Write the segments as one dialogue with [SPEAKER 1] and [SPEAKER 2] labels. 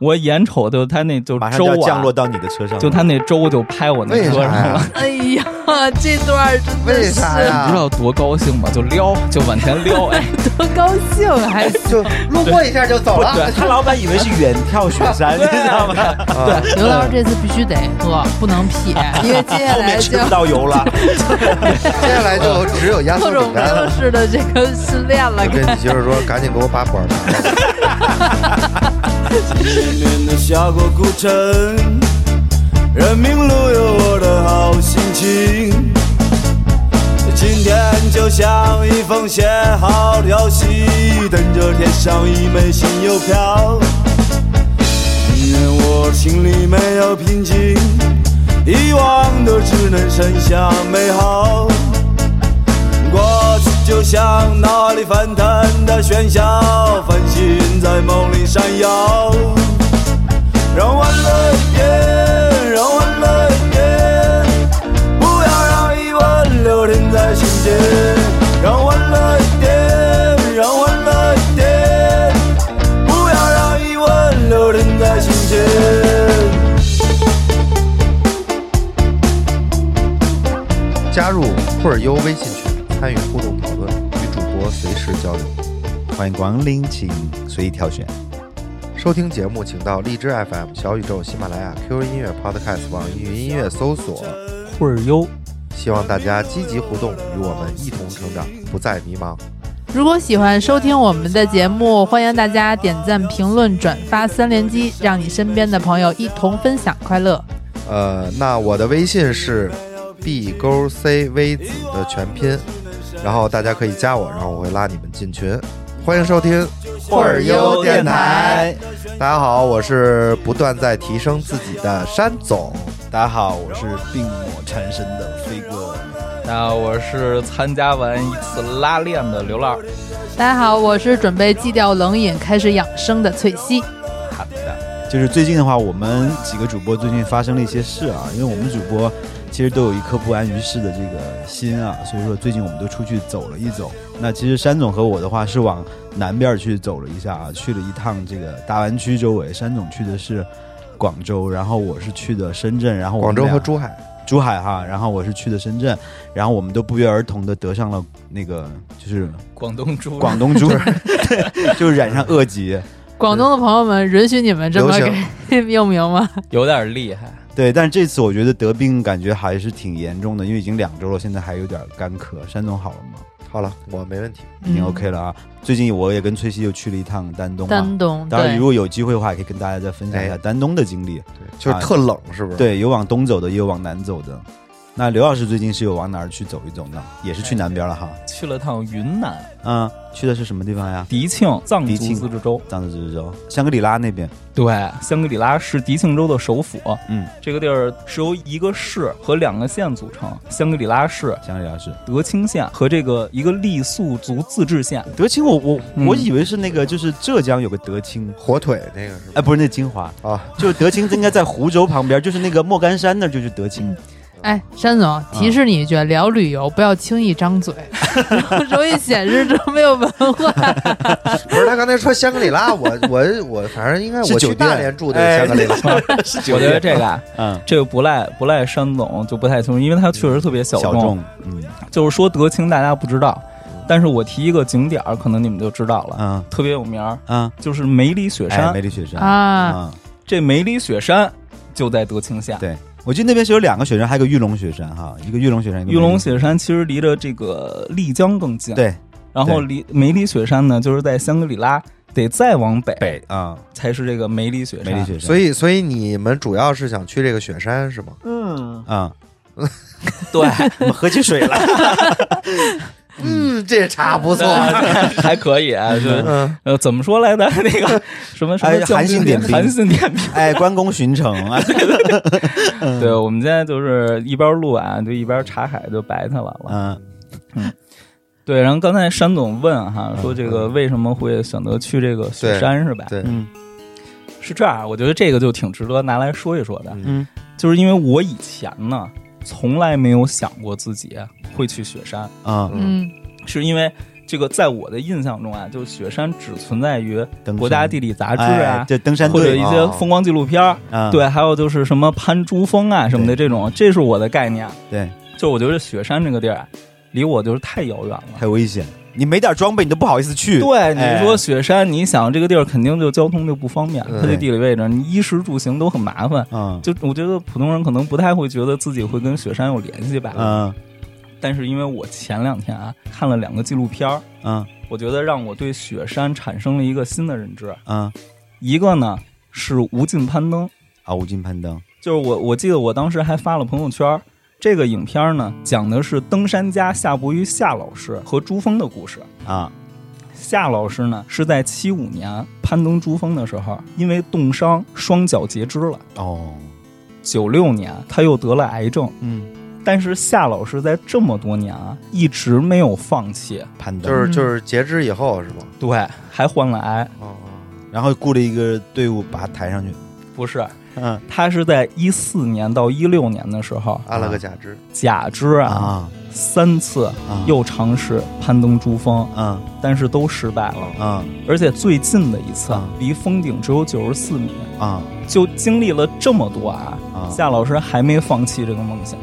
[SPEAKER 1] 我眼瞅着他那就
[SPEAKER 2] 马上
[SPEAKER 1] 周
[SPEAKER 2] 就要
[SPEAKER 1] 啊，
[SPEAKER 2] 降落到你的车上了，
[SPEAKER 1] 就他那周就拍我那
[SPEAKER 3] 为
[SPEAKER 1] 车
[SPEAKER 3] 啥
[SPEAKER 1] 上了
[SPEAKER 3] 呀，？
[SPEAKER 4] 哎呀，这段儿真的
[SPEAKER 3] 为
[SPEAKER 4] 是
[SPEAKER 3] 啥
[SPEAKER 1] 你知
[SPEAKER 3] 呀？
[SPEAKER 1] 道多高兴吗？就撩，就往前撩，哎，
[SPEAKER 4] 多高兴还行。
[SPEAKER 3] 就路过一下就走了。
[SPEAKER 2] 他老板以为是远眺雪 山，你知道吗？
[SPEAKER 3] 啊
[SPEAKER 4] 刘老师这次必须得喝，不能撇，因为接下
[SPEAKER 2] 后
[SPEAKER 4] 来
[SPEAKER 2] 面吃
[SPEAKER 4] 就
[SPEAKER 2] 不到油 了，
[SPEAKER 3] 接下来就只有压缩
[SPEAKER 4] 各
[SPEAKER 3] 饼
[SPEAKER 4] 种
[SPEAKER 3] 干
[SPEAKER 4] 标
[SPEAKER 3] 了。
[SPEAKER 4] 式的这个训练了
[SPEAKER 3] 我。跟你媳妇说，赶紧给我把管儿拿来。
[SPEAKER 5] 一年的峡谷古城，人民路有我的好心情。今天就像一封写好的消息，等着贴上一枚新邮票。因为我心里没有平静，遗忘的只能剩下美好。过去就像脑海里翻腾的喧嚣，繁星在梦里闪耀。让欢乐一遍，让欢乐一遍，不要让疑问留停在心间。让欢乐一点，让欢乐一点，不要让疑问留停在心间。
[SPEAKER 3] 加入酷儿优微信群，参与互动讨论，与主播随时交流。
[SPEAKER 2] 欢迎光临，请随意挑选。
[SPEAKER 3] 收听节目，请到荔枝 FM、小宇宙、喜马拉雅、QQ 音乐、Podcast、网易云音乐搜索。
[SPEAKER 1] 会儿优。
[SPEAKER 3] 希望大家积极互动，与我们一同成长，不再迷茫。
[SPEAKER 4] 如果喜欢收听我们的节目，欢迎大家点赞、评论、转发三连击，让你身边的朋友一同分享快乐。
[SPEAKER 3] 呃，那我的微信是 b 勾 c v 子的全拼，然后大家可以加我，然后我会拉你们进群。欢迎收听
[SPEAKER 2] 会儿优电台，
[SPEAKER 3] 大家好，我是不断在提升自己的山总。
[SPEAKER 6] 大家好，我是病魔缠身的飞哥。
[SPEAKER 1] 那我是参加完一次拉练的刘浪，
[SPEAKER 4] 大家好，我是准备戒掉冷饮，开始养生的翠西。
[SPEAKER 1] 好的，
[SPEAKER 6] 就是最近的话，我们几个主播最近发生了一些事啊，因为我们主播其实都有一颗不安于世的这个心啊，所以说最近我们都出去走了一走。那其实山总和我的话是往南边去走了一下啊，去了一趟这个大湾区周围。山总去的是广州，然后我是去的深圳，然哦后我
[SPEAKER 3] 广
[SPEAKER 6] 们
[SPEAKER 3] 州和
[SPEAKER 6] 俩
[SPEAKER 3] 珠海，
[SPEAKER 6] 珠海哈，然后我是去的深圳，然后我们都不约而同的得上了那个就是
[SPEAKER 1] 广东猪
[SPEAKER 6] 广东猪， 对，就染上恶疾。
[SPEAKER 4] 广东的朋友们，允许你们这么
[SPEAKER 3] 流行
[SPEAKER 4] 给命名吗？
[SPEAKER 1] 有点厉害，
[SPEAKER 6] 对，但是这次我觉得得病感觉还是挺严重的，因为已经两周了，现在还有点干咳。山总好了吗？
[SPEAKER 3] 好了，我没问题。
[SPEAKER 6] 已经
[SPEAKER 4] 嗯
[SPEAKER 6] OK 了啊。最近我也跟崔西又去了一趟丹东
[SPEAKER 4] 丹
[SPEAKER 6] 嘛。
[SPEAKER 4] 东，
[SPEAKER 6] 当然，
[SPEAKER 4] 对
[SPEAKER 6] 如果有机会的话，也可以跟大家再分享一下
[SPEAKER 3] 哎
[SPEAKER 6] 丹东的经历。
[SPEAKER 3] 对，就是特冷，是不是？，
[SPEAKER 6] 啊对，有往东走的，也有往南走的。那刘老师最近是有往哪儿去走一走呢？也
[SPEAKER 4] 哎
[SPEAKER 6] 是去南边了哈。
[SPEAKER 1] 去了趟云南
[SPEAKER 6] 嗯，去的是什么地方呀？
[SPEAKER 1] 迪庆藏族
[SPEAKER 6] 迪庆
[SPEAKER 1] 自治州，
[SPEAKER 6] 藏族自治州，香格里拉那边。
[SPEAKER 1] 对，香格里拉是迪庆州的首府，
[SPEAKER 6] 嗯，
[SPEAKER 1] 这个地儿是由一个市和两个县组成，香格里拉市、
[SPEAKER 6] 香格里拉是
[SPEAKER 1] 德钦县和这个一个傈僳族自治县，
[SPEAKER 6] 德清我，我我
[SPEAKER 1] 嗯
[SPEAKER 6] 以为是那个，就是浙江有个德清，
[SPEAKER 3] 火腿那个是吧？
[SPEAKER 6] 哎，不是那金华，
[SPEAKER 3] 啊，
[SPEAKER 6] 就是德清应该在湖州旁边，就是那个莫干山那儿就是德清。
[SPEAKER 4] 哎，山总提示你一句，聊旅游不要轻易张嘴，容易显示这没有文化。
[SPEAKER 3] 不是，他刚才说香格 里拉，我我我，反正应该
[SPEAKER 6] 是
[SPEAKER 3] 我
[SPEAKER 6] 酒
[SPEAKER 3] 去
[SPEAKER 6] 店哎
[SPEAKER 3] 大连住的香格里拉，
[SPEAKER 1] 我觉得这个啊
[SPEAKER 6] 嗯，
[SPEAKER 1] 这个不赖不赖山总就不太清楚，因为他确实特别小
[SPEAKER 6] 小
[SPEAKER 1] 众，
[SPEAKER 6] 众，嗯
[SPEAKER 1] 就是说德清大家不知道，但是我提一个景点儿，可能你们就知道了，
[SPEAKER 6] 嗯
[SPEAKER 1] 特别有名儿，
[SPEAKER 6] 嗯，
[SPEAKER 1] 就是梅里雪山。
[SPEAKER 6] 哎，梅里雪山
[SPEAKER 4] 啊，
[SPEAKER 6] 嗯
[SPEAKER 1] 这梅里雪山就在德清县。
[SPEAKER 6] 对，我记得那边是有两个雪山，还有个玉龙雪山哈，一个玉龙雪山，一个
[SPEAKER 1] 玉龙
[SPEAKER 6] 梅里
[SPEAKER 1] 雪山其实离着这个丽江更近，。
[SPEAKER 6] 对
[SPEAKER 1] 然后
[SPEAKER 6] 对
[SPEAKER 1] 离梅里雪山呢，就是在香格里拉，得再往北
[SPEAKER 6] 北啊，
[SPEAKER 1] 才是这个梅里雪山。
[SPEAKER 6] 梅里雪山，
[SPEAKER 3] 所
[SPEAKER 6] 以
[SPEAKER 3] 以所以你们主要是想去这个雪山是吗？
[SPEAKER 1] 嗯，
[SPEAKER 6] 啊，
[SPEAKER 1] 对，
[SPEAKER 6] 我们喝起水 了，
[SPEAKER 3] 嗯，这茶不错，
[SPEAKER 1] 还可以啊，就是
[SPEAKER 3] 嗯，
[SPEAKER 1] 呃，怎么说来着？ 那个什么什
[SPEAKER 6] 哎
[SPEAKER 1] 么将
[SPEAKER 6] 韩信
[SPEAKER 1] 军
[SPEAKER 6] 点兵
[SPEAKER 1] 韩信点兵。
[SPEAKER 6] 哎，关公巡城啊， 嗯
[SPEAKER 1] 对，我们现在就是一边录啊，就一边茶海，就白它完了。
[SPEAKER 6] 嗯，
[SPEAKER 1] 对，然后刚才山总问哈，
[SPEAKER 6] 嗯
[SPEAKER 1] 说这个为什么会选择去这个雪
[SPEAKER 3] 对
[SPEAKER 1] 山是吧？
[SPEAKER 3] 对，
[SPEAKER 6] 嗯
[SPEAKER 1] 是这样，我觉得这个就挺值得拿来说一说的。
[SPEAKER 6] 嗯，
[SPEAKER 1] 就是因为我以前呢，从来没有想过自己会去雪山，
[SPEAKER 6] 啊，
[SPEAKER 4] 嗯，
[SPEAKER 1] 是因为这个在我的印象中啊，就雪山只存在于
[SPEAKER 6] 登
[SPEAKER 1] 国家地理杂
[SPEAKER 6] 志
[SPEAKER 1] 志啊，
[SPEAKER 6] 这登山
[SPEAKER 1] 或者
[SPEAKER 6] 队
[SPEAKER 1] 一
[SPEAKER 6] 啊
[SPEAKER 1] 些风光纪录片儿，
[SPEAKER 6] 啊，
[SPEAKER 1] 对，还有就是什么攀珠峰啊什么的这种，
[SPEAKER 6] 嗯
[SPEAKER 1] 这是我的概念。啊
[SPEAKER 6] 对，
[SPEAKER 1] 就我觉得雪山这个地儿啊，离我就是太遥远了。
[SPEAKER 6] 太危险，你没点装备你都不好意思去。
[SPEAKER 1] 对，
[SPEAKER 6] 哎
[SPEAKER 1] 你说雪山，你想这个地儿肯定就交通就不方便，
[SPEAKER 3] 嗯
[SPEAKER 1] 它这地理位置，你衣食住行都很麻烦。
[SPEAKER 6] 嗯
[SPEAKER 1] 就我觉得普通人可能不太会觉得自己会跟雪山有联系吧。
[SPEAKER 6] 嗯
[SPEAKER 1] 但是因为我前两天啊看了两个纪录片儿，
[SPEAKER 6] 嗯
[SPEAKER 1] 我觉得让我对雪山产生了一个新的认知。
[SPEAKER 6] 嗯
[SPEAKER 1] 一个呢是无尽攀登，
[SPEAKER 6] 啊，无尽攀登，
[SPEAKER 1] 就是我我记得我当时还发了朋友圈儿。这个影片儿呢，讲的是登山家夏伯渝夏老师和珠峰的故事。
[SPEAKER 6] 啊，
[SPEAKER 1] 夏老师呢是在七五年攀登珠峰的时候，因为冻伤双脚截肢了。
[SPEAKER 6] 哦，
[SPEAKER 1] 九六年他又得了癌症，
[SPEAKER 6] 嗯，
[SPEAKER 1] 但是夏老师在这么多年啊，一直没有放弃，
[SPEAKER 6] 攀登，
[SPEAKER 3] 就是就是截肢以后是吗？
[SPEAKER 1] 对，还患了癌。
[SPEAKER 3] 哦，
[SPEAKER 6] 然后雇了一个队伍把他抬上去，
[SPEAKER 1] 不是，
[SPEAKER 6] 嗯
[SPEAKER 1] 他是在一四年到一六年的时候，
[SPEAKER 3] 安了个假肢，
[SPEAKER 1] 假肢啊
[SPEAKER 6] 啊
[SPEAKER 1] 三次
[SPEAKER 6] 啊，
[SPEAKER 1] 又尝试攀登珠峰，
[SPEAKER 6] 啊
[SPEAKER 1] 但是都失败了。
[SPEAKER 6] 啊
[SPEAKER 1] 而且最近的一次
[SPEAKER 6] 啊
[SPEAKER 1] 离峰顶只有九十四米，
[SPEAKER 6] 啊
[SPEAKER 1] 就经历了这么多啊，
[SPEAKER 6] 啊！
[SPEAKER 1] 夏老师还没放弃这个梦想。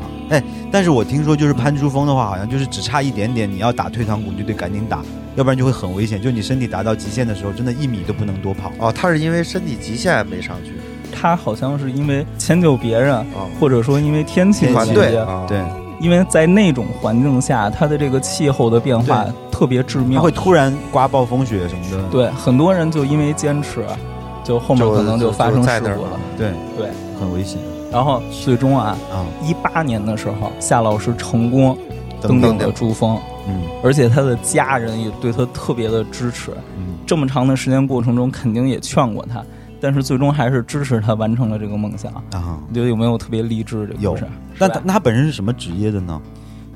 [SPEAKER 6] 但是我听说就是攀珠峰的话，好像就是只差一点点，你要打退堂鼓你就得赶紧打，要不然就会很危险。就你身体达到极限的时候，真的一米都不能多跑。
[SPEAKER 3] 哦，他是因为身体极限没上去，
[SPEAKER 1] 他好像是因为迁就别人，
[SPEAKER 3] 哦，
[SPEAKER 1] 或者说因为天气的
[SPEAKER 3] 团
[SPEAKER 1] 原
[SPEAKER 3] 队
[SPEAKER 1] 因，
[SPEAKER 3] 啊，
[SPEAKER 6] 对，
[SPEAKER 1] 因为在那种环境下，它的这个气候的变化
[SPEAKER 6] 对
[SPEAKER 1] 特别致
[SPEAKER 6] 它
[SPEAKER 1] 命。
[SPEAKER 6] 会突然刮暴风雪什么的。
[SPEAKER 1] 对，很多人就因为坚持，就后面
[SPEAKER 3] 就
[SPEAKER 1] 可能
[SPEAKER 3] 就
[SPEAKER 1] 发生
[SPEAKER 3] 就
[SPEAKER 1] 事
[SPEAKER 3] 在那儿
[SPEAKER 1] 故了。
[SPEAKER 6] 对
[SPEAKER 1] 对，
[SPEAKER 6] 很危险
[SPEAKER 1] 然后最终啊，
[SPEAKER 6] 啊。
[SPEAKER 1] 一八年的时候，夏老师成功登
[SPEAKER 6] 登
[SPEAKER 1] 顶
[SPEAKER 3] 顶
[SPEAKER 1] 了珠峰，
[SPEAKER 6] 嗯
[SPEAKER 1] 而且他的家人也对他特别的支持。
[SPEAKER 6] 嗯，
[SPEAKER 1] 这么长的时间过程中，肯定也劝过他，但是最终还是支持他完成了这个梦想。
[SPEAKER 6] 啊。
[SPEAKER 1] 你觉得有没有特别励志这个故事？
[SPEAKER 6] 那
[SPEAKER 1] 是吧
[SPEAKER 6] 他那他本身是什么职业的呢？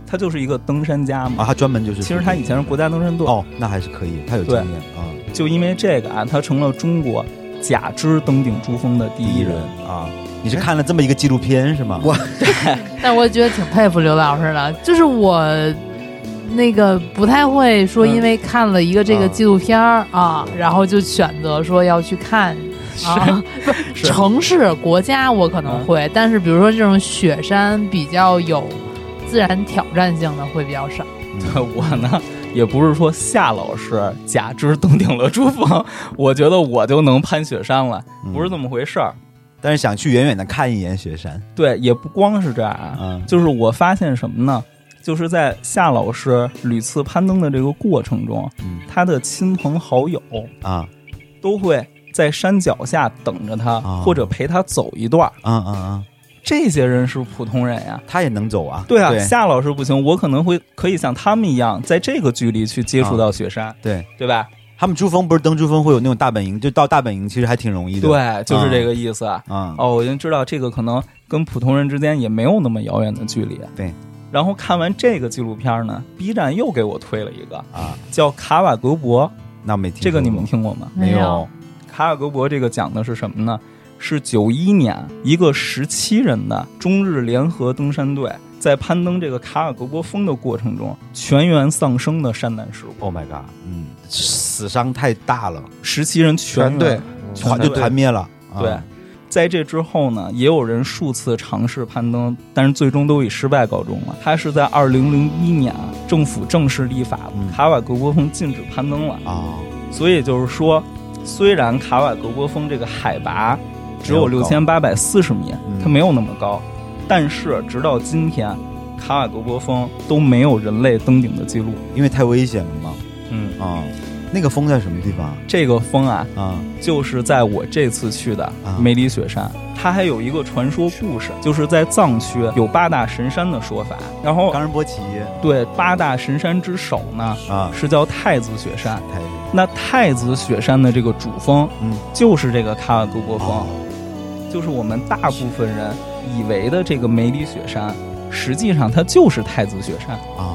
[SPEAKER 1] 他就是一个登山家嘛。
[SPEAKER 6] 啊，他专门就是。
[SPEAKER 1] 其实他以前是国家登山队，
[SPEAKER 6] 哦，那还是可以，他有经验啊，
[SPEAKER 1] 就因为这个啊，他成了中国假肢登顶珠峰的第一人。
[SPEAKER 6] 啊。你是看了这么一个纪录片是吗？
[SPEAKER 3] 我
[SPEAKER 4] 但我也觉得挺佩服刘老师的，就是我那个不太会说，因为看了一个这个纪录片儿啊，然后就选择说要去看。啊，不是
[SPEAKER 1] 是
[SPEAKER 4] 城市、国家我可能会，但是比如说这种雪山比较有自然挑战性的会比较少。
[SPEAKER 1] 我呢，也不是说夏老师假肢登顶了珠峰， 我觉得我就能攀雪山了，
[SPEAKER 6] 嗯
[SPEAKER 1] 不是这么回事儿。
[SPEAKER 6] 但是想去远远的看一眼雪山
[SPEAKER 1] 对，也不光是这样啊，
[SPEAKER 6] 啊。
[SPEAKER 1] 就是我发现什么呢？就是在夏老师屡次攀登的这个过程中，
[SPEAKER 6] 嗯
[SPEAKER 1] 他的亲朋好友
[SPEAKER 6] 啊
[SPEAKER 1] 都会在山脚下等着他，
[SPEAKER 6] 啊
[SPEAKER 1] 或者陪他走一段儿。
[SPEAKER 6] 啊啊啊！
[SPEAKER 1] 这些人是普通人呀、
[SPEAKER 6] 他也能走啊？
[SPEAKER 1] 对啊，
[SPEAKER 6] 对
[SPEAKER 1] 夏老师不行，我可能会可以像他们一样，在这个距离去接触到雪山，
[SPEAKER 6] 啊对
[SPEAKER 1] 对吧？
[SPEAKER 6] 他们珠峰不是登珠峰会有那种大本营，就到大本营其实还挺容易的。
[SPEAKER 1] 对，就是这个意思。
[SPEAKER 6] 啊，
[SPEAKER 1] 哦，我已经知道这个可能跟普通人之间也没有那么遥远的距离。
[SPEAKER 6] 对。
[SPEAKER 1] 然后看完这个纪录片呢，B 站又给我推了一个
[SPEAKER 6] 啊，
[SPEAKER 1] 叫《卡瓦格博》，
[SPEAKER 6] 那没听
[SPEAKER 1] 这个
[SPEAKER 6] 说
[SPEAKER 1] 你
[SPEAKER 6] 过
[SPEAKER 1] 们听过吗？
[SPEAKER 6] 没
[SPEAKER 4] 没
[SPEAKER 6] 有
[SPEAKER 4] 有？
[SPEAKER 1] 卡瓦格博这个讲的是什么呢？是九一年，一个十七人的中日联合登山队在攀登这个卡瓦格博峰的过程中，全员丧生的山难事故。
[SPEAKER 6] Oh my god！嗯，死伤太大了，
[SPEAKER 1] 十七人全
[SPEAKER 3] 全
[SPEAKER 1] 员
[SPEAKER 3] 队，
[SPEAKER 1] 全
[SPEAKER 6] 团就
[SPEAKER 1] 对
[SPEAKER 6] 团灭了。啊
[SPEAKER 1] 对，在这之后呢，也有人数次尝试攀登，但是最终都以失败告终了。他是在二零零一年，政府正式立法，
[SPEAKER 6] 嗯
[SPEAKER 1] 卡瓦格波峰禁止攀登了。
[SPEAKER 6] 啊，
[SPEAKER 1] 所以就是说，虽然卡瓦格波峰这个海拔只有
[SPEAKER 6] 没有
[SPEAKER 1] 六
[SPEAKER 6] 高
[SPEAKER 1] 千八百四十米
[SPEAKER 6] 嗯，
[SPEAKER 1] 它没有那么高，但是直到今天，卡瓦格波峰都没有人类登顶的记录。
[SPEAKER 6] 因为太危险了嘛。
[SPEAKER 1] 嗯，
[SPEAKER 6] 啊，那个峰在什么地方
[SPEAKER 1] 这个峰啊，
[SPEAKER 6] 啊？
[SPEAKER 1] 就是在我这次去的
[SPEAKER 6] 啊
[SPEAKER 1] 梅里雪山，它还有一个传说故事，就是在藏区有八大神山的说法，然后
[SPEAKER 6] 冈仁波齐
[SPEAKER 1] 对八大神山之首呢
[SPEAKER 6] 啊，
[SPEAKER 1] 是叫太子雪山。
[SPEAKER 6] 太
[SPEAKER 1] 那太子雪山的这个主峰，
[SPEAKER 6] 嗯，
[SPEAKER 1] 就是这个卡瓦格国峰，
[SPEAKER 6] 哦
[SPEAKER 1] 就是我们大部分人以为的这个梅里雪山，实际上它就是太子雪山，
[SPEAKER 6] 啊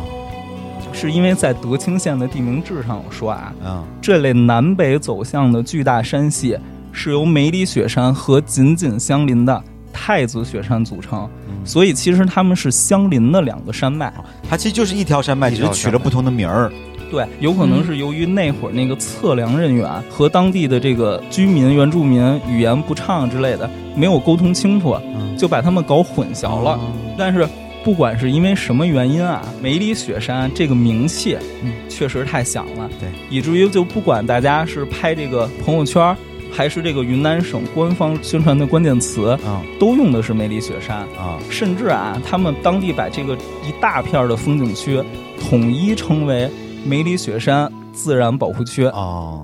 [SPEAKER 1] 是因为在德清县的地名志上有说啊，
[SPEAKER 6] 啊
[SPEAKER 1] 这类南北走向的巨大山系是由梅里雪山和紧紧相邻的太子雪山组成，
[SPEAKER 6] 嗯
[SPEAKER 1] 所以其实它们是相邻的两个山脉。
[SPEAKER 6] 它其实就是一条山脉，
[SPEAKER 3] 一
[SPEAKER 6] 只
[SPEAKER 3] 条
[SPEAKER 6] 是取了不同的名儿
[SPEAKER 1] 对，有可能是由于那会儿那个测量人员和当地的这个居民、原住民语言不畅之类的，没有沟通清楚，就把他们搞混淆
[SPEAKER 6] 哦
[SPEAKER 1] 了。但是不管是因为什么原因啊，梅里雪山这个名气，
[SPEAKER 6] 嗯
[SPEAKER 1] 确实太响了，
[SPEAKER 6] 对，
[SPEAKER 1] 以至于就不管大家是拍这个朋友圈儿，还是这个云南省官方宣传的关键词，
[SPEAKER 6] 啊
[SPEAKER 1] 都用的是梅里雪山。
[SPEAKER 6] 啊，
[SPEAKER 1] 甚至啊，他们当地把这个一大片儿的风景区统一称为梅里雪山自然保护区。
[SPEAKER 6] 哦，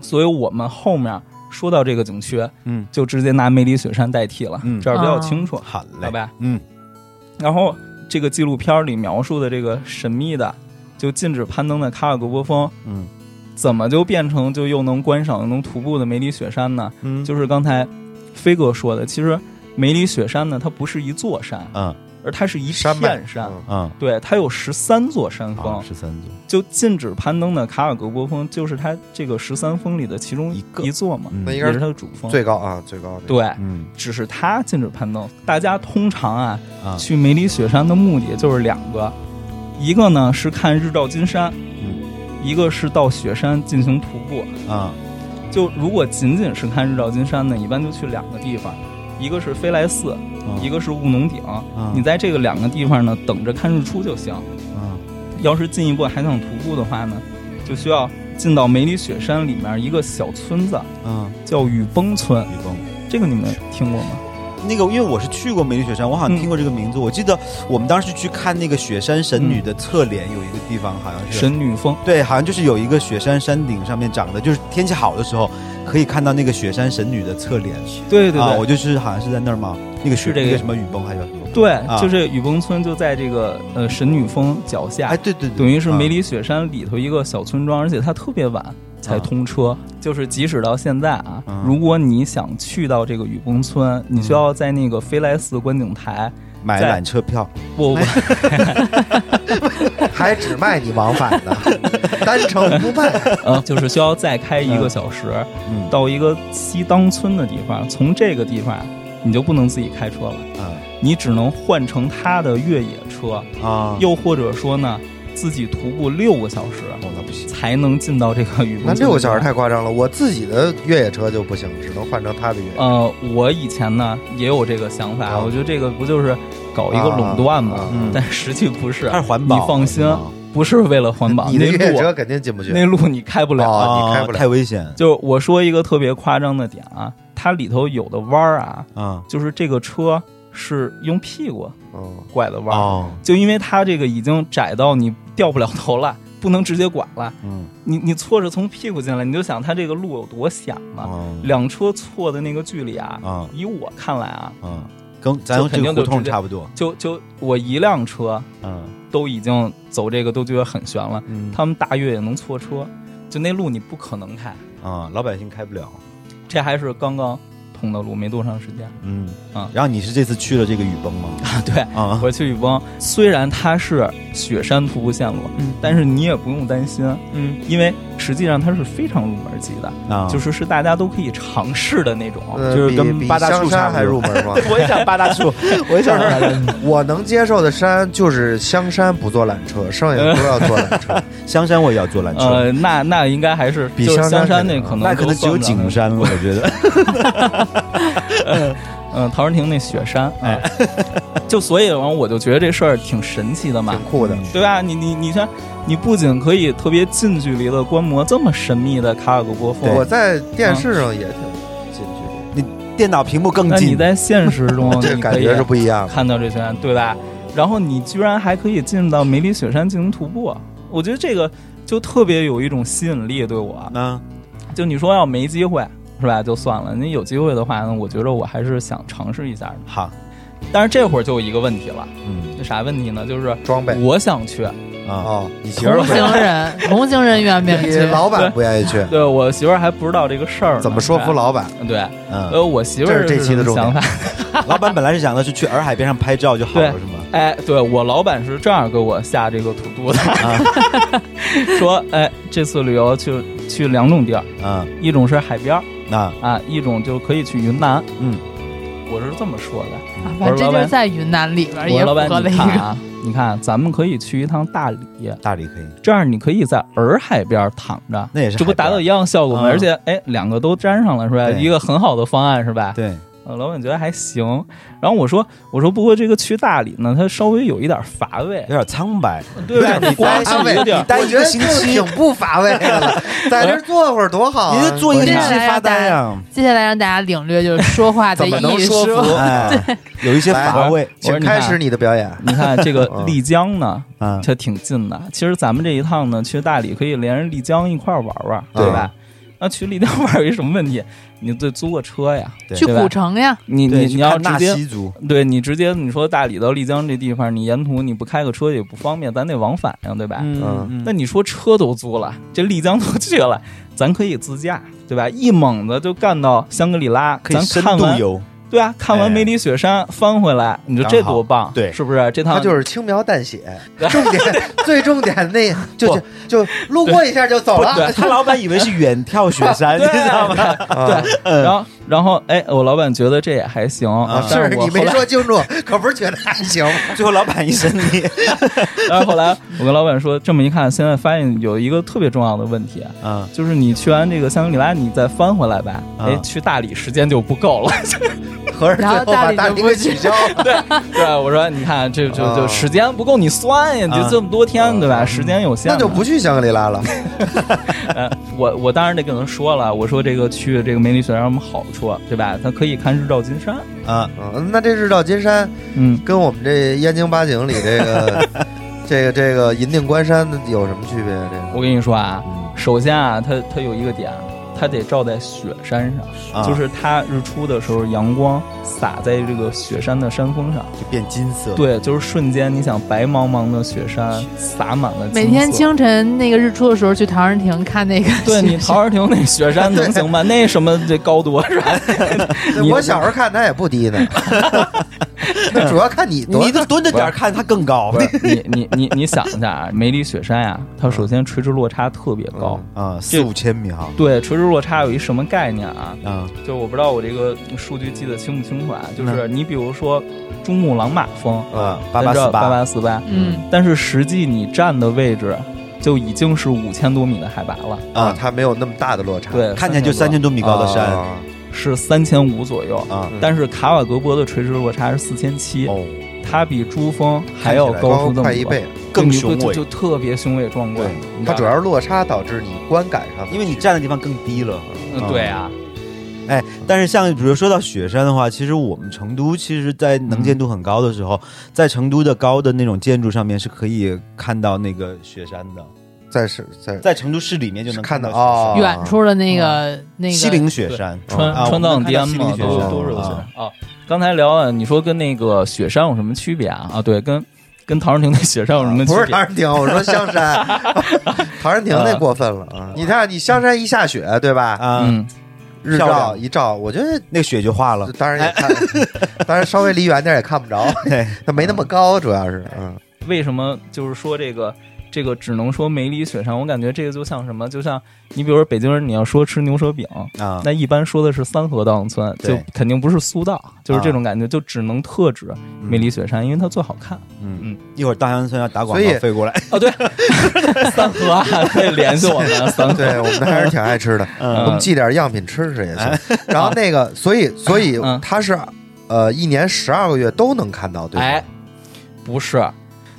[SPEAKER 1] 所以我们后面说到这个景区，
[SPEAKER 6] 嗯，
[SPEAKER 1] 就直接拿梅里雪山代替了，
[SPEAKER 6] 嗯
[SPEAKER 1] 这样比较清楚，
[SPEAKER 6] 好
[SPEAKER 1] 好
[SPEAKER 6] 嘞，
[SPEAKER 1] 吧？
[SPEAKER 6] 嗯，
[SPEAKER 1] 然后这个纪录片儿里描述的这个神秘的，就禁止攀登的卡尔格波峰，
[SPEAKER 6] 嗯，
[SPEAKER 1] 怎么就变成就又能观赏又能徒步的梅里雪山呢？
[SPEAKER 6] 嗯
[SPEAKER 1] 就是刚才飞哥说的，其实梅里雪山呢，它不是一座山，
[SPEAKER 6] 嗯
[SPEAKER 1] 而它是一
[SPEAKER 3] 啊山脉
[SPEAKER 1] 片山。
[SPEAKER 3] 嗯啊
[SPEAKER 6] 嗯，
[SPEAKER 1] 对，它有十三座山峰，
[SPEAKER 6] 啊十三组，
[SPEAKER 1] 就禁止攀登的卡尔格波峰，就是它这个十三峰里的其中
[SPEAKER 6] 一个
[SPEAKER 1] 一座嘛，
[SPEAKER 6] 嗯
[SPEAKER 3] 那应
[SPEAKER 1] 也
[SPEAKER 3] 该是
[SPEAKER 1] 是它的主峰。
[SPEAKER 3] 最高啊，最高的。
[SPEAKER 1] 对，
[SPEAKER 6] 嗯
[SPEAKER 1] 只是它禁止攀登。大家通常啊，
[SPEAKER 6] 啊
[SPEAKER 1] 去梅里雪山的目的就是两个，一个呢是看日照金山，
[SPEAKER 6] 嗯
[SPEAKER 1] 一个是到雪山进行徒步。
[SPEAKER 6] 啊
[SPEAKER 1] 就如果仅仅是看日照金山呢，一般就去两个地方，一个是飞来寺，
[SPEAKER 6] 啊
[SPEAKER 1] 一个是务农顶。
[SPEAKER 6] 啊
[SPEAKER 1] 你在这个两个地方呢，等着看日出就行。
[SPEAKER 6] 啊
[SPEAKER 1] 要是进一步还想徒步的话呢，就需要进到梅里雪山里面一个小村子，
[SPEAKER 6] 啊，
[SPEAKER 1] 叫雨崩村。
[SPEAKER 6] 雨崩。
[SPEAKER 1] 这个你们听过吗？
[SPEAKER 6] 那个，因为我是去过梅里雪山，我好像
[SPEAKER 1] 嗯
[SPEAKER 6] 听过这个名字。我记得我们当时去看那个雪山神女的侧脸，有一个地方好像
[SPEAKER 1] 嗯
[SPEAKER 6] 是
[SPEAKER 1] 神女峰。
[SPEAKER 6] 对，好像就是有一个雪山山顶上面长的，就是天气好的时候可以看到那个雪山神女的侧脸。
[SPEAKER 1] 对对
[SPEAKER 6] 啊，
[SPEAKER 1] 对，
[SPEAKER 6] 我就是好像是在那儿嘛，那个雪
[SPEAKER 1] 是这个
[SPEAKER 6] 那个什么雨崩还是什么？
[SPEAKER 1] 对，
[SPEAKER 6] 啊
[SPEAKER 1] 就是雨崩村就在这个呃神女峰脚下，
[SPEAKER 6] 哎，对对对，
[SPEAKER 1] 等于是梅
[SPEAKER 6] 啊
[SPEAKER 1] 里雪山里头一个小村庄，而且它特别晚才通车。就是即使到现在啊，
[SPEAKER 6] 嗯
[SPEAKER 1] 如果你想去到这个雨崩村，你需要在那个飞来寺观景 台，
[SPEAKER 6] 买
[SPEAKER 1] 在
[SPEAKER 6] 缆车票，
[SPEAKER 1] 不不不，
[SPEAKER 3] 还只卖你往返 的，单程不卖。
[SPEAKER 1] 呃，就是需要再开一个小时，
[SPEAKER 6] 嗯
[SPEAKER 1] 到一个西当村的地方。从这个地方，你就不能自己开车了，
[SPEAKER 6] 啊
[SPEAKER 1] 你只能换乘他的越野车，
[SPEAKER 6] 啊，
[SPEAKER 1] 又或者说呢，自己徒步六个小时。
[SPEAKER 6] 哦那不行，
[SPEAKER 1] 才能进到这个雨崩
[SPEAKER 3] 那
[SPEAKER 1] 村。
[SPEAKER 3] 六个小时太夸张了，我自己的越野车就不行，只能换成他的越野。
[SPEAKER 1] 呃，我以前呢也有这个想法，
[SPEAKER 3] 啊
[SPEAKER 1] 我觉得这个不就是搞一个垄断吗？
[SPEAKER 3] 啊
[SPEAKER 6] 嗯
[SPEAKER 1] 但实际不是
[SPEAKER 6] 它，是环保，嗯
[SPEAKER 1] 你放心啊不是为了环保，
[SPEAKER 3] 你的
[SPEAKER 1] 那
[SPEAKER 3] 越野车
[SPEAKER 1] 路啊
[SPEAKER 3] 肯定进不去。
[SPEAKER 1] 那路你开不了。
[SPEAKER 3] 啊
[SPEAKER 6] 啊，
[SPEAKER 3] 你开不了
[SPEAKER 6] 太危险
[SPEAKER 1] 就我说一个特别夸张的点啊，它里头有的弯儿啊，
[SPEAKER 6] 啊
[SPEAKER 1] 就是这个车是用屁股
[SPEAKER 3] 嗯，
[SPEAKER 1] 拐的弯儿，
[SPEAKER 6] 哦，
[SPEAKER 1] 就因为它这个已经窄到你掉不了头了，不能直接拐了。
[SPEAKER 6] 嗯
[SPEAKER 1] 你你错着从屁股进来，你就想它这个路有多险嘛？
[SPEAKER 3] 啊
[SPEAKER 6] 哦
[SPEAKER 1] 两车错的那个距离啊，
[SPEAKER 6] 啊
[SPEAKER 1] 以我看来啊，
[SPEAKER 6] 啊，跟咱
[SPEAKER 1] 就
[SPEAKER 6] 这
[SPEAKER 1] 肯定
[SPEAKER 6] 个胡
[SPEAKER 1] 就
[SPEAKER 6] 同
[SPEAKER 1] 直接
[SPEAKER 6] 差不多，
[SPEAKER 1] 就就我一辆车
[SPEAKER 6] 嗯
[SPEAKER 1] 都已经走这个都觉得很悬了，
[SPEAKER 6] 嗯
[SPEAKER 1] 他们大越野能错车，就那路你不可能开，
[SPEAKER 6] 啊，老百姓开不了，
[SPEAKER 1] 这还是刚刚通的路，没多长时间。
[SPEAKER 6] 嗯
[SPEAKER 1] 啊
[SPEAKER 6] 然后你是这次去了这个雨崩吗？
[SPEAKER 1] 对，
[SPEAKER 6] 啊
[SPEAKER 1] 我去雨崩，虽然它是雪山徒步线路，
[SPEAKER 3] 嗯
[SPEAKER 1] 但是你也不用担心，
[SPEAKER 6] 嗯
[SPEAKER 1] 因为实际上它是非常入门级的，
[SPEAKER 6] 啊，
[SPEAKER 1] 就是是大家都可以尝试的那种。
[SPEAKER 3] 呃
[SPEAKER 6] 就是
[SPEAKER 3] 比
[SPEAKER 6] 跟
[SPEAKER 3] 比
[SPEAKER 6] 八大
[SPEAKER 3] 香
[SPEAKER 6] 处差不
[SPEAKER 3] 山还
[SPEAKER 6] 多
[SPEAKER 3] 入门吗？
[SPEAKER 6] 我也想八大 处，我也想八大处。
[SPEAKER 3] 我能接受的山就是香山不坐缆车，剩下的都要坐缆 车。
[SPEAKER 6] 香山我也要坐缆车，
[SPEAKER 1] 呃，那那应该还是
[SPEAKER 3] 比
[SPEAKER 1] 就是
[SPEAKER 3] 香山
[SPEAKER 1] 香山
[SPEAKER 3] 还
[SPEAKER 1] 那
[SPEAKER 3] 高
[SPEAKER 1] 可能
[SPEAKER 6] 那可能只有景
[SPEAKER 1] 山，
[SPEAKER 6] 山了，我觉 得。
[SPEAKER 1] 嗯，陶然亭那雪山，哎，就所以然后我就觉得这事儿挺神奇的嘛
[SPEAKER 3] 挺，酷的。
[SPEAKER 6] 嗯
[SPEAKER 1] 对吧？你你你像，你不仅可以特别近距离的观摩这么神秘的卡尔格波峰，
[SPEAKER 3] 我在电视上也挺近距
[SPEAKER 6] 电脑屏幕更
[SPEAKER 1] 那你
[SPEAKER 6] 近，
[SPEAKER 1] 在现实中
[SPEAKER 3] 离， 这
[SPEAKER 1] 你
[SPEAKER 3] 感
[SPEAKER 1] 可以
[SPEAKER 3] 觉是不一样的。
[SPEAKER 1] 看到这些，对吧？然后你居然还可以进到梅里雪山进行徒步，我觉得这个就特别有一种吸引力对我。
[SPEAKER 6] 啊
[SPEAKER 1] 就你说要没机会是吧？就算了，你有机会的话呢，我觉得我还是想尝试一下的。
[SPEAKER 6] 好，
[SPEAKER 1] 但是这会儿就有一个问题了，
[SPEAKER 6] 嗯
[SPEAKER 1] 这啥问题呢？就是
[SPEAKER 3] 装备
[SPEAKER 1] 我想去，
[SPEAKER 6] 啊，
[SPEAKER 3] 哦，你媳妇儿
[SPEAKER 4] 同
[SPEAKER 3] 会
[SPEAKER 4] 行人，同行人员免
[SPEAKER 3] 你
[SPEAKER 4] 去。
[SPEAKER 3] 老板不愿意去，
[SPEAKER 1] 对我媳妇儿还不知道这个事儿呢，
[SPEAKER 3] 怎么说服老 板？
[SPEAKER 1] 是吧？对，
[SPEAKER 6] 嗯，
[SPEAKER 1] 呃，我媳妇儿
[SPEAKER 3] 这是这期的
[SPEAKER 1] 什么
[SPEAKER 3] 重点
[SPEAKER 1] 想法。
[SPEAKER 6] 老板本来是想的是去洱海边上拍照就好了，
[SPEAKER 1] 对
[SPEAKER 6] 是吗？
[SPEAKER 1] 哎，对我老板是这样给我下这个土度的，
[SPEAKER 3] 啊
[SPEAKER 1] 说，哎，这次旅游去去两种地儿，
[SPEAKER 6] 啊，
[SPEAKER 1] 一种是海边儿
[SPEAKER 6] 那
[SPEAKER 1] 啊，一种就可以去云南。
[SPEAKER 6] 嗯，
[SPEAKER 1] 我是这么说的。
[SPEAKER 4] 啊反正这就是在云南里边
[SPEAKER 1] 我
[SPEAKER 4] 哎也
[SPEAKER 1] 说老
[SPEAKER 4] 符
[SPEAKER 1] 板
[SPEAKER 4] 合，了
[SPEAKER 1] 你
[SPEAKER 4] 一
[SPEAKER 1] 看
[SPEAKER 4] 个
[SPEAKER 1] 啊， 你看，咱们可以去一趟大理，
[SPEAKER 6] 大理可以，
[SPEAKER 1] 这样你可以在洱海边躺着，
[SPEAKER 6] 那也是
[SPEAKER 1] 这不
[SPEAKER 6] 海边
[SPEAKER 1] 达到一样效果吗？
[SPEAKER 3] 啊
[SPEAKER 6] 嗯
[SPEAKER 1] 而且，哎，两个都沾上了，是吧？
[SPEAKER 6] 对
[SPEAKER 1] 一个很好的方案，是吧？
[SPEAKER 6] 对，
[SPEAKER 1] 呃，老板觉得还行。然后我说，我说不过这个去大理呢，它稍微有一点乏味
[SPEAKER 6] 有，点苍白，
[SPEAKER 1] 对吧？
[SPEAKER 6] 你
[SPEAKER 1] 光
[SPEAKER 6] 待
[SPEAKER 1] 是有点儿，
[SPEAKER 6] 待
[SPEAKER 3] 我
[SPEAKER 6] 一
[SPEAKER 3] 觉
[SPEAKER 6] 个
[SPEAKER 3] 得
[SPEAKER 6] 星
[SPEAKER 3] 就
[SPEAKER 6] 期
[SPEAKER 3] 挺，不乏味的了， 在这儿坐会儿多好啊！
[SPEAKER 6] 你就坐一个星
[SPEAKER 4] 我
[SPEAKER 6] 期
[SPEAKER 4] 这样
[SPEAKER 6] 发呆啊，
[SPEAKER 4] 接下来让大家领略就是 说话的
[SPEAKER 3] 怎么能
[SPEAKER 4] 艺
[SPEAKER 3] 说
[SPEAKER 4] 术
[SPEAKER 3] 服。
[SPEAKER 6] 哎，有一些乏味
[SPEAKER 3] 请开始你的表演。
[SPEAKER 1] 你看这个
[SPEAKER 6] 嗯
[SPEAKER 1] 丽江呢，
[SPEAKER 6] 啊，
[SPEAKER 1] 它挺近的。其实咱们这一趟呢，去大理可以连着丽江一块儿玩玩，对吧？
[SPEAKER 6] 嗯
[SPEAKER 1] 那去丽江 玩儿有什么问题？你得租个车呀，
[SPEAKER 6] 对
[SPEAKER 4] 去
[SPEAKER 1] 对吧
[SPEAKER 4] 古城呀，
[SPEAKER 1] 你
[SPEAKER 6] 对
[SPEAKER 1] 你
[SPEAKER 6] 去
[SPEAKER 1] 你要
[SPEAKER 6] 看纳
[SPEAKER 1] 直接
[SPEAKER 6] 西族，
[SPEAKER 1] 对你直接你说大理到丽江这地方，你沿途你不开个车也不方便，咱得往返呀，对吧？
[SPEAKER 6] 嗯
[SPEAKER 1] 那你说车都租了，这丽江都去了， 咱可以自驾，对吧？一猛子就干到香格里拉，
[SPEAKER 6] 可以
[SPEAKER 1] 咱
[SPEAKER 6] 深
[SPEAKER 1] 看
[SPEAKER 6] 度
[SPEAKER 1] 完，
[SPEAKER 6] 游，
[SPEAKER 1] 对啊，看完
[SPEAKER 6] 哎
[SPEAKER 1] 梅里雪山翻回来，你说这
[SPEAKER 6] 刚好
[SPEAKER 1] 多棒，
[SPEAKER 6] 对
[SPEAKER 1] 是不是？这趟
[SPEAKER 3] 他就是轻描淡写，
[SPEAKER 1] 对
[SPEAKER 3] 重点最重点那就就就路过一下就走了。
[SPEAKER 1] 对
[SPEAKER 6] 他老板以为是远眺雪 山，你
[SPEAKER 1] 对
[SPEAKER 6] 知道吗？
[SPEAKER 3] 啊
[SPEAKER 1] 然后，然后，哎，我老板觉得这也还行，
[SPEAKER 6] 嗯啊
[SPEAKER 1] 嗯但
[SPEAKER 3] 是
[SPEAKER 1] 我
[SPEAKER 3] 你
[SPEAKER 1] 后
[SPEAKER 3] 没
[SPEAKER 1] 来，
[SPEAKER 3] 说清楚，可不是觉得还行吗。
[SPEAKER 6] 最后老板一身泥，
[SPEAKER 1] 然哎后后来我跟老板说，这么一看，现在发现有一个特别重要的问题，
[SPEAKER 6] 嗯，
[SPEAKER 1] 就是你去完这个香格里拉，你再翻回来吧，
[SPEAKER 6] 啊
[SPEAKER 1] 哎，去大理时间就不够了。
[SPEAKER 3] 合着最后把大理给取消了。
[SPEAKER 1] 对，我说你看，这就就
[SPEAKER 3] 啊
[SPEAKER 1] 时间不够你算呀，你
[SPEAKER 6] 啊
[SPEAKER 1] 就这么多天，对吧？
[SPEAKER 3] 嗯
[SPEAKER 1] 时间有限
[SPEAKER 3] 那
[SPEAKER 1] 嘛，
[SPEAKER 3] 就不去香格里拉了，
[SPEAKER 1] 呃，我我当然得跟他说了，我说这个去这个梅里雪山有什么好处，对吧？他可以看日照金山，
[SPEAKER 6] 啊，
[SPEAKER 3] 嗯，那这日照金山
[SPEAKER 1] 嗯，
[SPEAKER 3] 跟我们这燕京八景里这 个这个这个银锭关山有什么区别啊？这个
[SPEAKER 1] 我跟你说啊，
[SPEAKER 3] 嗯
[SPEAKER 1] 首先啊，它它有一个点，它得照在雪山上，
[SPEAKER 6] 啊
[SPEAKER 1] 就是它日出的时候阳光洒在这个雪山的山峰上，
[SPEAKER 6] 就变金色，，
[SPEAKER 1] 对，就是瞬间你想白茫茫的雪山洒满了金色，
[SPEAKER 4] 每天清晨那个日出的时候去陶然亭看那个雪，
[SPEAKER 1] 对你陶然亭那雪山能行吗？那什么这高多是吧？ 你
[SPEAKER 3] 我小时候看它也不 低呢，那主要看你多
[SPEAKER 6] 你就蹲着点儿看它更高
[SPEAKER 1] 不是你你你你想一下啊，梅里雪山啊，它首先垂直落差特别高。
[SPEAKER 3] 嗯
[SPEAKER 6] 啊，四五千米哈，
[SPEAKER 1] 对，垂直落差有一什么概念啊？
[SPEAKER 6] 啊，
[SPEAKER 1] 就是我不知道我这个数据记得清不清楚啊。就是你比如说珠穆朗玛峰，
[SPEAKER 6] 啊，嗯八
[SPEAKER 1] 咱
[SPEAKER 6] 八
[SPEAKER 1] 知
[SPEAKER 6] 四
[SPEAKER 1] 道八
[SPEAKER 6] 八，
[SPEAKER 1] 八四八，
[SPEAKER 4] 嗯，
[SPEAKER 1] 但是实际你站的位置就已经是五千多米的海拔了。
[SPEAKER 3] 啊，它没有那么大的落差。
[SPEAKER 1] 对，
[SPEAKER 6] 看起来就三
[SPEAKER 1] 3000
[SPEAKER 6] 千多米高的山
[SPEAKER 3] 啊
[SPEAKER 1] 多是三千五左右。
[SPEAKER 6] 啊，
[SPEAKER 3] 嗯
[SPEAKER 1] 但是卡瓦格博的垂直落差是四千七，
[SPEAKER 6] 哦，
[SPEAKER 1] 它比珠峰还要
[SPEAKER 3] 高
[SPEAKER 1] 出这么多，
[SPEAKER 3] 快一倍，
[SPEAKER 6] 更
[SPEAKER 1] 就
[SPEAKER 6] 雄
[SPEAKER 1] 就
[SPEAKER 6] 伟
[SPEAKER 1] 就，特别雄伟壮观
[SPEAKER 6] 对。
[SPEAKER 1] 你知
[SPEAKER 3] 它
[SPEAKER 1] 道
[SPEAKER 3] 主要是落差导致你观感上，
[SPEAKER 6] 因为你站的地方更低了。
[SPEAKER 1] 嗯对啊，
[SPEAKER 6] 哎，但是像比如说到雪山的话，其实我们成都其实，在能见度很高的时候，在成都的高的那种建筑上面是可以看到那个雪山的，
[SPEAKER 3] 在是在
[SPEAKER 6] 在成都市里面就能
[SPEAKER 3] 是看
[SPEAKER 6] 到
[SPEAKER 3] 到哦，
[SPEAKER 4] 远处的那个那
[SPEAKER 6] 西
[SPEAKER 4] 个
[SPEAKER 6] 岭雪山，
[SPEAKER 1] 川
[SPEAKER 6] 啊
[SPEAKER 1] 川藏滇嘛
[SPEAKER 6] 我们，看到西岭雪
[SPEAKER 1] 都
[SPEAKER 6] 山
[SPEAKER 1] 都是有
[SPEAKER 6] 啊
[SPEAKER 1] 雪啊。刚才聊了，你说跟那个雪山有什么区别啊？啊，对，跟跟陶然亭的雪山有什么区
[SPEAKER 3] 啊不是
[SPEAKER 1] 别
[SPEAKER 3] 唐？人亭，我说香山， 唐人亭那过分了啊！你看，你香山一下雪，对吧？
[SPEAKER 6] 啊，
[SPEAKER 1] 嗯，
[SPEAKER 3] 日
[SPEAKER 6] 漂
[SPEAKER 3] 照
[SPEAKER 6] 亮哦
[SPEAKER 3] 一照，我觉得
[SPEAKER 6] 那个雪就化了。
[SPEAKER 3] 当然也看，当然稍微离远点也看不着，
[SPEAKER 6] 对，
[SPEAKER 3] 它没那么高，主要是嗯，
[SPEAKER 1] 为什么就是说这个这个只能说梅里雪山？我感觉这个就像什么，就像你比如说北京人，你要说吃牛舌饼。
[SPEAKER 6] 啊，
[SPEAKER 1] 那一般说的是三河稻香村，就
[SPEAKER 6] 对
[SPEAKER 1] 肯定不是苏稻，就是这种感觉，就只能特指梅里雪山，因为它最好看。
[SPEAKER 6] 嗯，一会儿大乡村要打广
[SPEAKER 3] 所以
[SPEAKER 6] 告飞 过来，
[SPEAKER 1] 哦，对，三河啊，可以联系我们三河。
[SPEAKER 3] 对我们还是挺爱吃的，我们
[SPEAKER 1] 嗯，
[SPEAKER 3] 寄点样品吃吃也行。然后那个，所以所以
[SPEAKER 1] 嗯
[SPEAKER 3] 它是呃一年十二个月都能看到，对吧
[SPEAKER 1] 哎，不是，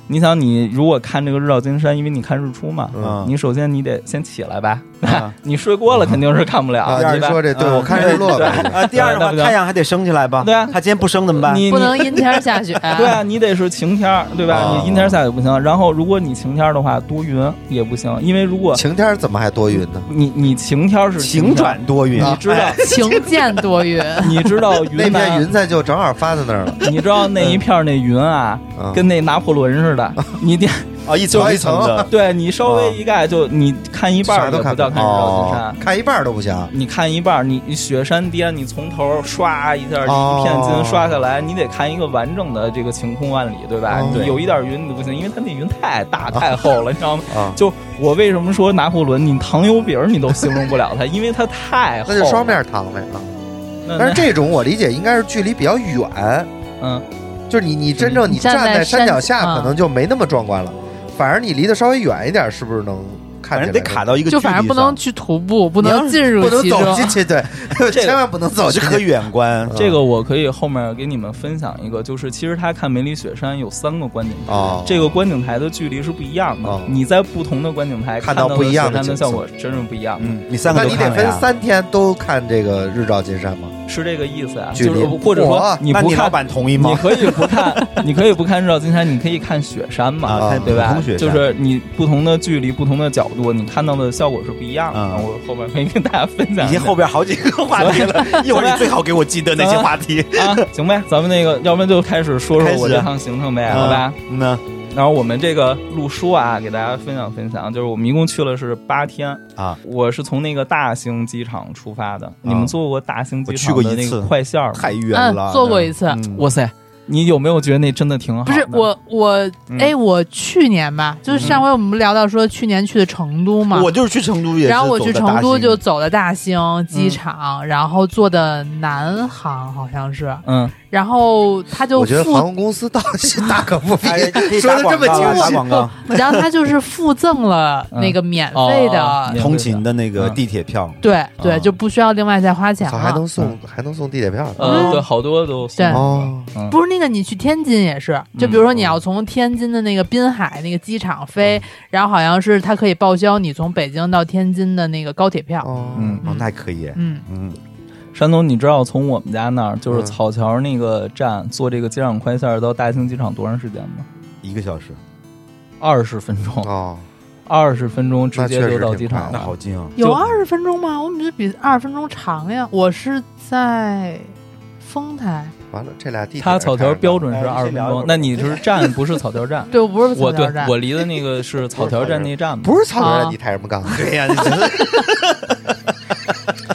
[SPEAKER 1] 你想你如果看这个日照金山，因为你看日出嘛，
[SPEAKER 3] 嗯
[SPEAKER 1] 你首先你得先起来吧，
[SPEAKER 6] 啊
[SPEAKER 1] 你睡过了肯定是看不了，
[SPEAKER 3] 啊，
[SPEAKER 1] 对
[SPEAKER 3] 你
[SPEAKER 1] 吧？
[SPEAKER 3] 说这对
[SPEAKER 6] 嗯
[SPEAKER 3] 我看日落
[SPEAKER 1] 对
[SPEAKER 3] 吧，
[SPEAKER 6] 啊，第二的
[SPEAKER 1] 对
[SPEAKER 6] 话，
[SPEAKER 1] 对不对
[SPEAKER 6] 太阳还得升起来吧？
[SPEAKER 1] 对啊
[SPEAKER 6] 它今天不升怎么办？
[SPEAKER 1] 你
[SPEAKER 4] 不
[SPEAKER 1] 你
[SPEAKER 4] 能阴天儿下雪，
[SPEAKER 1] 对啊，你得是晴天儿，对吧？
[SPEAKER 3] 啊
[SPEAKER 1] 你阴天儿下雨不行。然后如果你晴天儿的话，多云也不行，因为如 果
[SPEAKER 3] 晴天怎么还多云呢？
[SPEAKER 1] 你你晴天儿是晴
[SPEAKER 6] 晴
[SPEAKER 1] 天儿，
[SPEAKER 6] 转多云，
[SPEAKER 1] 你知道
[SPEAKER 4] 晴见多云，
[SPEAKER 1] 你知道
[SPEAKER 3] 啊哎那
[SPEAKER 1] 云
[SPEAKER 3] 片
[SPEAKER 1] 南
[SPEAKER 3] 云彩就正好发在那 儿了，
[SPEAKER 1] 你知道那一片儿那云啊，
[SPEAKER 3] 嗯
[SPEAKER 1] 跟那拿破仑似 的，你得
[SPEAKER 6] 啊，一层
[SPEAKER 3] 就
[SPEAKER 6] 一层的，
[SPEAKER 1] 对你稍
[SPEAKER 6] 啊
[SPEAKER 1] 微一盖就你看一半
[SPEAKER 3] 啥
[SPEAKER 1] 儿
[SPEAKER 3] 都
[SPEAKER 1] 也不
[SPEAKER 3] 看
[SPEAKER 1] 叫
[SPEAKER 3] 不
[SPEAKER 1] 看日
[SPEAKER 3] 到
[SPEAKER 1] 照金
[SPEAKER 3] 哦
[SPEAKER 1] 山。，
[SPEAKER 3] 看一半都不行。
[SPEAKER 1] 你看一半儿，你你雪山巅，你从头刷一下
[SPEAKER 3] 哦
[SPEAKER 1] 一片金刷下来，你得看一个完整的这个晴空万里，对吧？
[SPEAKER 3] 哦
[SPEAKER 1] 你有一点云你都不行，因为它那云太大太厚了，你知道吗？
[SPEAKER 3] 啊，
[SPEAKER 1] 就我为什么说 拿破仑，你糖油饼儿你都形容不了它，因为它太厚
[SPEAKER 3] 那
[SPEAKER 1] 了。
[SPEAKER 3] 就双面糖呗啊！
[SPEAKER 1] 那
[SPEAKER 3] 但
[SPEAKER 1] 那
[SPEAKER 3] 是这种我理解应该是距离比较远，
[SPEAKER 1] 嗯，
[SPEAKER 3] 就是你你真正你
[SPEAKER 4] 你站
[SPEAKER 3] 站
[SPEAKER 4] 在
[SPEAKER 3] 在山
[SPEAKER 4] 山
[SPEAKER 3] 脚下
[SPEAKER 4] 啊
[SPEAKER 3] 可能就没那么壮观了，反而你离得稍微远一点，是不是能看
[SPEAKER 6] 反
[SPEAKER 3] 起
[SPEAKER 6] 正
[SPEAKER 3] 来？
[SPEAKER 6] 得卡到一个距
[SPEAKER 4] 就
[SPEAKER 6] 离上，
[SPEAKER 4] 反正不能去徒步，不能进入
[SPEAKER 3] 不能
[SPEAKER 4] 其
[SPEAKER 3] 走
[SPEAKER 4] 中
[SPEAKER 3] 进。去， 对，千万不能走
[SPEAKER 6] 只
[SPEAKER 3] 进
[SPEAKER 6] 哦可
[SPEAKER 3] 去。
[SPEAKER 6] 远观。
[SPEAKER 3] 嗯
[SPEAKER 1] 这个我可以后面给你们分享一个，就是其实他看梅里雪山有三个观景台，
[SPEAKER 3] 哦
[SPEAKER 1] 这个观景台的距离是不一样的，
[SPEAKER 3] 哦
[SPEAKER 1] 你在不同的观景台
[SPEAKER 3] 看到
[SPEAKER 1] 到
[SPEAKER 3] 不一样
[SPEAKER 1] 的
[SPEAKER 3] 的
[SPEAKER 1] 雪山
[SPEAKER 3] 景色
[SPEAKER 1] 效果真是不一样的，
[SPEAKER 6] 嗯，你三
[SPEAKER 3] 那
[SPEAKER 6] 个都
[SPEAKER 3] 你
[SPEAKER 6] 看了
[SPEAKER 3] 得分
[SPEAKER 1] 啊
[SPEAKER 6] 呀。
[SPEAKER 3] 三天都看这个日照金山吗？
[SPEAKER 1] 是这个意思啊？
[SPEAKER 3] 距
[SPEAKER 1] 就是
[SPEAKER 3] 离
[SPEAKER 1] 或者说
[SPEAKER 3] 哇
[SPEAKER 1] 你
[SPEAKER 6] 那
[SPEAKER 1] 不
[SPEAKER 6] 你老
[SPEAKER 1] 看。
[SPEAKER 6] 板同意
[SPEAKER 1] 你
[SPEAKER 6] 吗？
[SPEAKER 1] 可以不 看，你可以不看日照金山，你可以看雪山嘛，
[SPEAKER 6] 啊
[SPEAKER 3] 看
[SPEAKER 1] 对
[SPEAKER 6] 普
[SPEAKER 1] 吧
[SPEAKER 6] 通？雪山
[SPEAKER 1] 就是你不同的距离、不同的角度，你看到的效果是不一样的。
[SPEAKER 6] 嗯
[SPEAKER 1] 我后边可以跟大家分享一下。
[SPEAKER 6] 已 经后边好几个话题 了，一会儿你最好给我记得那些话题。
[SPEAKER 1] 啊，行呗，咱们那个，要不然就开始说说
[SPEAKER 6] 开始
[SPEAKER 1] 我这趟行程呗，好吧？
[SPEAKER 6] 嗯呢？
[SPEAKER 1] 然后我们这个路说啊，给大家分享分享，就是我们一共去了是八天
[SPEAKER 6] 啊，
[SPEAKER 1] 我是从那个大兴机场出发的。你们坐过大兴机
[SPEAKER 6] 我
[SPEAKER 1] 场
[SPEAKER 6] 去过
[SPEAKER 1] 的
[SPEAKER 6] 一
[SPEAKER 1] 那
[SPEAKER 6] 次
[SPEAKER 1] 个快线儿吗？
[SPEAKER 6] 太远了，
[SPEAKER 4] 嗯，做过一次，
[SPEAKER 6] 嗯
[SPEAKER 1] 哇塞，你有没有觉得那真的挺好的？
[SPEAKER 4] 不是我我
[SPEAKER 1] 嗯
[SPEAKER 4] 哎，我去年吧，就是上回我们聊到说去年去的成都嘛，
[SPEAKER 6] 我就是去成都也是
[SPEAKER 4] 然后我去
[SPEAKER 6] 走的大嗯
[SPEAKER 4] 成都
[SPEAKER 6] 兴
[SPEAKER 4] 就走的大兴机场，然后坐的南航好像是，
[SPEAKER 1] 嗯，
[SPEAKER 4] 然后他就
[SPEAKER 3] 我觉得航
[SPEAKER 4] 附，
[SPEAKER 3] 空公司倒是大可不必
[SPEAKER 6] 哎
[SPEAKER 3] 说的这
[SPEAKER 6] 打广告
[SPEAKER 3] 么
[SPEAKER 6] 打
[SPEAKER 3] 清
[SPEAKER 6] 广
[SPEAKER 3] 晰。
[SPEAKER 6] 告，
[SPEAKER 4] 然后他就是附赠了
[SPEAKER 6] 嗯
[SPEAKER 4] 那个免费的，
[SPEAKER 1] 哦免费
[SPEAKER 6] 通勤的那个地铁票，
[SPEAKER 4] 对对，
[SPEAKER 6] 嗯
[SPEAKER 4] 就不需要另外再花钱
[SPEAKER 3] 操，还
[SPEAKER 4] 了。
[SPEAKER 3] 能送
[SPEAKER 1] 嗯
[SPEAKER 3] 还能送地铁票呢
[SPEAKER 1] 呃，对，好多都
[SPEAKER 4] 对
[SPEAKER 3] 哦，
[SPEAKER 1] 嗯
[SPEAKER 4] 不是那个，你去天津也是，就比如说你
[SPEAKER 6] 嗯
[SPEAKER 4] 要从天津的那个滨海那个机场飞，然后好像是它可以报销你从北京到天津的那个高铁票。
[SPEAKER 3] 哦，
[SPEAKER 1] 嗯，
[SPEAKER 6] 哦，那还可以，
[SPEAKER 4] 嗯，
[SPEAKER 6] 嗯，
[SPEAKER 1] 山东，你知道从我们家那儿就是
[SPEAKER 3] 嗯
[SPEAKER 1] 草桥那个站坐这个机场快线儿到大兴机场多长时间吗？
[SPEAKER 6] 一个小时，
[SPEAKER 1] 二十分钟，
[SPEAKER 3] 哦，
[SPEAKER 1] 二十分钟直接
[SPEAKER 3] 那确
[SPEAKER 1] 就
[SPEAKER 3] 实
[SPEAKER 1] 到
[SPEAKER 3] 挺
[SPEAKER 1] 机场
[SPEAKER 3] 快
[SPEAKER 6] 那
[SPEAKER 1] 了。
[SPEAKER 6] 好近啊，
[SPEAKER 4] 有
[SPEAKER 1] 就
[SPEAKER 4] 二十分钟吗？我们就比二十分钟长呀。我是在丰台，？
[SPEAKER 3] 完了，这俩地铁
[SPEAKER 1] 它草桥标准是
[SPEAKER 6] 哎
[SPEAKER 1] 二十分
[SPEAKER 6] 先聊一会
[SPEAKER 1] 钟
[SPEAKER 6] 儿，
[SPEAKER 1] 那你是站不是草桥站
[SPEAKER 4] 对，我不是
[SPEAKER 1] 我
[SPEAKER 4] 草
[SPEAKER 1] 对
[SPEAKER 4] 桥站，
[SPEAKER 1] 我离的那个 是草桥站那站嘛，
[SPEAKER 3] 不是草桥
[SPEAKER 4] 啊
[SPEAKER 3] 站，你抬什么杠？
[SPEAKER 6] 对呀，你真是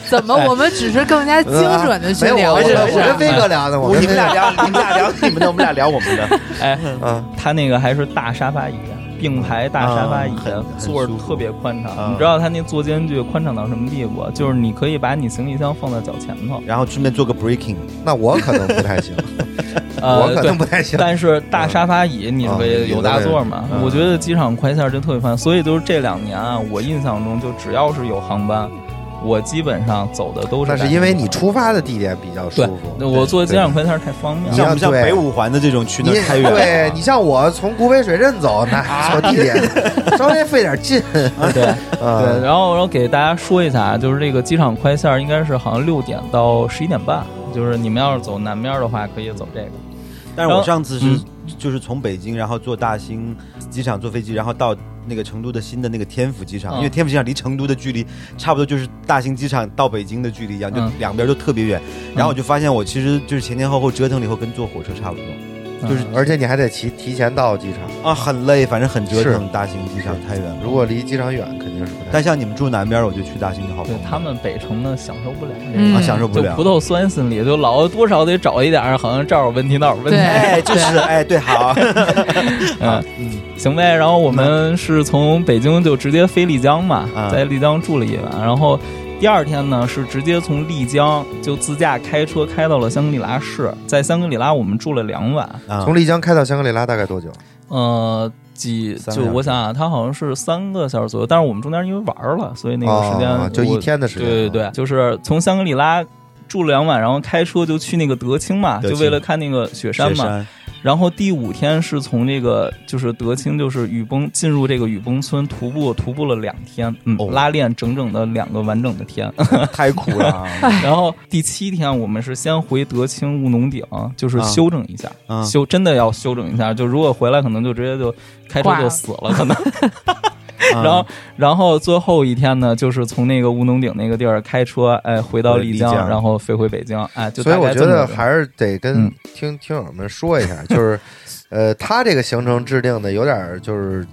[SPEAKER 4] 怎么
[SPEAKER 1] 哎
[SPEAKER 4] 我们只是更 加精准的去
[SPEAKER 3] 嗯啊没有
[SPEAKER 4] 聊
[SPEAKER 3] 我
[SPEAKER 4] 这
[SPEAKER 3] 我
[SPEAKER 4] 个
[SPEAKER 3] 跟
[SPEAKER 4] 事
[SPEAKER 3] 我跟
[SPEAKER 4] 儿？
[SPEAKER 3] 飞哥聊的，我跟
[SPEAKER 6] 你
[SPEAKER 3] 飞
[SPEAKER 6] 们俩
[SPEAKER 3] 哥
[SPEAKER 6] 聊，你们俩聊你们的，我们俩聊我们的，
[SPEAKER 1] 哎，
[SPEAKER 3] 嗯，
[SPEAKER 1] 它那个还是大沙发椅，啊并排大沙
[SPEAKER 3] 啊
[SPEAKER 1] 发椅
[SPEAKER 6] 嗯很，很
[SPEAKER 1] 座儿
[SPEAKER 6] 舒服
[SPEAKER 1] 特别宽敞。
[SPEAKER 6] 嗯
[SPEAKER 1] 你知道它那坐间距宽敞到什么地步？啊就是你可以把你行李箱放在脚前头，
[SPEAKER 6] 然后顺便做个 breaking，
[SPEAKER 3] 那我可能不 太行，我
[SPEAKER 1] 呃，
[SPEAKER 3] 可
[SPEAKER 1] 对
[SPEAKER 3] 能。不太行。
[SPEAKER 1] 但是大沙发椅你是
[SPEAKER 3] 啊
[SPEAKER 1] 为有大座嘛？
[SPEAKER 6] 嗯
[SPEAKER 1] 我觉得机场快线真特别烦，所以就是这两年啊，我印象中就只要是有航班，我基本上走的都是大
[SPEAKER 3] 那
[SPEAKER 1] 沙发
[SPEAKER 3] 是
[SPEAKER 1] 椅。
[SPEAKER 3] 因为你出发的地点比较舒
[SPEAKER 1] 对
[SPEAKER 3] 服，。
[SPEAKER 1] 那我坐机场
[SPEAKER 3] 对
[SPEAKER 1] 快线太方便
[SPEAKER 3] 你
[SPEAKER 1] 了。
[SPEAKER 6] 像
[SPEAKER 3] 要
[SPEAKER 6] 不像
[SPEAKER 3] 对
[SPEAKER 6] 北五环的这种去那
[SPEAKER 3] 你
[SPEAKER 6] 儿太远了，
[SPEAKER 3] 对
[SPEAKER 1] 啊
[SPEAKER 3] 你像我从古北水镇走，那坐 地铁稍微费点劲。
[SPEAKER 1] 对。对，
[SPEAKER 3] 嗯，
[SPEAKER 1] 然后然后给大家说一下啊，就是这个机场快线儿应该是好像六点到十一点半，就是你们要是走南边儿的话，可以走这个。
[SPEAKER 6] 但是
[SPEAKER 1] 然
[SPEAKER 6] 我
[SPEAKER 1] 后
[SPEAKER 6] 上次是
[SPEAKER 1] 嗯
[SPEAKER 6] 就是从北京，然后坐大兴机场坐飞机，然后到那个成都的新的那个天府机场，
[SPEAKER 1] 嗯
[SPEAKER 6] 因为天府机场离成都的距离差不多就是大兴机场到北京的距离一样，就
[SPEAKER 1] 嗯
[SPEAKER 6] 两边都特别远。然后我就发现我其实就是前前后后折腾了以后，跟坐火车差不多
[SPEAKER 1] 就是
[SPEAKER 3] 嗯而且你还得提提前到机场，
[SPEAKER 6] 啊，很累，反正很折腾。大兴机场
[SPEAKER 3] 是
[SPEAKER 6] 太远了。
[SPEAKER 3] 如果离机场远，肯定是不太
[SPEAKER 6] 但像你们住南边，我就去大兴就好
[SPEAKER 1] 对
[SPEAKER 6] 方便
[SPEAKER 1] 他们北城的享受不了这
[SPEAKER 4] 嗯
[SPEAKER 1] 个。
[SPEAKER 6] 啊享受不
[SPEAKER 1] 就
[SPEAKER 6] 了
[SPEAKER 1] 葡。萄酸心里，就老多少得找一点儿，好像这儿有问题那儿有问题，
[SPEAKER 6] 哎，就是哎，对，好，
[SPEAKER 1] 嗯，行呗。然后我们是从北京就直接飞丽江嘛，
[SPEAKER 6] 嗯
[SPEAKER 1] 在丽江住了一晚，然后第二天呢是直接从丽江就自驾开车开到了香格里拉市，在香格里拉我们住了两晚，
[SPEAKER 6] 啊
[SPEAKER 3] 从丽江开到香格里拉大概多久？
[SPEAKER 1] 呃，几
[SPEAKER 6] 三
[SPEAKER 1] 就
[SPEAKER 6] 个小时
[SPEAKER 1] 我想啊，它好像是三个小时左右，但是我们中间因为玩儿了，所以那个时间、
[SPEAKER 3] 哦就一
[SPEAKER 1] 我。
[SPEAKER 3] 天的时
[SPEAKER 1] 对
[SPEAKER 3] 间。
[SPEAKER 1] 对对，就是从香格里拉住了两晚，然后开车就去那个德清嘛，
[SPEAKER 6] 德
[SPEAKER 1] 就
[SPEAKER 6] 清
[SPEAKER 1] 为了看那个雪山
[SPEAKER 6] 雪
[SPEAKER 1] 嘛。
[SPEAKER 6] 山
[SPEAKER 1] 然后第五天是从这个就是德清，就是雨崩进入这个雨崩村徒步，徒步了两天，嗯，
[SPEAKER 6] 哦哎
[SPEAKER 1] 拉练整整的两个完整的天。
[SPEAKER 6] 太苦了啊，
[SPEAKER 1] 然后第七天我们是先回德清务农顶，就是
[SPEAKER 6] 啊
[SPEAKER 1] 休整一下，
[SPEAKER 6] 嗯
[SPEAKER 1] 修真的要修整一下。就如果回来，可能就直接就开车
[SPEAKER 4] 挂
[SPEAKER 1] 就
[SPEAKER 4] 了
[SPEAKER 1] 死了，可能。
[SPEAKER 6] 嗯
[SPEAKER 1] 然 后，然后最后一天呢，就是从那个乌龙顶那个地儿开车，哎，回到
[SPEAKER 6] 回
[SPEAKER 1] 丽
[SPEAKER 6] 丽
[SPEAKER 1] 江，
[SPEAKER 6] 江
[SPEAKER 1] 然后飞回北京，哎，就
[SPEAKER 3] 所以
[SPEAKER 1] 大
[SPEAKER 3] 我
[SPEAKER 1] 概
[SPEAKER 3] 觉
[SPEAKER 1] 这么
[SPEAKER 3] 得
[SPEAKER 1] 个
[SPEAKER 3] 还是得跟
[SPEAKER 1] 嗯
[SPEAKER 3] 听听友们说一下，就是，呃，他这个行程制定的有点儿就是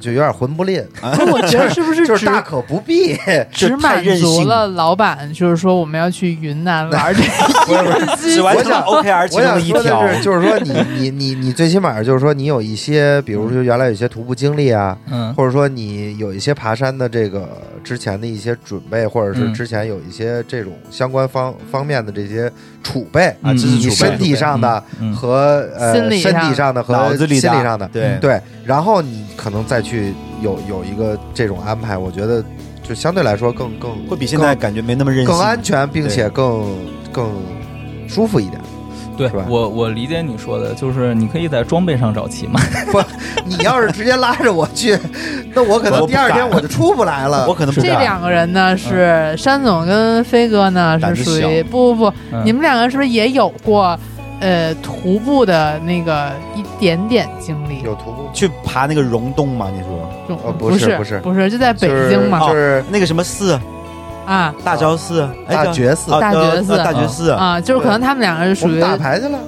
[SPEAKER 3] 就有点魂不吝，
[SPEAKER 4] 那我觉得是不是
[SPEAKER 3] 就是
[SPEAKER 4] 只
[SPEAKER 3] 大可不必。
[SPEAKER 4] 只满
[SPEAKER 6] 任
[SPEAKER 4] 足
[SPEAKER 6] 性
[SPEAKER 4] 了老板，就是说我们要去云 南玩这个
[SPEAKER 6] 只完
[SPEAKER 3] 我
[SPEAKER 6] 成了
[SPEAKER 3] 想
[SPEAKER 6] OKR 其
[SPEAKER 3] 我想
[SPEAKER 6] 中一
[SPEAKER 3] 说
[SPEAKER 6] 条
[SPEAKER 3] 的，是，就是说你你你你最起码就是说你有一些，比如说原来有一些徒步经历啊，
[SPEAKER 1] 嗯
[SPEAKER 3] 或者说你有一些爬山的这个之前的一些准备，或者是
[SPEAKER 1] 嗯
[SPEAKER 3] 之前有一些这种相关方方面的这些储备，
[SPEAKER 6] 啊，知识
[SPEAKER 3] 你
[SPEAKER 6] 储备，
[SPEAKER 3] 身体上的
[SPEAKER 1] 嗯
[SPEAKER 3] 和呃
[SPEAKER 4] 心理上
[SPEAKER 3] 身体上的和
[SPEAKER 6] 脑子里的
[SPEAKER 3] 心理上的，
[SPEAKER 6] 对
[SPEAKER 3] 对，然后你可能再去有有一个这种安排，我觉得就相对来说更更
[SPEAKER 6] 会比现在感觉没那么任
[SPEAKER 3] 更
[SPEAKER 6] 性，
[SPEAKER 3] 更安全，并且更更舒服一点。
[SPEAKER 1] 对
[SPEAKER 3] 是吧
[SPEAKER 1] 我我理解你说的，就是你可以在装备上找齐嘛。
[SPEAKER 3] 你要是直接拉着我去，那我可能
[SPEAKER 6] 我不
[SPEAKER 3] 第二天
[SPEAKER 6] 敢
[SPEAKER 3] 我就出不来了
[SPEAKER 6] 我。可能不
[SPEAKER 4] 这
[SPEAKER 6] 干
[SPEAKER 4] 两个人
[SPEAKER 3] 嗯
[SPEAKER 4] 呢是山总跟飞哥呢
[SPEAKER 6] 胆子
[SPEAKER 4] 是属于不不不，
[SPEAKER 1] 嗯
[SPEAKER 4] 你们两个人是不是也有过呃徒步的那个一点点经历？
[SPEAKER 3] 有徒步，
[SPEAKER 6] 去爬那个溶洞嘛？你说
[SPEAKER 4] 就
[SPEAKER 3] 哦不是
[SPEAKER 4] 不是
[SPEAKER 3] 不是
[SPEAKER 4] 不是就在北
[SPEAKER 3] 就是
[SPEAKER 4] 京嘛
[SPEAKER 3] 就是
[SPEAKER 6] 那个什么寺，
[SPEAKER 4] 啊
[SPEAKER 6] 大昭寺，哎
[SPEAKER 3] 大
[SPEAKER 6] 叫
[SPEAKER 3] 觉寺
[SPEAKER 6] 啊
[SPEAKER 4] 大
[SPEAKER 6] 呃
[SPEAKER 4] 觉寺
[SPEAKER 6] 呃大觉寺，
[SPEAKER 4] 啊，就是可能他们两个人
[SPEAKER 3] 我
[SPEAKER 4] 属
[SPEAKER 3] 们
[SPEAKER 4] 于
[SPEAKER 3] 打牌去了，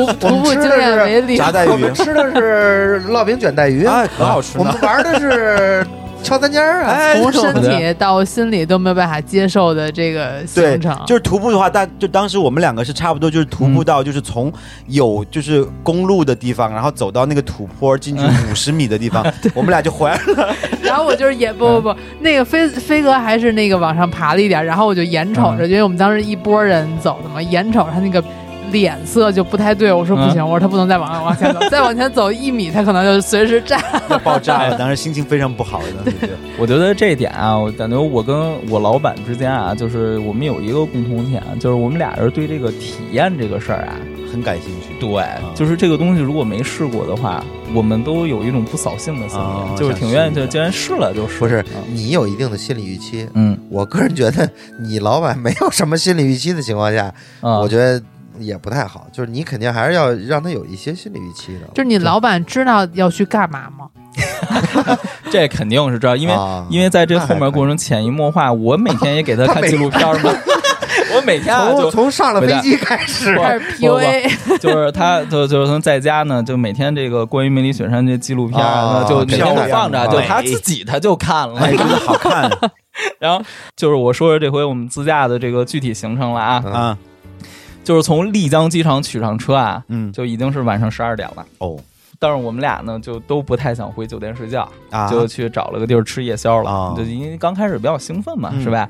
[SPEAKER 3] 我
[SPEAKER 4] 徒
[SPEAKER 3] 们
[SPEAKER 4] 步
[SPEAKER 3] 吃的
[SPEAKER 4] 经
[SPEAKER 3] 是
[SPEAKER 4] 验为例，
[SPEAKER 6] 炸带
[SPEAKER 3] 我
[SPEAKER 6] 鱼
[SPEAKER 3] 们，吃的是烙饼卷带鱼，
[SPEAKER 6] 哎，可好吃
[SPEAKER 3] 我
[SPEAKER 6] 呢
[SPEAKER 3] 们。玩的是敲三尖儿啊。
[SPEAKER 6] 哎
[SPEAKER 4] 从
[SPEAKER 6] 这种
[SPEAKER 4] 身体到心理都没有办法接受的这个
[SPEAKER 6] 对
[SPEAKER 4] 行程，，
[SPEAKER 6] 就是徒步的话，大就当时我们两个是差不多，就是徒步到就是从有就是公路的地方，然后走到那个土坡进去
[SPEAKER 4] 嗯
[SPEAKER 6] 五十米的地 方，我们俩就回来 了。
[SPEAKER 4] 然后我就是也
[SPEAKER 6] 嗯
[SPEAKER 4] 不不不，那个飞飞哥还是那个往上爬了一点，然后我就眼瞅
[SPEAKER 6] 嗯
[SPEAKER 4] 着，因为我们当时一拨人走的嘛，眼瞅着他那个脸色就不太对，我说
[SPEAKER 6] 嗯
[SPEAKER 4] 不行，我说他不能再往往前走，再往前走一米，他可能就随时炸。
[SPEAKER 6] 要爆炸了，当时心情非常不好的，当时就
[SPEAKER 1] 我觉得这一点啊，我感觉我跟我老板之间啊，就是我们有一个共同点，啊就是我们俩人对这个体验这个事儿啊，
[SPEAKER 6] 很感兴趣。
[SPEAKER 1] 对，
[SPEAKER 3] 啊
[SPEAKER 1] 就是这个东西如果没试过的话，我们都有一种不扫兴的心理，
[SPEAKER 3] 啊
[SPEAKER 6] 哦
[SPEAKER 1] 就是挺愿意
[SPEAKER 6] 想试一
[SPEAKER 1] 就
[SPEAKER 6] 下
[SPEAKER 1] 既然试了就试。
[SPEAKER 3] 不是
[SPEAKER 1] 嗯
[SPEAKER 3] 你有一定的心理预期，
[SPEAKER 1] 嗯
[SPEAKER 3] 我个人觉得你老板没有什么心理预期的情况下，
[SPEAKER 1] 啊，
[SPEAKER 3] 我觉得也不太好。就是你肯定还是要让他有一些心理预期的。
[SPEAKER 4] 就是你老板知道要去干嘛吗？
[SPEAKER 1] 这肯定是这样，因为、
[SPEAKER 3] 啊
[SPEAKER 1] 因为在这后面过程潜移默化，我每天也 给他
[SPEAKER 3] 他
[SPEAKER 1] 看
[SPEAKER 3] 每
[SPEAKER 1] 纪录片儿嘛，我每天啊
[SPEAKER 3] 从
[SPEAKER 1] 就
[SPEAKER 3] 从上了
[SPEAKER 1] 回
[SPEAKER 3] 飞
[SPEAKER 1] 家
[SPEAKER 3] 机开始
[SPEAKER 1] 不，
[SPEAKER 4] 开始 PUA，
[SPEAKER 1] 就是他就就是从在家呢，就每天这个关于梅里雪山这纪录片儿
[SPEAKER 3] 啊
[SPEAKER 1] 呢，就每天
[SPEAKER 6] 漂
[SPEAKER 1] 都
[SPEAKER 6] 亮
[SPEAKER 1] 放着，就
[SPEAKER 6] 美
[SPEAKER 1] 他自己他就看了
[SPEAKER 6] 哎，。真的好看
[SPEAKER 1] 然后就是我说说这回我们自驾的这个具体行程了
[SPEAKER 3] 嗯
[SPEAKER 1] 啊，
[SPEAKER 6] 啊！
[SPEAKER 1] 就是从丽江机场取上车啊，
[SPEAKER 6] 嗯，
[SPEAKER 1] 就已经是晚上十二点了。
[SPEAKER 6] 哦
[SPEAKER 1] 但是我们俩呢，就都不太想回酒店睡觉，
[SPEAKER 6] 啊，
[SPEAKER 1] 就去找了个地儿吃夜宵了。
[SPEAKER 6] 啊
[SPEAKER 1] 就因为刚开始比较兴奋嘛，
[SPEAKER 6] 嗯
[SPEAKER 1] 是吧？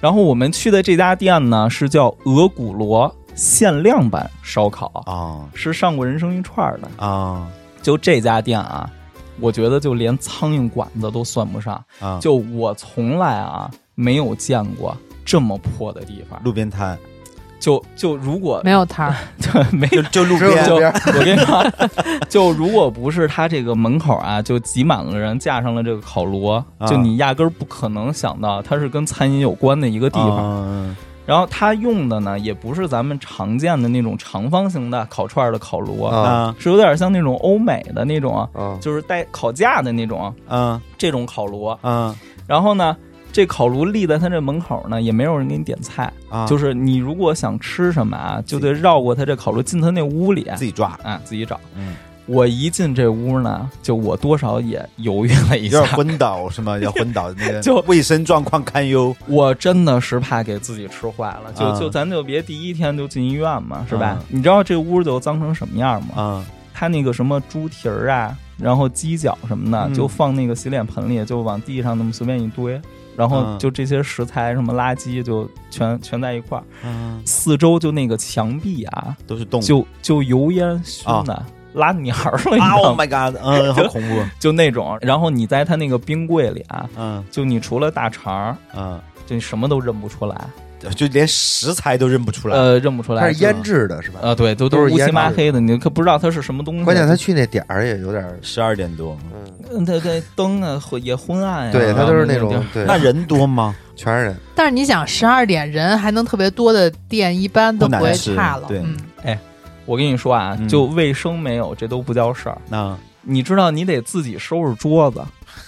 [SPEAKER 1] 然后我们去的这家店呢，是叫鹅骨罗限量版烧烤，
[SPEAKER 6] 啊
[SPEAKER 1] 是上过《人生一串》的。
[SPEAKER 6] 啊
[SPEAKER 1] 就这家店啊，我觉得就连苍蝇馆子都算不上。
[SPEAKER 6] 啊！
[SPEAKER 1] 哦就我从来啊没有见过这么破的地方。
[SPEAKER 6] 路边摊，
[SPEAKER 1] 就就如果
[SPEAKER 4] 没有摊儿，
[SPEAKER 1] 就 没
[SPEAKER 6] 就就路
[SPEAKER 3] 只有
[SPEAKER 6] 边
[SPEAKER 1] 就
[SPEAKER 3] 路边
[SPEAKER 1] 我跟你说，就如果不是他这个门口啊，就挤满了人，架上了这个烤炉，
[SPEAKER 6] 啊
[SPEAKER 1] 就你压根儿不可能想到它是跟餐饮有关的一个地方。
[SPEAKER 6] 方
[SPEAKER 1] 然后他用的呢，也不是咱们常见的那种长方形的烤串儿的烤炉，
[SPEAKER 3] 啊
[SPEAKER 6] 啊
[SPEAKER 1] 是有点像那种欧美的那种，
[SPEAKER 3] 啊，
[SPEAKER 1] 就是带烤架的那种
[SPEAKER 6] 啊
[SPEAKER 1] 这种烤炉。
[SPEAKER 6] 啊
[SPEAKER 1] 然后呢，这烤炉立在他这门口呢，也没有人给你点菜，
[SPEAKER 6] 啊！
[SPEAKER 1] 就是你如果想吃什么啊，就得绕过他这烤炉进他那屋里
[SPEAKER 6] 自己抓，
[SPEAKER 1] 啊，自己找。
[SPEAKER 6] 嗯，
[SPEAKER 1] 我一进这屋呢，就我多少也犹豫了一
[SPEAKER 6] 有点
[SPEAKER 1] 下，
[SPEAKER 6] 昏倒是吗？要昏倒那 个
[SPEAKER 1] 就
[SPEAKER 6] 卫生状况堪忧，
[SPEAKER 1] 我真的是怕给自己吃坏了，就、
[SPEAKER 6] 啊
[SPEAKER 1] 就咱就别第一天就进医院嘛，是吧？
[SPEAKER 6] 啊
[SPEAKER 1] 你知道这屋就脏成什么样吗？
[SPEAKER 6] 啊
[SPEAKER 1] 他那个什么猪蹄儿啊，然后鸡脚什么的，
[SPEAKER 6] 嗯
[SPEAKER 1] 就放那个洗脸盆里，就往地上那么随便一堆，然后
[SPEAKER 6] 嗯
[SPEAKER 1] 就这些食材什么垃圾就全全在一块儿，
[SPEAKER 6] 啊，
[SPEAKER 1] 四周就那个墙壁啊，
[SPEAKER 6] 都是动物
[SPEAKER 1] 嗯就就油烟熏的。拉鸟儿了，你知
[SPEAKER 6] 啊
[SPEAKER 1] 道
[SPEAKER 6] ！Oh
[SPEAKER 1] 吗？
[SPEAKER 6] my god，嗯，好恐怖，
[SPEAKER 1] 就那种，然后你在他那个冰柜里啊，
[SPEAKER 6] 嗯
[SPEAKER 1] 就你除了大肠儿，
[SPEAKER 6] 嗯，
[SPEAKER 1] 就你什么都认不出来，
[SPEAKER 6] 就连食材都认不出来，
[SPEAKER 1] 呃，认不出
[SPEAKER 3] 它
[SPEAKER 1] 来
[SPEAKER 3] 是。腌制的是吧？
[SPEAKER 1] 呃，对，都
[SPEAKER 3] 都是
[SPEAKER 1] 乌漆
[SPEAKER 3] 腌
[SPEAKER 1] 麻
[SPEAKER 3] 制的
[SPEAKER 1] 黑的，你可不知道它是什么东西。
[SPEAKER 3] 关键他去那点儿也有点儿，
[SPEAKER 6] 十二点多，
[SPEAKER 3] 嗯，
[SPEAKER 1] 嗯，对对，灯啊，昏也昏暗呀。
[SPEAKER 3] 对他都是那种对，
[SPEAKER 6] 那人 多吗？
[SPEAKER 1] 嗯
[SPEAKER 3] 全是人。
[SPEAKER 4] 但是你想十二点人还能特别多的店，一般都
[SPEAKER 6] 不难
[SPEAKER 4] 会
[SPEAKER 6] 吃
[SPEAKER 4] 差了，
[SPEAKER 6] 对
[SPEAKER 4] 嗯，
[SPEAKER 1] 我跟你说啊
[SPEAKER 6] 嗯，
[SPEAKER 1] 就卫生没有，这都不叫事儿。
[SPEAKER 6] 那
[SPEAKER 1] 你知道你得自己收拾桌子，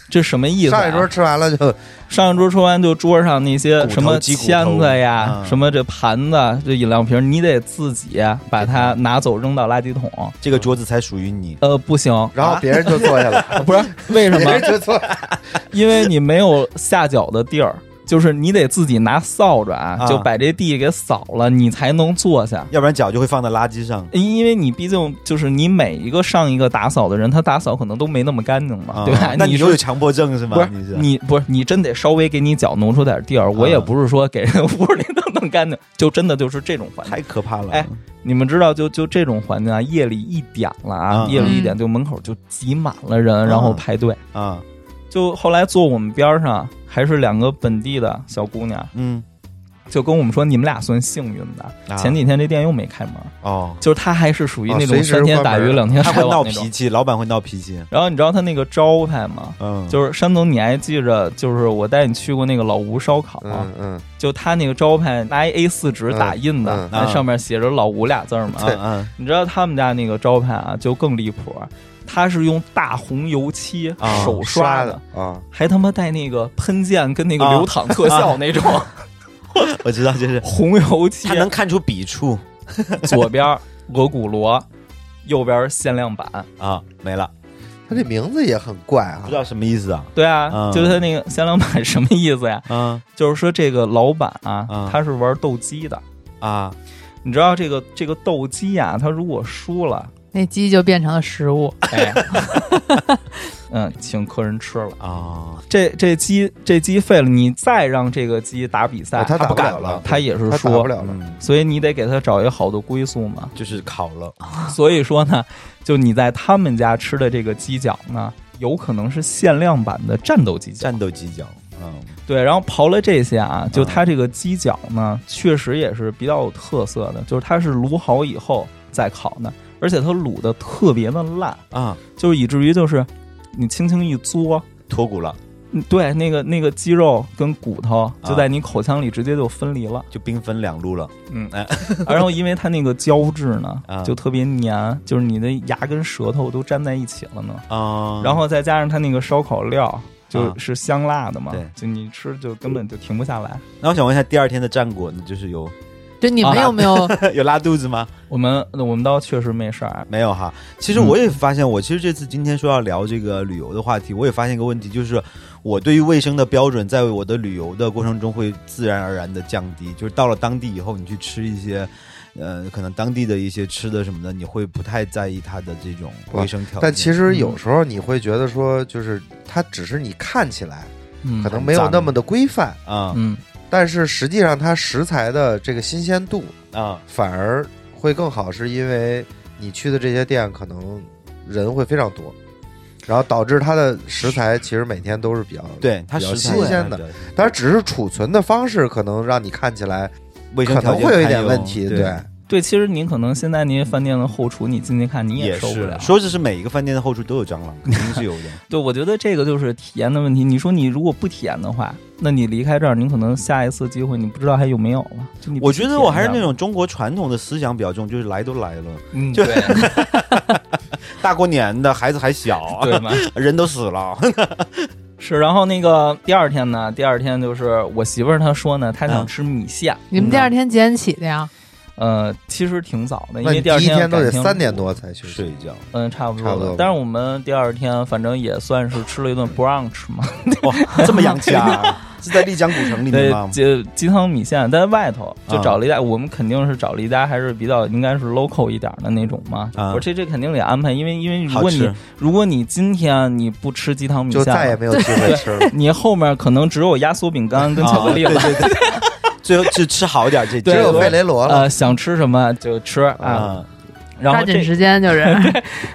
[SPEAKER 1] 这什么意思、啊？
[SPEAKER 3] 上一桌吃完了就
[SPEAKER 1] 上一桌说完，就桌上那些什
[SPEAKER 3] 骨
[SPEAKER 1] 么
[SPEAKER 3] 头鸡骨头啊
[SPEAKER 1] 签子呀、
[SPEAKER 6] 嗯
[SPEAKER 1] 什么这盘子、啊这饮料瓶，你得自己啊把它拿走扔到垃圾桶。
[SPEAKER 6] 这个桌子才属于你。
[SPEAKER 1] 呃，不行，
[SPEAKER 3] 然后别人就坐下了，
[SPEAKER 1] 不是为什
[SPEAKER 3] 别人
[SPEAKER 1] 么？
[SPEAKER 3] 就坐下了，
[SPEAKER 1] 因为你没有下脚的地儿，就是你得自己拿扫帚啊，
[SPEAKER 6] 啊
[SPEAKER 1] 就把这地给扫了，你才能坐下。
[SPEAKER 6] 要不然脚就会放在垃圾上，
[SPEAKER 1] 因因为你毕竟就是你每一个上一个打扫的人，他打扫可能都没那么干净嘛，
[SPEAKER 6] 啊
[SPEAKER 1] 对吧？
[SPEAKER 6] 那你
[SPEAKER 1] 说
[SPEAKER 6] 就有强迫症是吗？
[SPEAKER 1] 不是
[SPEAKER 6] 你
[SPEAKER 1] 你不是你真得稍微给你脚挪出点地儿，我也
[SPEAKER 6] 啊
[SPEAKER 1] 不是说给 人屋里都弄干净，就真的就是这种环境。
[SPEAKER 6] 太可怕了。
[SPEAKER 1] 哎你们知道就，就这种环境啊，夜里一点了啊，
[SPEAKER 6] 嗯
[SPEAKER 1] 夜里一点就门口就挤满了人，然后排队。
[SPEAKER 6] 啊，
[SPEAKER 1] 就后来坐我们边儿上还是两个本地的小姑娘，
[SPEAKER 6] 嗯，
[SPEAKER 1] 就跟我们说你们俩算幸运的，
[SPEAKER 6] 啊
[SPEAKER 1] 前几天这店又没开门，
[SPEAKER 6] 哦，
[SPEAKER 1] 就是她还是属于
[SPEAKER 3] 啊
[SPEAKER 1] 那种
[SPEAKER 3] 随时
[SPEAKER 1] 三天打
[SPEAKER 3] 关
[SPEAKER 1] 鱼
[SPEAKER 3] 门
[SPEAKER 1] 两天
[SPEAKER 6] 他
[SPEAKER 1] 晒
[SPEAKER 6] 会闹
[SPEAKER 1] 网那
[SPEAKER 6] 脾
[SPEAKER 1] 种。
[SPEAKER 6] 气，老板会闹脾气。
[SPEAKER 1] 然后你知道她那个招牌吗？
[SPEAKER 6] 嗯，
[SPEAKER 1] 就是山总，你还记着，就是我带你去过那个老吴烧烤，
[SPEAKER 3] 嗯嗯，
[SPEAKER 1] 就他那个招牌拿一 A 四纸打印的，
[SPEAKER 3] 嗯
[SPEAKER 1] 那、
[SPEAKER 6] 嗯
[SPEAKER 1] 上面写着“老吴”俩字儿嘛。哎
[SPEAKER 3] 对
[SPEAKER 6] 嗯嗯
[SPEAKER 1] 你知道他们家那个招牌啊，就更离谱，他是用大红油漆、
[SPEAKER 6] 啊
[SPEAKER 1] 手
[SPEAKER 3] 刷
[SPEAKER 1] 哦的，
[SPEAKER 3] 啊，
[SPEAKER 1] 还他妈带那个喷溅跟那个
[SPEAKER 6] 啊
[SPEAKER 1] 流淌特效那 种、
[SPEAKER 6] 我知道，就是
[SPEAKER 1] 红油漆
[SPEAKER 6] 他，能看出笔触
[SPEAKER 1] 左边额骨 螺，右边限量版。
[SPEAKER 6] 啊，没了，
[SPEAKER 3] 他这名字也很怪啊
[SPEAKER 6] 不知，道什么意思啊。
[SPEAKER 1] 对啊，
[SPEAKER 6] 嗯
[SPEAKER 1] 就是他那个限量版什么意思呀？
[SPEAKER 6] 嗯
[SPEAKER 1] 就是说这个老板啊，
[SPEAKER 6] 嗯
[SPEAKER 1] 他是玩斗鸡的。
[SPEAKER 6] 啊，
[SPEAKER 1] 你知道这个这个斗鸡啊，他如果输了，
[SPEAKER 4] 那鸡就变成了食物，
[SPEAKER 1] 哎，嗯，请客人吃了。
[SPEAKER 6] 啊，
[SPEAKER 1] 这这鸡这鸡废了，你再让这个鸡打比赛，
[SPEAKER 3] 哦他打
[SPEAKER 1] 不
[SPEAKER 3] 不
[SPEAKER 1] 敢
[SPEAKER 3] 了了
[SPEAKER 1] 他也是
[SPEAKER 3] 他打
[SPEAKER 1] 输
[SPEAKER 3] 不。了了，
[SPEAKER 6] 嗯，
[SPEAKER 1] 所以你得给他找一个好的归宿 嘛。
[SPEAKER 6] 就是烤了，
[SPEAKER 1] 所以说呢，就你在他们家吃的这个鸡脚呢，有可能是限量版的战斗鸡脚。
[SPEAKER 6] 战斗鸡脚，嗯
[SPEAKER 1] 对，然后刨了这些啊，就它这个鸡脚呢，确实也是比较有特色的，就是它是卤好以后再烤的，而且它卤的特别的烂。
[SPEAKER 6] 啊，
[SPEAKER 1] 就是以至于就是你轻轻一嘬，
[SPEAKER 6] 脱骨了，
[SPEAKER 1] 嗯对，那个那个肌肉跟骨头
[SPEAKER 6] 啊
[SPEAKER 1] 就在你口腔里直接就分离了，
[SPEAKER 6] 就兵分两路了。
[SPEAKER 1] 嗯
[SPEAKER 6] 哎，
[SPEAKER 1] 然后因为它那个胶质呢
[SPEAKER 6] 啊
[SPEAKER 1] 就特别粘，就是你的牙跟舌头都粘在一起了呢，
[SPEAKER 6] 啊，
[SPEAKER 1] 然后再加上它那个烧烤料。就
[SPEAKER 6] 啊
[SPEAKER 1] 是香辣的嘛，
[SPEAKER 6] 对
[SPEAKER 1] 就你吃就根本就停不下来。
[SPEAKER 6] 那我想问一下，第二天的战果，你就是有
[SPEAKER 4] 就你们
[SPEAKER 6] 啊
[SPEAKER 4] 有没有
[SPEAKER 6] 有拉肚子吗？
[SPEAKER 1] 我们我们倒确实没事儿，
[SPEAKER 6] 没有哈，
[SPEAKER 3] 嗯
[SPEAKER 6] 其实我也发现，我其实这次今天说要聊这个旅游的话题，我也发现一个问题，就是我对于卫生的标准，在我的旅游的过程中会自然而然的降低。就是到了当地以后，你去吃一些，呃，可能当地的一些吃的什么的，你会不太在意它的这种卫生条件。
[SPEAKER 3] 但其实有
[SPEAKER 1] 嗯
[SPEAKER 3] 时候你会觉得说，就是它只是你看起来
[SPEAKER 1] 嗯
[SPEAKER 3] 可能没有那么的规范，
[SPEAKER 6] 啊
[SPEAKER 1] 嗯，
[SPEAKER 3] 但是实际上它食材的这个新鲜度
[SPEAKER 6] 啊
[SPEAKER 3] 反而会更好，是因为你去的这些店可能人会非常多，然后导致它的食材其实每天都是比较，
[SPEAKER 6] 对，它
[SPEAKER 3] 比较
[SPEAKER 6] 食材
[SPEAKER 3] 新鲜的，当然只是储存的方式可能让你看起来
[SPEAKER 6] 卫生
[SPEAKER 3] 可
[SPEAKER 6] 条
[SPEAKER 3] 能
[SPEAKER 6] 件
[SPEAKER 3] 会有一
[SPEAKER 6] 还
[SPEAKER 3] 点问题，
[SPEAKER 6] 对。
[SPEAKER 3] 对，
[SPEAKER 1] 对，其实你可能现在那些饭店的后厨，你进去看你
[SPEAKER 6] 也
[SPEAKER 1] 受不
[SPEAKER 6] 是
[SPEAKER 1] 了，，
[SPEAKER 6] 说是是每一个饭店的后厨都有蟑螂，肯定是 有的。
[SPEAKER 1] 对，我觉得这个就是体验的问题。你说你如果不体验的话，那你离开这儿，你可能下一次机会你不知道还有没有了。就你不
[SPEAKER 6] 我觉
[SPEAKER 1] 体
[SPEAKER 6] 得
[SPEAKER 1] 验
[SPEAKER 6] 我还是
[SPEAKER 1] 一下
[SPEAKER 6] 那，种中国传统的思想比较重，就是来都来了，
[SPEAKER 1] 嗯，
[SPEAKER 6] 就
[SPEAKER 1] 对
[SPEAKER 6] 大过年的孩子还小，
[SPEAKER 1] 对嘛，
[SPEAKER 6] 人都死了，
[SPEAKER 1] 是。然后那个第二天呢，第二天就是我媳妇儿她说呢，她想
[SPEAKER 6] 嗯
[SPEAKER 1] 吃米线，
[SPEAKER 4] 你们第二天几点起的呀？
[SPEAKER 1] 呃，其实挺早的，因
[SPEAKER 3] 那
[SPEAKER 1] 为
[SPEAKER 3] 你
[SPEAKER 1] 第
[SPEAKER 3] 第
[SPEAKER 1] 二
[SPEAKER 3] 一天
[SPEAKER 1] 要
[SPEAKER 3] 都得
[SPEAKER 1] 赶
[SPEAKER 3] 三点，多才去，
[SPEAKER 6] 睡觉。
[SPEAKER 1] 嗯，差不多
[SPEAKER 3] 差不
[SPEAKER 1] 了
[SPEAKER 3] 多
[SPEAKER 1] 但是我们第二天反正也算是吃了一顿 brunch 嘛，
[SPEAKER 6] 哇，这么洋 气啊！是在丽江古城里面
[SPEAKER 1] 对，
[SPEAKER 6] 吗？
[SPEAKER 1] 鸡鸡汤米线，在外头就
[SPEAKER 6] 啊
[SPEAKER 1] 找了一家，我们肯定是找了一家还是比较应该是 local 一点的那种嘛。
[SPEAKER 6] 啊
[SPEAKER 1] 我这这肯定得安排，因为因为如
[SPEAKER 6] 好
[SPEAKER 1] 果你
[SPEAKER 6] 吃，
[SPEAKER 1] 如果你今天你不吃鸡汤米
[SPEAKER 3] 就
[SPEAKER 1] 线
[SPEAKER 3] 再也
[SPEAKER 1] 了，
[SPEAKER 3] 没有机会吃了。
[SPEAKER 1] 你后面可能只有压缩饼干跟巧克力
[SPEAKER 6] 啊
[SPEAKER 1] 了。
[SPEAKER 6] 对对对， 最后就吃好点 这
[SPEAKER 1] 对
[SPEAKER 3] 只有
[SPEAKER 1] 我
[SPEAKER 3] 费雷罗了，
[SPEAKER 1] 呃，想吃什么就吃啊。
[SPEAKER 6] 啊
[SPEAKER 1] 然
[SPEAKER 4] 抓
[SPEAKER 1] 后
[SPEAKER 4] 紧
[SPEAKER 1] 这
[SPEAKER 4] 时间就是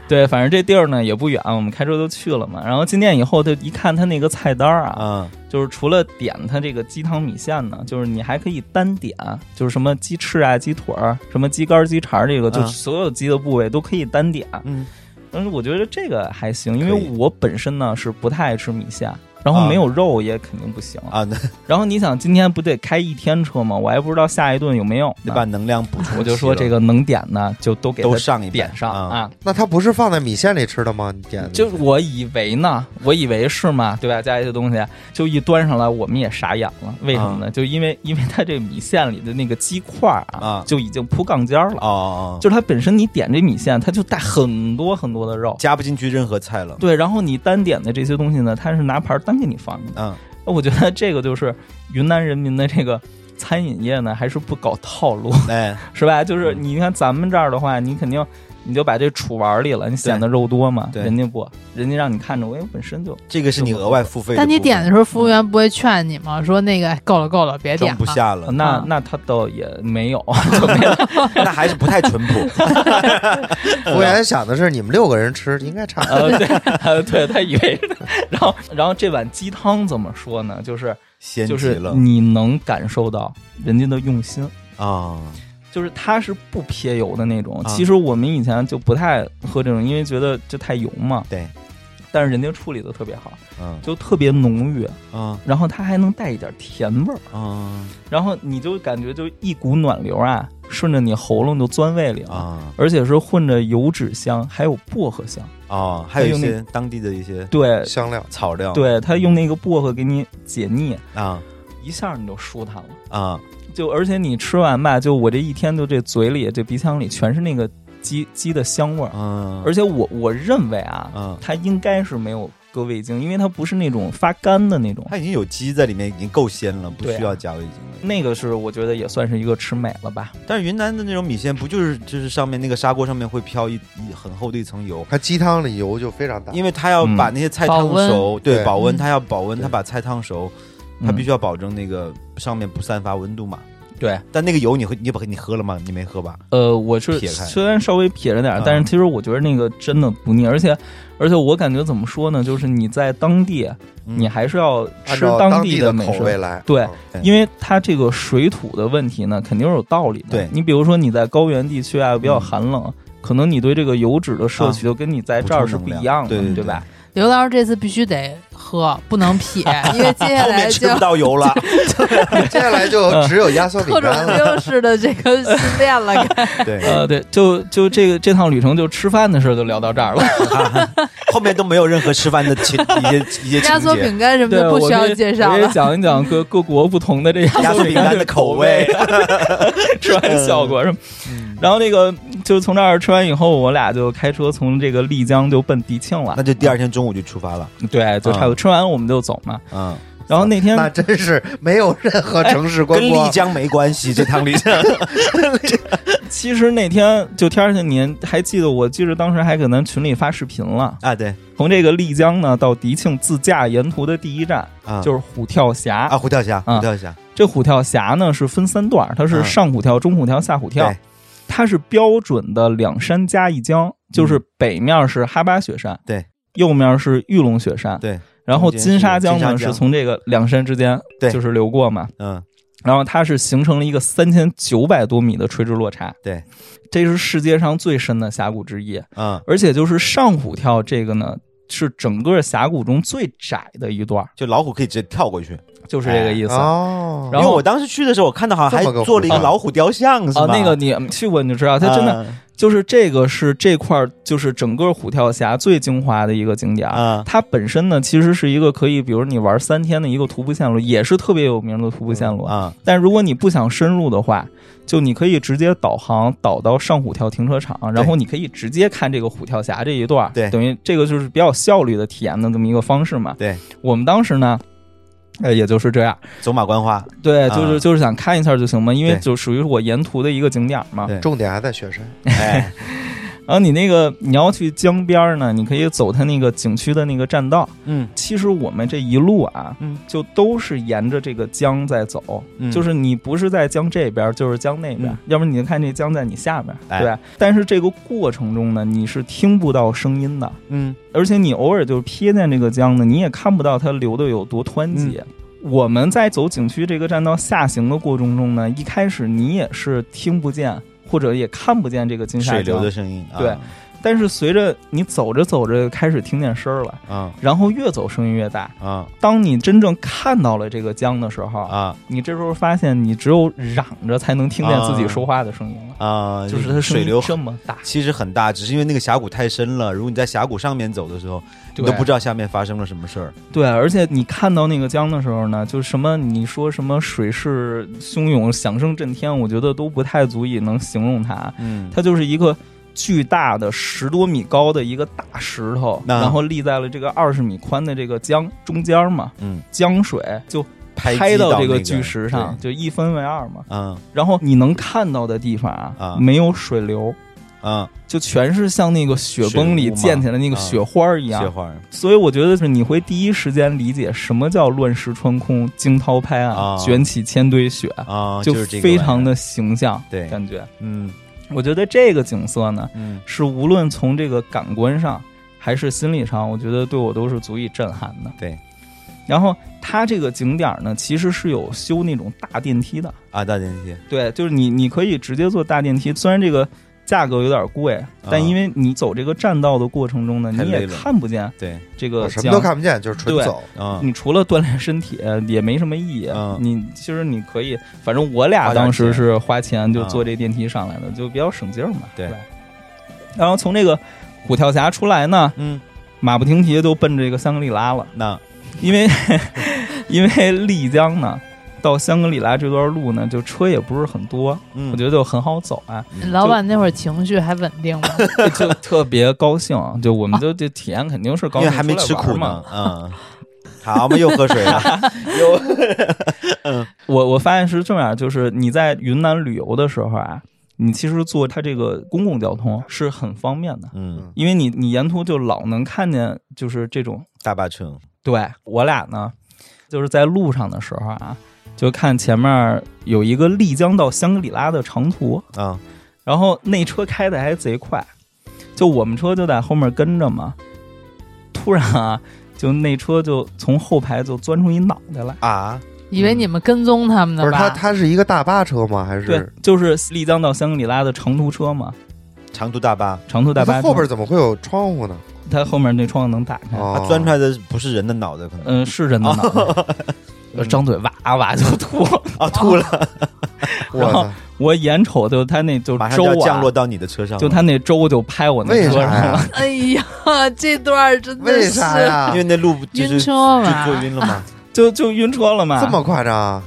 [SPEAKER 1] 对，反正这地儿呢也不远，我们开车就去了嘛。然后进店以后，就一看他那个菜单儿啊，
[SPEAKER 6] 啊
[SPEAKER 1] 就是除了点他这个鸡汤米线呢，就是你还可以单点，就是什么鸡翅啊、鸡腿儿、什么鸡肝儿、鸡肠儿，这个就
[SPEAKER 6] 啊
[SPEAKER 1] 所有鸡的部位都可以单点。
[SPEAKER 6] 嗯
[SPEAKER 1] 但是我觉得这个还行，因
[SPEAKER 6] 可以
[SPEAKER 1] 为我本身呢是不太爱吃米线，然后
[SPEAKER 6] 啊
[SPEAKER 1] 没有肉也肯定不行。
[SPEAKER 6] 啊，那
[SPEAKER 1] 然后你想今天不得开一天车吗？我还不知道下一顿有没有
[SPEAKER 6] 得
[SPEAKER 1] 呢。
[SPEAKER 6] 把能量补充齐了。
[SPEAKER 1] 我就说这个能点的就都给它
[SPEAKER 6] 都上一遍
[SPEAKER 1] 点上
[SPEAKER 6] 啊
[SPEAKER 1] 啊！
[SPEAKER 3] 那它不是放在米线里吃的吗？你
[SPEAKER 6] 嗯
[SPEAKER 3] 点的
[SPEAKER 1] 就我以为呢，我以为是嘛，对吧？加一些东西就一端上来，我们也傻眼了。为什么呢？就因为因为它这米线里的那个鸡块儿
[SPEAKER 6] 啊
[SPEAKER 1] 就已经铺杠尖儿了。
[SPEAKER 6] 哦哦，
[SPEAKER 1] 就
[SPEAKER 6] 就
[SPEAKER 1] 是它本身你点这米线，它就带很多很多的肉。
[SPEAKER 6] 加不进去任何菜 了。
[SPEAKER 1] 对，然后你单点的这些东西呢，它是拿盘儿单给你放的。
[SPEAKER 6] 嗯，
[SPEAKER 1] 我觉得这个就是云南人民的这个餐饮业呢，还是不搞套路，
[SPEAKER 6] 哎，
[SPEAKER 1] 是吧？就是你看咱们这儿的话，你肯定你就把这杵碗里了，你显得肉多嘛。
[SPEAKER 6] 对
[SPEAKER 1] 人家不，人家让你看着我，因为本身就
[SPEAKER 6] 这个是你额外付费的部分。
[SPEAKER 4] 但你点的时候，服务员不会劝你吗？说那个哎够了够了，别
[SPEAKER 6] 装
[SPEAKER 4] 点了。
[SPEAKER 6] 不下了，
[SPEAKER 1] 那
[SPEAKER 4] 啊
[SPEAKER 1] 那他倒也没有，就没有
[SPEAKER 6] 那还是不太淳 朴。
[SPEAKER 3] 服务员想的是你们六个人吃应该差不多。
[SPEAKER 1] 呃，对，呃对他以为是，然后然后这碗鸡汤怎么说呢？就是
[SPEAKER 6] 先
[SPEAKER 1] 就
[SPEAKER 6] 急
[SPEAKER 1] 是
[SPEAKER 6] 了
[SPEAKER 1] 你能感受到人家的用心。
[SPEAKER 6] 啊，
[SPEAKER 1] 就是它是不撇油的那种。
[SPEAKER 6] 啊
[SPEAKER 1] 其实我们以前就不太喝这种，因为觉得这太油嘛。
[SPEAKER 6] 对。
[SPEAKER 1] 但是人家处理的特别好，
[SPEAKER 6] 嗯
[SPEAKER 1] 就特别浓郁，
[SPEAKER 6] 嗯
[SPEAKER 1] 然后它还能带一点甜味儿，
[SPEAKER 6] 嗯
[SPEAKER 1] 然后你就感觉就一股暖流啊，顺着你喉咙就钻胃里了，
[SPEAKER 6] 啊
[SPEAKER 1] 而且是混着油脂香，还有薄荷香。
[SPEAKER 6] 啊，还有一
[SPEAKER 1] 还有
[SPEAKER 6] 些当地的一些
[SPEAKER 1] 对，
[SPEAKER 3] 香料
[SPEAKER 6] 草料，
[SPEAKER 1] 对，它用那个薄荷给你解腻，
[SPEAKER 6] 啊
[SPEAKER 1] 一下你就舒坦了。
[SPEAKER 6] 啊
[SPEAKER 1] 就而且你吃完吧，就我这一天就这嘴里这鼻腔里全是那个鸡鸡的香味儿，
[SPEAKER 6] 嗯，
[SPEAKER 1] 而且我我认为啊，
[SPEAKER 6] 嗯，
[SPEAKER 1] 它应该是没有搁味精，因为它不是那种发干的那种。
[SPEAKER 6] 它已经有鸡在里面，已经够鲜了，不
[SPEAKER 1] 对啊
[SPEAKER 6] 需要加味精了。
[SPEAKER 1] 那个是我觉得也算是一个吃美了吧，
[SPEAKER 6] 但是云南的那种米线，不就是就是上面那个砂锅上面会飘一一很厚的一层油，
[SPEAKER 3] 它鸡汤里油就非常大，
[SPEAKER 6] 因为它要
[SPEAKER 1] 嗯
[SPEAKER 6] 把那些菜
[SPEAKER 4] 保
[SPEAKER 6] 烫
[SPEAKER 4] 温
[SPEAKER 6] 熟，对，
[SPEAKER 3] 对
[SPEAKER 6] 保温，
[SPEAKER 4] 嗯
[SPEAKER 6] 它要保温，它
[SPEAKER 3] 对
[SPEAKER 6] 把菜烫熟，
[SPEAKER 1] 嗯
[SPEAKER 6] 它必须要保证那个上面不散发温度嘛。
[SPEAKER 1] 对。
[SPEAKER 6] 但那个油你会你把你喝了吗？你没喝吧？
[SPEAKER 1] 呃，我是
[SPEAKER 6] 撇开
[SPEAKER 1] 虽然稍微撇着点儿
[SPEAKER 6] 嗯，
[SPEAKER 1] 但是其实我觉得那个真的不腻，而且而且我感觉怎么说呢，就是你在当地，
[SPEAKER 6] 嗯
[SPEAKER 1] 你还是要
[SPEAKER 3] 按
[SPEAKER 1] 吃
[SPEAKER 3] 照
[SPEAKER 1] 地
[SPEAKER 3] 地的
[SPEAKER 1] 美
[SPEAKER 3] 口味
[SPEAKER 1] 食。
[SPEAKER 3] 来。
[SPEAKER 1] 对
[SPEAKER 3] 嗯
[SPEAKER 1] 因为它这个水土的问题呢，肯定是有道理的。
[SPEAKER 6] 对嗯
[SPEAKER 1] 你比如说你在高原地区啊，比较寒冷，可能你对这个油脂的
[SPEAKER 6] 啊
[SPEAKER 1] 摄取就跟你在这儿是不一样的，
[SPEAKER 6] 对对
[SPEAKER 1] 吧？？
[SPEAKER 4] 刘老师这次必须得喝，不能 撇，因为接下
[SPEAKER 6] 后
[SPEAKER 4] 来
[SPEAKER 6] 面
[SPEAKER 4] 就
[SPEAKER 6] 吃不到油了，
[SPEAKER 3] 嗯接下来
[SPEAKER 1] 嗯
[SPEAKER 3] 就只有压缩饼
[SPEAKER 4] 各种
[SPEAKER 3] 干了。
[SPEAKER 4] 六式的这个训练了。
[SPEAKER 6] 对，
[SPEAKER 1] 呃，对，就 就这个这趟旅程就吃饭的事儿就聊到这儿了。
[SPEAKER 6] 后面都没有任何吃饭的情一些一些
[SPEAKER 4] 压
[SPEAKER 6] 情
[SPEAKER 4] 缩
[SPEAKER 6] 节，
[SPEAKER 4] 饼干什么
[SPEAKER 1] 对，
[SPEAKER 4] 的不需
[SPEAKER 1] 我
[SPEAKER 4] 要
[SPEAKER 1] 可以
[SPEAKER 4] 介绍
[SPEAKER 1] 我也
[SPEAKER 4] 了。
[SPEAKER 1] 讲一讲各各国不同的这
[SPEAKER 6] 压
[SPEAKER 1] 压
[SPEAKER 6] 缩
[SPEAKER 1] 缩
[SPEAKER 6] 饼干的口味，
[SPEAKER 1] 吃完效果是
[SPEAKER 6] 嗯
[SPEAKER 1] 吧？然后那个就从这儿吃完以后，我俩就开车从这个丽江就奔迪庆了
[SPEAKER 6] 那。就第二天中午就出发了。
[SPEAKER 1] 对，就差不多吃完我们就走嘛。
[SPEAKER 6] 嗯，
[SPEAKER 1] 然后那天
[SPEAKER 3] 那真是没有任何
[SPEAKER 1] 哎
[SPEAKER 3] 城市观
[SPEAKER 6] 跟丽
[SPEAKER 3] 光，
[SPEAKER 6] 江没关系，这 趟旅程。
[SPEAKER 1] 其实那天就天儿去，您还记得？我记得当时还给咱群里发视频了。
[SPEAKER 6] 啊，对
[SPEAKER 1] 从这个丽江呢到迪庆自驾沿途的第一站
[SPEAKER 6] 啊，
[SPEAKER 1] 就是虎跳峡。
[SPEAKER 6] 啊，虎跳峡，
[SPEAKER 1] 啊
[SPEAKER 6] 虎跳峡，
[SPEAKER 1] 这虎跳峡呢是分三段儿，它是
[SPEAKER 6] 嗯
[SPEAKER 1] 上虎跳、中虎跳、下虎跳
[SPEAKER 6] 对。
[SPEAKER 1] 它是标准的两山加一江，就是北面是哈巴雪山，
[SPEAKER 6] 嗯对，
[SPEAKER 1] 右面是玉龙雪山，
[SPEAKER 6] 对，
[SPEAKER 1] 然后金沙江
[SPEAKER 6] 中间
[SPEAKER 1] 呢
[SPEAKER 6] 是金沙江
[SPEAKER 1] 是从这个两山之间，
[SPEAKER 6] 对
[SPEAKER 1] 就是流过嘛。
[SPEAKER 6] 嗯，
[SPEAKER 1] 然后它是形成了一个三千九百多米的垂直落差，
[SPEAKER 6] 对，
[SPEAKER 1] 这是世界上最深的峡谷之一，
[SPEAKER 6] 嗯，
[SPEAKER 1] 而且就是上虎跳这个呢。是整个峡谷中最窄的一段儿，
[SPEAKER 6] 就老虎可以直接跳过去。
[SPEAKER 1] 就是
[SPEAKER 6] 哎
[SPEAKER 1] 这个意思。啊
[SPEAKER 3] 哦，
[SPEAKER 1] 然
[SPEAKER 6] 因
[SPEAKER 1] 后
[SPEAKER 6] 为我当时去的时候，我看到好像
[SPEAKER 3] 这么个
[SPEAKER 6] 还做了一个
[SPEAKER 3] 虎跳
[SPEAKER 6] 老虎雕像，是
[SPEAKER 1] 啊
[SPEAKER 6] 吧？，
[SPEAKER 1] 那个你去过你就知道，它真的
[SPEAKER 6] 啊
[SPEAKER 1] 就是这个是这块儿就是整个虎跳峡最精华的一个景点儿。
[SPEAKER 6] 啊，
[SPEAKER 1] 它本身呢，其实是一个可以，比如你玩三天的一个徒步线路，也是特别有名的徒步线路。
[SPEAKER 6] 啊，
[SPEAKER 1] 但如果你不想深入的话，就你可以直接导航导到上虎跳停车场，然后你可以直接看这个虎跳峡这一段儿。
[SPEAKER 6] 对
[SPEAKER 1] 等于这个就是比较效率的体验的这么一个方式嘛。
[SPEAKER 6] 对，
[SPEAKER 1] 我们当时呢，呃，也就是这样。
[SPEAKER 6] 走马 观花，
[SPEAKER 1] 对，
[SPEAKER 6] 啊
[SPEAKER 1] 就是就是想看一下就行嘛，因为
[SPEAKER 6] 对
[SPEAKER 1] 就属于我沿途的一个景点儿嘛。
[SPEAKER 6] 对
[SPEAKER 3] 重点还在雪山。
[SPEAKER 6] 哎，
[SPEAKER 1] 然后你那个你要去江边儿呢，你可以走它那个景区的那个栈道。
[SPEAKER 6] 嗯，
[SPEAKER 1] 其实我们这一路啊，
[SPEAKER 6] 嗯，
[SPEAKER 1] 就都是沿着这个江在走，
[SPEAKER 6] 嗯
[SPEAKER 1] 就是你不是在江这边儿，就是江那边儿，
[SPEAKER 6] 嗯
[SPEAKER 1] 要不然你就看这江在你下边儿，
[SPEAKER 6] 哎
[SPEAKER 1] 对吧？但是这个过程中呢，你是听不到声音的，
[SPEAKER 6] 嗯，
[SPEAKER 1] 而且你偶尔就瞥见这个江呢，你也看不到它流的有多湍急。
[SPEAKER 6] 嗯
[SPEAKER 1] 我们在走景区这个栈道下行的过程中呢，一开始你也是听不见或者也看不见这个金沙
[SPEAKER 6] 水
[SPEAKER 1] 江
[SPEAKER 6] 流的声音，啊
[SPEAKER 1] 对但是随着你走着走着开始听见声儿了，
[SPEAKER 6] 啊
[SPEAKER 1] 然后越走声音越大。
[SPEAKER 6] 啊
[SPEAKER 1] 当你真正看到了这个江的时候，
[SPEAKER 6] 啊
[SPEAKER 1] 你这时候发现你只有嚷着才能听见自己说话的声音了，
[SPEAKER 6] 啊！
[SPEAKER 1] 就是它声
[SPEAKER 6] 水
[SPEAKER 1] 音
[SPEAKER 6] 流
[SPEAKER 1] 这么大，
[SPEAKER 6] 其实很大，只是因为那个峡谷太深了。如果你在峡谷上面走的时候，你
[SPEAKER 1] 对
[SPEAKER 6] 都不知道下面发生了什么事儿。
[SPEAKER 1] 对，而且你看到那个江的时候呢，就什么你说什么水势汹涌、响声震天，我觉得都不太足以能形容它。
[SPEAKER 6] 嗯，
[SPEAKER 1] 它就是一个巨大的十多米高的一个大石头，
[SPEAKER 6] 那
[SPEAKER 1] 然后立在了这个二十米宽的这个江中间嘛，
[SPEAKER 6] 嗯，
[SPEAKER 1] 江水就
[SPEAKER 6] 拍
[SPEAKER 1] 拍
[SPEAKER 6] 击到
[SPEAKER 1] 到这
[SPEAKER 6] 那个
[SPEAKER 1] 巨石上，就一分为二嘛。
[SPEAKER 6] 嗯
[SPEAKER 1] 然后你能看到的地方
[SPEAKER 6] 啊
[SPEAKER 1] 啊，没有水流。
[SPEAKER 6] 嗯，
[SPEAKER 1] 就全是像那个雪崩
[SPEAKER 6] 水
[SPEAKER 1] 里
[SPEAKER 6] 雾嘛
[SPEAKER 1] 溅起来那个
[SPEAKER 6] 啊
[SPEAKER 1] 雪花儿一样
[SPEAKER 6] 雪，花儿
[SPEAKER 1] 所以我觉得是你会第一时间理解什么叫乱石穿空、惊涛拍岸、
[SPEAKER 6] 啊
[SPEAKER 1] 卷起千堆雪，
[SPEAKER 6] 啊，
[SPEAKER 1] 就是
[SPEAKER 6] 这个
[SPEAKER 1] 非
[SPEAKER 6] 玩
[SPEAKER 1] 常
[SPEAKER 6] 意儿
[SPEAKER 1] 的形象，
[SPEAKER 6] 对
[SPEAKER 1] 感觉。
[SPEAKER 6] 嗯
[SPEAKER 1] 我觉得这个景色呢，
[SPEAKER 6] 嗯
[SPEAKER 1] 是无论从这个感官上还是心理上，我觉得对我都是足以震撼的。
[SPEAKER 6] 对。
[SPEAKER 1] 然后它这个景点呢，其实是有修那种大电梯的，
[SPEAKER 6] 啊，大电梯
[SPEAKER 1] 对，就是你你可以直接坐大电梯，虽然这个价格有点贵，但因为你走这个栈道的过程中呢，
[SPEAKER 6] 啊太
[SPEAKER 1] 你
[SPEAKER 6] 累
[SPEAKER 1] 也
[SPEAKER 6] 了哦
[SPEAKER 1] 看不见
[SPEAKER 6] 对
[SPEAKER 1] 这
[SPEAKER 3] 我
[SPEAKER 1] 个
[SPEAKER 3] 什么都
[SPEAKER 1] 江
[SPEAKER 3] 看不见，就是纯
[SPEAKER 1] 对
[SPEAKER 3] 走。
[SPEAKER 6] 啊
[SPEAKER 1] 你除了锻炼身体也没什么意义。
[SPEAKER 6] 嗯
[SPEAKER 1] 你其实你可以，反正我
[SPEAKER 6] 花
[SPEAKER 1] 俩
[SPEAKER 6] 点
[SPEAKER 1] 当时
[SPEAKER 6] 钱
[SPEAKER 1] 是花钱就
[SPEAKER 6] 嗯
[SPEAKER 1] 坐这电梯上来的，就比较省劲儿嘛。
[SPEAKER 6] 对
[SPEAKER 1] 吧。然后从这个虎跳峡出来呢，
[SPEAKER 6] 嗯
[SPEAKER 1] 马不停蹄就奔这个香格里拉了，
[SPEAKER 6] 那
[SPEAKER 1] 因 为因为丽江呢。到香格里拉这段路呢，就车也不是很多，
[SPEAKER 6] 嗯
[SPEAKER 1] 我觉得就很好走啊，
[SPEAKER 4] 老板那会儿情绪还稳定吗？
[SPEAKER 1] 就特别高兴。啊就我们就这体验肯定是高
[SPEAKER 6] 啊因
[SPEAKER 1] 兴，
[SPEAKER 6] 为还没吃
[SPEAKER 1] 出来玩
[SPEAKER 6] 苦
[SPEAKER 1] 嘛。
[SPEAKER 6] 呢，嗯。好，我们又喝水 了。 嗯
[SPEAKER 1] 我我发现是这样，就是你在云南旅游的时候啊，你其实坐它这个公共交通是很方便的，
[SPEAKER 6] 嗯，
[SPEAKER 1] 因为你你沿途就老能看见就是这种。
[SPEAKER 6] 大巴城，
[SPEAKER 1] 对我俩呢，就是在路上的时候啊，就看前面有一个丽江到香格里拉的长途，
[SPEAKER 6] 啊，
[SPEAKER 1] 然后那车开的还贼快，就我们车就在后面跟着嘛，突然啊，就那车就从后排就钻出一脑袋来。
[SPEAKER 3] 啊，
[SPEAKER 4] 以为你们跟踪他们
[SPEAKER 3] 不
[SPEAKER 4] 的
[SPEAKER 3] 是它，
[SPEAKER 4] 吧？
[SPEAKER 3] 它是一个大巴车吗？还
[SPEAKER 1] 对
[SPEAKER 3] 是，
[SPEAKER 1] 就是丽江到香格里拉的长途车嘛，
[SPEAKER 6] 长途大巴，
[SPEAKER 1] 长途大巴
[SPEAKER 3] 它
[SPEAKER 1] 车
[SPEAKER 3] 后边怎么会有窗户呢？
[SPEAKER 1] 它后面那窗户能打开，
[SPEAKER 3] 哦
[SPEAKER 6] 它，钻出来的不是人的脑袋，可能
[SPEAKER 1] 嗯、是人的脑 袋，呃张嘴哇哇就吐，
[SPEAKER 6] 啊，吐了，
[SPEAKER 3] 我
[SPEAKER 1] 然后
[SPEAKER 3] 操，
[SPEAKER 1] 我眼瞅就它那就
[SPEAKER 6] 马上
[SPEAKER 1] 粥
[SPEAKER 6] 就要
[SPEAKER 1] 啊，
[SPEAKER 6] 降落到你的车上了，
[SPEAKER 1] 就它那粥就拍我那
[SPEAKER 3] 为
[SPEAKER 1] 车
[SPEAKER 3] 啥
[SPEAKER 1] 上了，
[SPEAKER 3] 呀？
[SPEAKER 4] 哎呀，这段儿真 的是
[SPEAKER 3] 为啥 呀
[SPEAKER 6] 因？为那路就
[SPEAKER 4] 晕
[SPEAKER 6] 是就
[SPEAKER 4] 车啊吧？
[SPEAKER 6] 坐晕了嘛，
[SPEAKER 1] 就就晕车了嘛，
[SPEAKER 3] 这么夸张啊？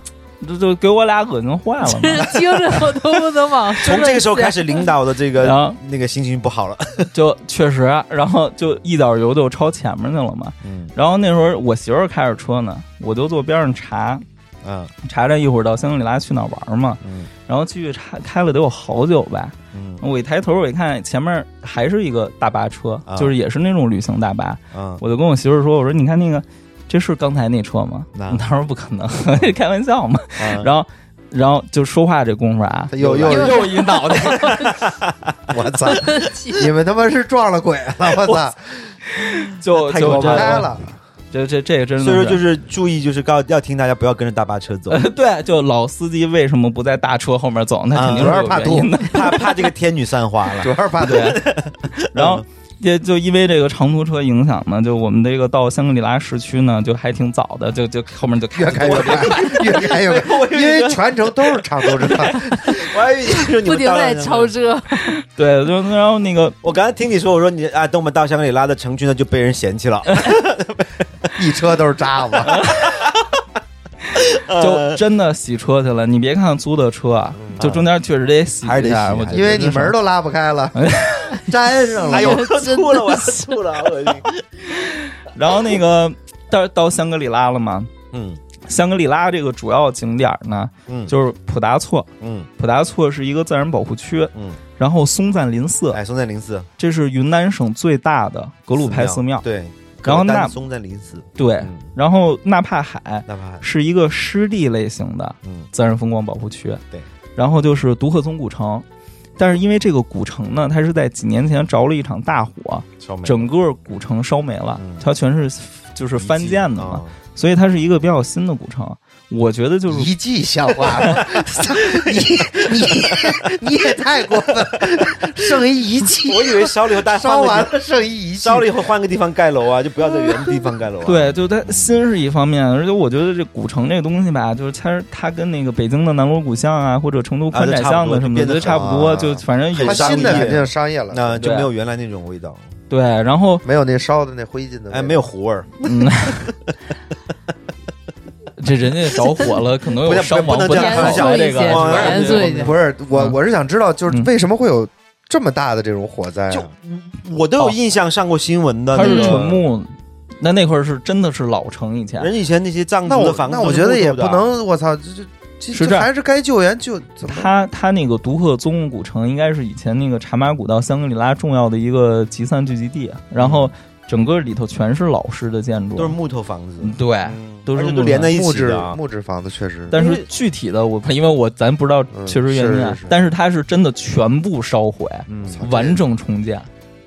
[SPEAKER 1] 就就给我俩恶心坏了嘛，
[SPEAKER 4] 这听着我都不能往
[SPEAKER 6] 从这个时候开始，领导的这
[SPEAKER 1] 然
[SPEAKER 6] 个
[SPEAKER 1] 后
[SPEAKER 6] 那个心情不好了。
[SPEAKER 1] 就确实，然后就一脚油就超前面去了嘛，
[SPEAKER 6] 嗯
[SPEAKER 1] 然后那时候我媳妇儿开着车呢，我就坐边上查
[SPEAKER 6] 嗯
[SPEAKER 1] 查查一会儿到香格里拉去哪儿玩嘛，
[SPEAKER 6] 嗯
[SPEAKER 1] 然后继续查开了得有好久吧，
[SPEAKER 6] 嗯
[SPEAKER 1] 我一抬头，我一看前面还是一个大巴车
[SPEAKER 6] 啊，
[SPEAKER 1] 就是也是那种旅行大巴。
[SPEAKER 6] 嗯，
[SPEAKER 1] 我就跟我媳妇儿说：“我说你看那个，这是刚才那车吗？”
[SPEAKER 6] 那啊
[SPEAKER 1] 她说：“不可能， 开玩笑嘛。”
[SPEAKER 6] 然
[SPEAKER 1] 然后，然后就说话这功夫啊，
[SPEAKER 3] 又又
[SPEAKER 1] 又一脑袋，
[SPEAKER 3] 我操！你们他妈是撞了鬼了！我操，
[SPEAKER 1] 就
[SPEAKER 6] 太
[SPEAKER 1] 就
[SPEAKER 3] 我
[SPEAKER 6] 可怕
[SPEAKER 3] 拍
[SPEAKER 1] 这
[SPEAKER 3] 了，
[SPEAKER 1] 这这这个真的，
[SPEAKER 6] 所以说就是注意，就是告要听大家不要跟着大巴车走，
[SPEAKER 1] 对，就老司机为什么不在大车后面 走？那肯
[SPEAKER 6] 嗯
[SPEAKER 1] 定
[SPEAKER 3] 啊主
[SPEAKER 1] 是
[SPEAKER 3] 要
[SPEAKER 1] 有
[SPEAKER 3] 是怕
[SPEAKER 1] 原因
[SPEAKER 3] 吐
[SPEAKER 1] 的。，
[SPEAKER 6] 怕怕这个天女散花 了
[SPEAKER 3] 主。要是怕吐。
[SPEAKER 1] 对， 然后也就因为这个长途车影响呢，就我们这个到香格里拉市区呢，就还挺早的，就就后面就开始
[SPEAKER 3] 越开越快，越开越快，因为全程都是长途车，
[SPEAKER 6] 我还以为你说你
[SPEAKER 4] 不
[SPEAKER 6] 们
[SPEAKER 4] 停
[SPEAKER 6] 到
[SPEAKER 4] 在
[SPEAKER 6] 了
[SPEAKER 4] 超车，
[SPEAKER 1] 对，就然后那个
[SPEAKER 6] 我刚才听你说，我说你啊，等我们到香格里拉的城区呢，就被人嫌 弃了。
[SPEAKER 3] 一车都是渣子。
[SPEAKER 6] 呃
[SPEAKER 1] 就真的洗车去了。你别看租的车啊，
[SPEAKER 3] 嗯
[SPEAKER 1] 就中间确实得洗
[SPEAKER 6] 还是
[SPEAKER 1] 一
[SPEAKER 6] 得洗
[SPEAKER 1] 下，
[SPEAKER 6] 还
[SPEAKER 1] 我
[SPEAKER 6] 是
[SPEAKER 1] 觉
[SPEAKER 6] 得
[SPEAKER 1] 得
[SPEAKER 3] 啊因为你
[SPEAKER 1] 真是
[SPEAKER 3] 门都拉不开了，粘上了
[SPEAKER 6] 哎呦，我
[SPEAKER 4] 真的
[SPEAKER 6] 吐了，我要吐了，我 的天
[SPEAKER 1] 然后那个到到香格里拉了嘛，
[SPEAKER 6] 嗯
[SPEAKER 1] 香格里拉这个主要景点呢，
[SPEAKER 6] 嗯
[SPEAKER 1] 就是普达措。
[SPEAKER 6] 嗯，
[SPEAKER 1] 普达措是一个自然保护区，
[SPEAKER 6] 嗯，
[SPEAKER 1] 然后松赞林寺，
[SPEAKER 6] 哎，松赞林寺，
[SPEAKER 1] 这是云南省最大的格鲁派寺庙，
[SPEAKER 6] 对，
[SPEAKER 1] 然后
[SPEAKER 6] 格丹
[SPEAKER 1] 那哎
[SPEAKER 6] 松赞林寺，
[SPEAKER 1] 对
[SPEAKER 6] 嗯，
[SPEAKER 1] 然后纳帕海
[SPEAKER 6] 那怕
[SPEAKER 1] 是一个湿地类型的
[SPEAKER 6] 嗯
[SPEAKER 1] 自然风光保护区，
[SPEAKER 6] 对，
[SPEAKER 1] 然后就是独克宗古城，但是因为这个古城呢，它是在几年前着了一场大火，
[SPEAKER 6] 烧煤
[SPEAKER 1] 整个古城烧没了
[SPEAKER 6] 嗯，啊
[SPEAKER 1] 它全是就是
[SPEAKER 6] 是哦
[SPEAKER 1] 翻建的嘛，所以它是一个比较新的古城。我觉得就是
[SPEAKER 3] 一季笑话吗？你你你也太过分了，剩一一 季，
[SPEAKER 6] 我以为烧了以后大家换
[SPEAKER 3] 烧
[SPEAKER 6] 个
[SPEAKER 3] 完
[SPEAKER 6] 地
[SPEAKER 3] 了剩一一季
[SPEAKER 6] 烧，了以后换个地方盖楼啊，就不要在原地方盖楼 啊。
[SPEAKER 1] 对，就它新是一方面，而且我觉得这古城这东西吧，就是它它跟那个北京的南锣鼓巷啊，或者成都
[SPEAKER 6] 啊
[SPEAKER 1] 宽
[SPEAKER 6] 都
[SPEAKER 1] 窄
[SPEAKER 6] 差不
[SPEAKER 1] 巷
[SPEAKER 6] 多
[SPEAKER 1] 子什么的，
[SPEAKER 6] 就
[SPEAKER 1] 都
[SPEAKER 6] 变得
[SPEAKER 1] 差不多，
[SPEAKER 3] 啊
[SPEAKER 1] 就反正有
[SPEAKER 3] 它新
[SPEAKER 6] 商
[SPEAKER 3] 的
[SPEAKER 6] 业啊
[SPEAKER 3] 肯定是商业了，
[SPEAKER 6] 那就
[SPEAKER 1] 对
[SPEAKER 6] 没有原来那种味道，
[SPEAKER 1] 对，然后
[SPEAKER 3] 没有那烧的那灰烬的味道，
[SPEAKER 6] 哎，没有糊味儿，
[SPEAKER 1] 嗯， 这人家着火了，可能
[SPEAKER 6] 不
[SPEAKER 1] 有
[SPEAKER 6] 是
[SPEAKER 1] 伤
[SPEAKER 6] 不
[SPEAKER 1] 亡
[SPEAKER 6] 能
[SPEAKER 1] 不
[SPEAKER 6] 这样
[SPEAKER 1] 太
[SPEAKER 6] 开玩
[SPEAKER 1] 好
[SPEAKER 6] 笑
[SPEAKER 1] 吧这个
[SPEAKER 6] 不能
[SPEAKER 1] 对
[SPEAKER 4] 严肃一点，
[SPEAKER 3] 不是我，
[SPEAKER 1] 嗯
[SPEAKER 3] 我是想知道，就是
[SPEAKER 1] 嗯
[SPEAKER 3] 为什么会有这么大的这种火灾啊？
[SPEAKER 6] 就我都有印象上过新闻的。
[SPEAKER 1] 它
[SPEAKER 6] 那
[SPEAKER 1] 是
[SPEAKER 6] 个
[SPEAKER 1] 纯木，那那块儿是真的是老城以前。
[SPEAKER 6] 人以前那些藏
[SPEAKER 3] 那
[SPEAKER 6] 族的
[SPEAKER 3] 我
[SPEAKER 6] 房子
[SPEAKER 3] 那
[SPEAKER 6] 都
[SPEAKER 3] 我
[SPEAKER 6] 是
[SPEAKER 3] 觉得也
[SPEAKER 6] 木头
[SPEAKER 3] 不
[SPEAKER 6] 的啊
[SPEAKER 3] 能，我操，这这
[SPEAKER 1] 是
[SPEAKER 3] 这
[SPEAKER 1] 这
[SPEAKER 3] 这
[SPEAKER 1] 样
[SPEAKER 3] 还是该救援救怎么？
[SPEAKER 1] 它它那个独克宗古城应该是以前那个茶马古道香格里拉重要的一个集散聚集地，然后整个里头全是老式的建筑，
[SPEAKER 6] 都是木头房子，
[SPEAKER 1] 嗯对，
[SPEAKER 3] 嗯
[SPEAKER 1] 都是
[SPEAKER 6] 而且
[SPEAKER 1] 木
[SPEAKER 6] 都
[SPEAKER 1] 头
[SPEAKER 6] 连在一
[SPEAKER 3] 木
[SPEAKER 6] 起
[SPEAKER 3] 质
[SPEAKER 6] 的啊。
[SPEAKER 3] 木质房子确实，
[SPEAKER 1] 但
[SPEAKER 6] 因
[SPEAKER 1] 是
[SPEAKER 6] 为
[SPEAKER 1] 具体的我因为我咱不知道
[SPEAKER 3] 嗯
[SPEAKER 1] 确实原因啊，
[SPEAKER 3] 是啊是是
[SPEAKER 1] 但是它是真的全部烧毁，
[SPEAKER 6] 嗯
[SPEAKER 3] 操
[SPEAKER 1] 完整重建，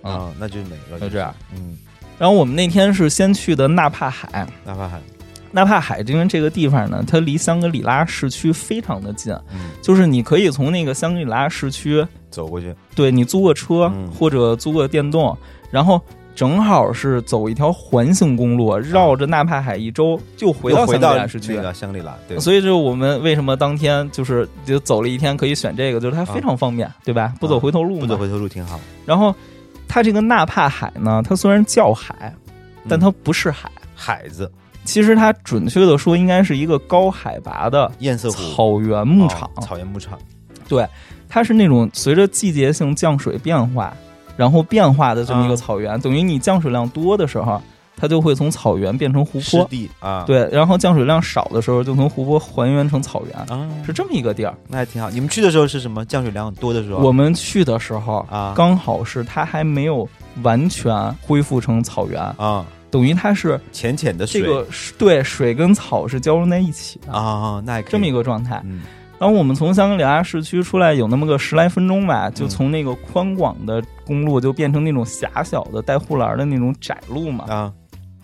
[SPEAKER 6] 啊，那就没了，
[SPEAKER 1] 就这样。
[SPEAKER 6] 嗯，
[SPEAKER 1] 然后我们那天是先去的纳帕海，
[SPEAKER 6] 纳帕海，
[SPEAKER 1] 纳帕海因为这个地方呢，它离香格里拉市区非常的近，
[SPEAKER 6] 嗯，
[SPEAKER 1] 就是你可以从那个香格里拉市区，
[SPEAKER 6] 走过去，
[SPEAKER 1] 对你租个车
[SPEAKER 6] 嗯
[SPEAKER 1] 或者租个电动，然后正好是走一条环形公路，绕着纳帕海一周就回到
[SPEAKER 6] 又回
[SPEAKER 1] 香格
[SPEAKER 6] 到
[SPEAKER 1] 里拉市区
[SPEAKER 6] 那。个香格里拉，对，
[SPEAKER 1] 所以就是我们为什么当天就是就走了一天，可以选这个，就是它非常方便，对吧？不走回头路
[SPEAKER 6] 啊
[SPEAKER 1] 嘛。
[SPEAKER 6] 不走回头路挺好。
[SPEAKER 1] 然后它这个纳帕海呢，它虽然叫海，
[SPEAKER 6] 嗯
[SPEAKER 1] 但它不是海。
[SPEAKER 6] 海子
[SPEAKER 1] 其实它准确的说，应该是一个高海拔的
[SPEAKER 6] 堰塞湖
[SPEAKER 1] 草原牧场，
[SPEAKER 6] 哦草原牧场，
[SPEAKER 1] 它是那种随着季节性降水变化，然后变化的这么一个
[SPEAKER 6] 啊
[SPEAKER 1] 草原。等于你降水量多的时候，它就会从草原变成湖
[SPEAKER 6] 湿
[SPEAKER 1] 泊，
[SPEAKER 6] 地啊，
[SPEAKER 1] 对；然后降水量少的时候，就从湖泊还原成草原，
[SPEAKER 6] 啊，
[SPEAKER 1] 是这么一个地儿。
[SPEAKER 6] 那还挺好。你们去的时候是什么？降水量多的时候？
[SPEAKER 1] 我们去的时候
[SPEAKER 6] 啊
[SPEAKER 1] 刚好是它还没有完全恢复成草原，
[SPEAKER 6] 啊，
[SPEAKER 1] 等于它是
[SPEAKER 6] 浅浅的
[SPEAKER 1] 这
[SPEAKER 6] 水
[SPEAKER 1] 个水对水跟草是交融在一起的。
[SPEAKER 6] 啊，那还可以
[SPEAKER 1] 这么一个状态，
[SPEAKER 6] 嗯
[SPEAKER 1] 当我们从香格里拉市区出来，有那么个十来分钟吧，
[SPEAKER 6] 嗯
[SPEAKER 1] 就从那个宽广的公路就变成那种狭小的带护栏的那种窄路嘛。
[SPEAKER 6] 啊，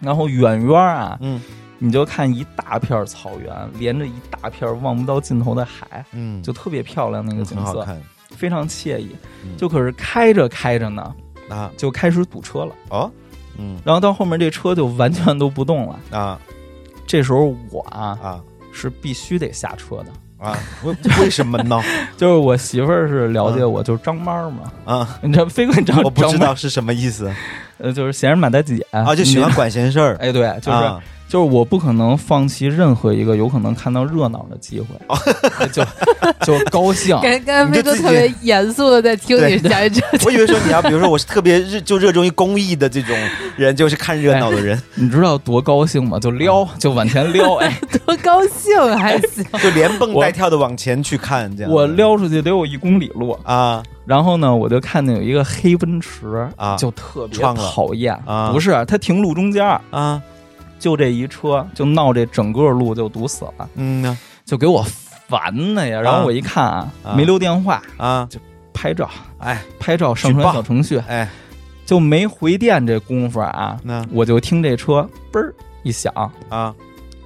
[SPEAKER 1] 然后远远儿啊，
[SPEAKER 6] 嗯
[SPEAKER 1] 你就看一大片草原，连着一大片望不到尽头的海，
[SPEAKER 6] 嗯，
[SPEAKER 1] 就特别漂亮那个景
[SPEAKER 6] 很好
[SPEAKER 1] 色，
[SPEAKER 6] 看
[SPEAKER 1] 非常惬意。
[SPEAKER 6] 嗯
[SPEAKER 1] 就可是开着开着呢，
[SPEAKER 6] 啊，
[SPEAKER 1] 就开始堵车了，
[SPEAKER 6] 哦，嗯
[SPEAKER 1] 然后到后面这车就完全都不动了。
[SPEAKER 6] 啊
[SPEAKER 1] 这时候我啊
[SPEAKER 6] 啊
[SPEAKER 1] 是必须得下车的，
[SPEAKER 6] 啊，为为什么呢？
[SPEAKER 1] 就是我媳妇儿是了解我，就是张妈儿嘛，
[SPEAKER 6] 啊，
[SPEAKER 1] 你知道非管张
[SPEAKER 6] 我不知
[SPEAKER 1] 张妈
[SPEAKER 6] 道是什么意思
[SPEAKER 1] 呃，就是闲人马大姐
[SPEAKER 6] 啊，就喜欢。管闲事
[SPEAKER 1] 你
[SPEAKER 6] 儿，
[SPEAKER 1] 哎，对，就是、
[SPEAKER 6] 啊
[SPEAKER 1] 就是，我不可能放弃任何一个有可能看到热闹的机会，
[SPEAKER 6] 哦
[SPEAKER 1] 就就高兴。
[SPEAKER 4] 感刚才
[SPEAKER 6] 你就自
[SPEAKER 4] 飞哥
[SPEAKER 6] 己
[SPEAKER 4] 特别严肃的在听你讲一这，
[SPEAKER 6] 我以为说你要，比如说我是特别热就热衷于公益的这种人，就是看热闹的人，
[SPEAKER 1] 你知道多高兴吗？就撩，
[SPEAKER 6] 啊
[SPEAKER 1] 就往前 撩。哎，
[SPEAKER 4] 多高兴啊还行。
[SPEAKER 6] 就连蹦带跳的往前去看这样。
[SPEAKER 1] 哎我撩出去得有一公里路，
[SPEAKER 6] 啊
[SPEAKER 1] 然后呢，我就看见有一个黑奔驰
[SPEAKER 6] 啊
[SPEAKER 1] 就特别
[SPEAKER 6] 撞了
[SPEAKER 1] 讨厌。
[SPEAKER 6] 啊
[SPEAKER 1] 不是，它停路中间儿，
[SPEAKER 6] 啊，
[SPEAKER 1] 就这一车，就闹这整个路就堵死了，
[SPEAKER 6] 嗯呢
[SPEAKER 1] 就给我烦的呀。然后我一看啊，
[SPEAKER 6] 啊
[SPEAKER 1] 没留电话，
[SPEAKER 6] 啊，
[SPEAKER 1] 拍照，
[SPEAKER 6] 哎
[SPEAKER 1] 拍照上传
[SPEAKER 6] 举报
[SPEAKER 1] 小程序，
[SPEAKER 6] 哎，
[SPEAKER 1] 就没回电这功夫啊，
[SPEAKER 6] 那
[SPEAKER 1] 我就听这车嘣儿一响，
[SPEAKER 6] 啊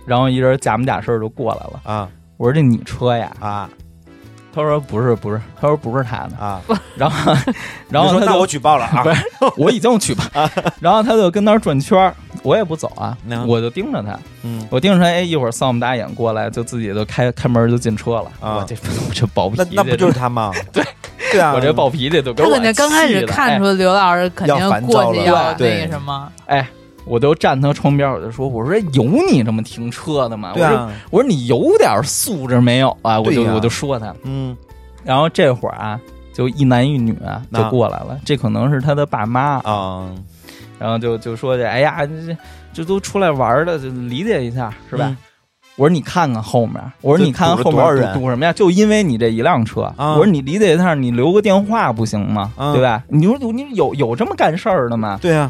[SPEAKER 1] 然后一人假模假式就过来了。
[SPEAKER 6] 啊
[SPEAKER 1] 我说这你车呀？
[SPEAKER 6] 啊
[SPEAKER 1] 他说不是不是，他说不是他的。
[SPEAKER 6] 啊，
[SPEAKER 1] 然后 然
[SPEAKER 6] 你
[SPEAKER 1] 后
[SPEAKER 6] 说
[SPEAKER 1] 他
[SPEAKER 6] 那
[SPEAKER 1] 就
[SPEAKER 6] 我举报了啊
[SPEAKER 1] 不，是 我已经去吧，然后他就跟那儿转圈儿，我也不走啊
[SPEAKER 6] 那，
[SPEAKER 1] 我就盯着他，
[SPEAKER 6] 嗯，
[SPEAKER 1] 我盯着他，哎，一会儿丧不打眼过来，就自己就开开门就进车了。
[SPEAKER 6] 啊
[SPEAKER 1] 我这我这暴脾
[SPEAKER 6] 那
[SPEAKER 1] 气，
[SPEAKER 6] 那不就是 他吗？对对啊，
[SPEAKER 1] 我这暴脾气都给
[SPEAKER 4] 他
[SPEAKER 1] 我
[SPEAKER 4] 肯定刚开始
[SPEAKER 1] 气的
[SPEAKER 4] 看出刘老师肯
[SPEAKER 6] 要
[SPEAKER 4] 定
[SPEAKER 6] 烦躁
[SPEAKER 4] 过去
[SPEAKER 6] 了
[SPEAKER 4] 要
[SPEAKER 6] 对
[SPEAKER 4] 那个什么，
[SPEAKER 1] 哎，我都站他窗边，我就说：“我说哎有你这么停车的吗？”
[SPEAKER 6] 对啊
[SPEAKER 1] 我说：“我说你有点素质没有啊？”我就、
[SPEAKER 6] 对呀
[SPEAKER 1] 我就说他。
[SPEAKER 6] 嗯
[SPEAKER 1] 然后这会儿啊，就一男一女啊就过来了，这可能是他的爸妈，
[SPEAKER 6] 啊
[SPEAKER 1] 然后就就说这：“哎呀，这这都出来玩的，就理解一下是吧？”
[SPEAKER 6] 嗯
[SPEAKER 1] 我说你看看后面，我说
[SPEAKER 6] 这
[SPEAKER 1] 你看看
[SPEAKER 6] 堵
[SPEAKER 1] 后
[SPEAKER 6] 了多少
[SPEAKER 1] 面
[SPEAKER 6] 人
[SPEAKER 1] 堵堵什么呀？就因为你这一辆车，
[SPEAKER 6] 啊
[SPEAKER 1] 我说你理解一下，你留个电话不行吗？
[SPEAKER 6] 啊
[SPEAKER 1] 对吧？你说有你有有这么干事儿的吗？
[SPEAKER 6] 对啊，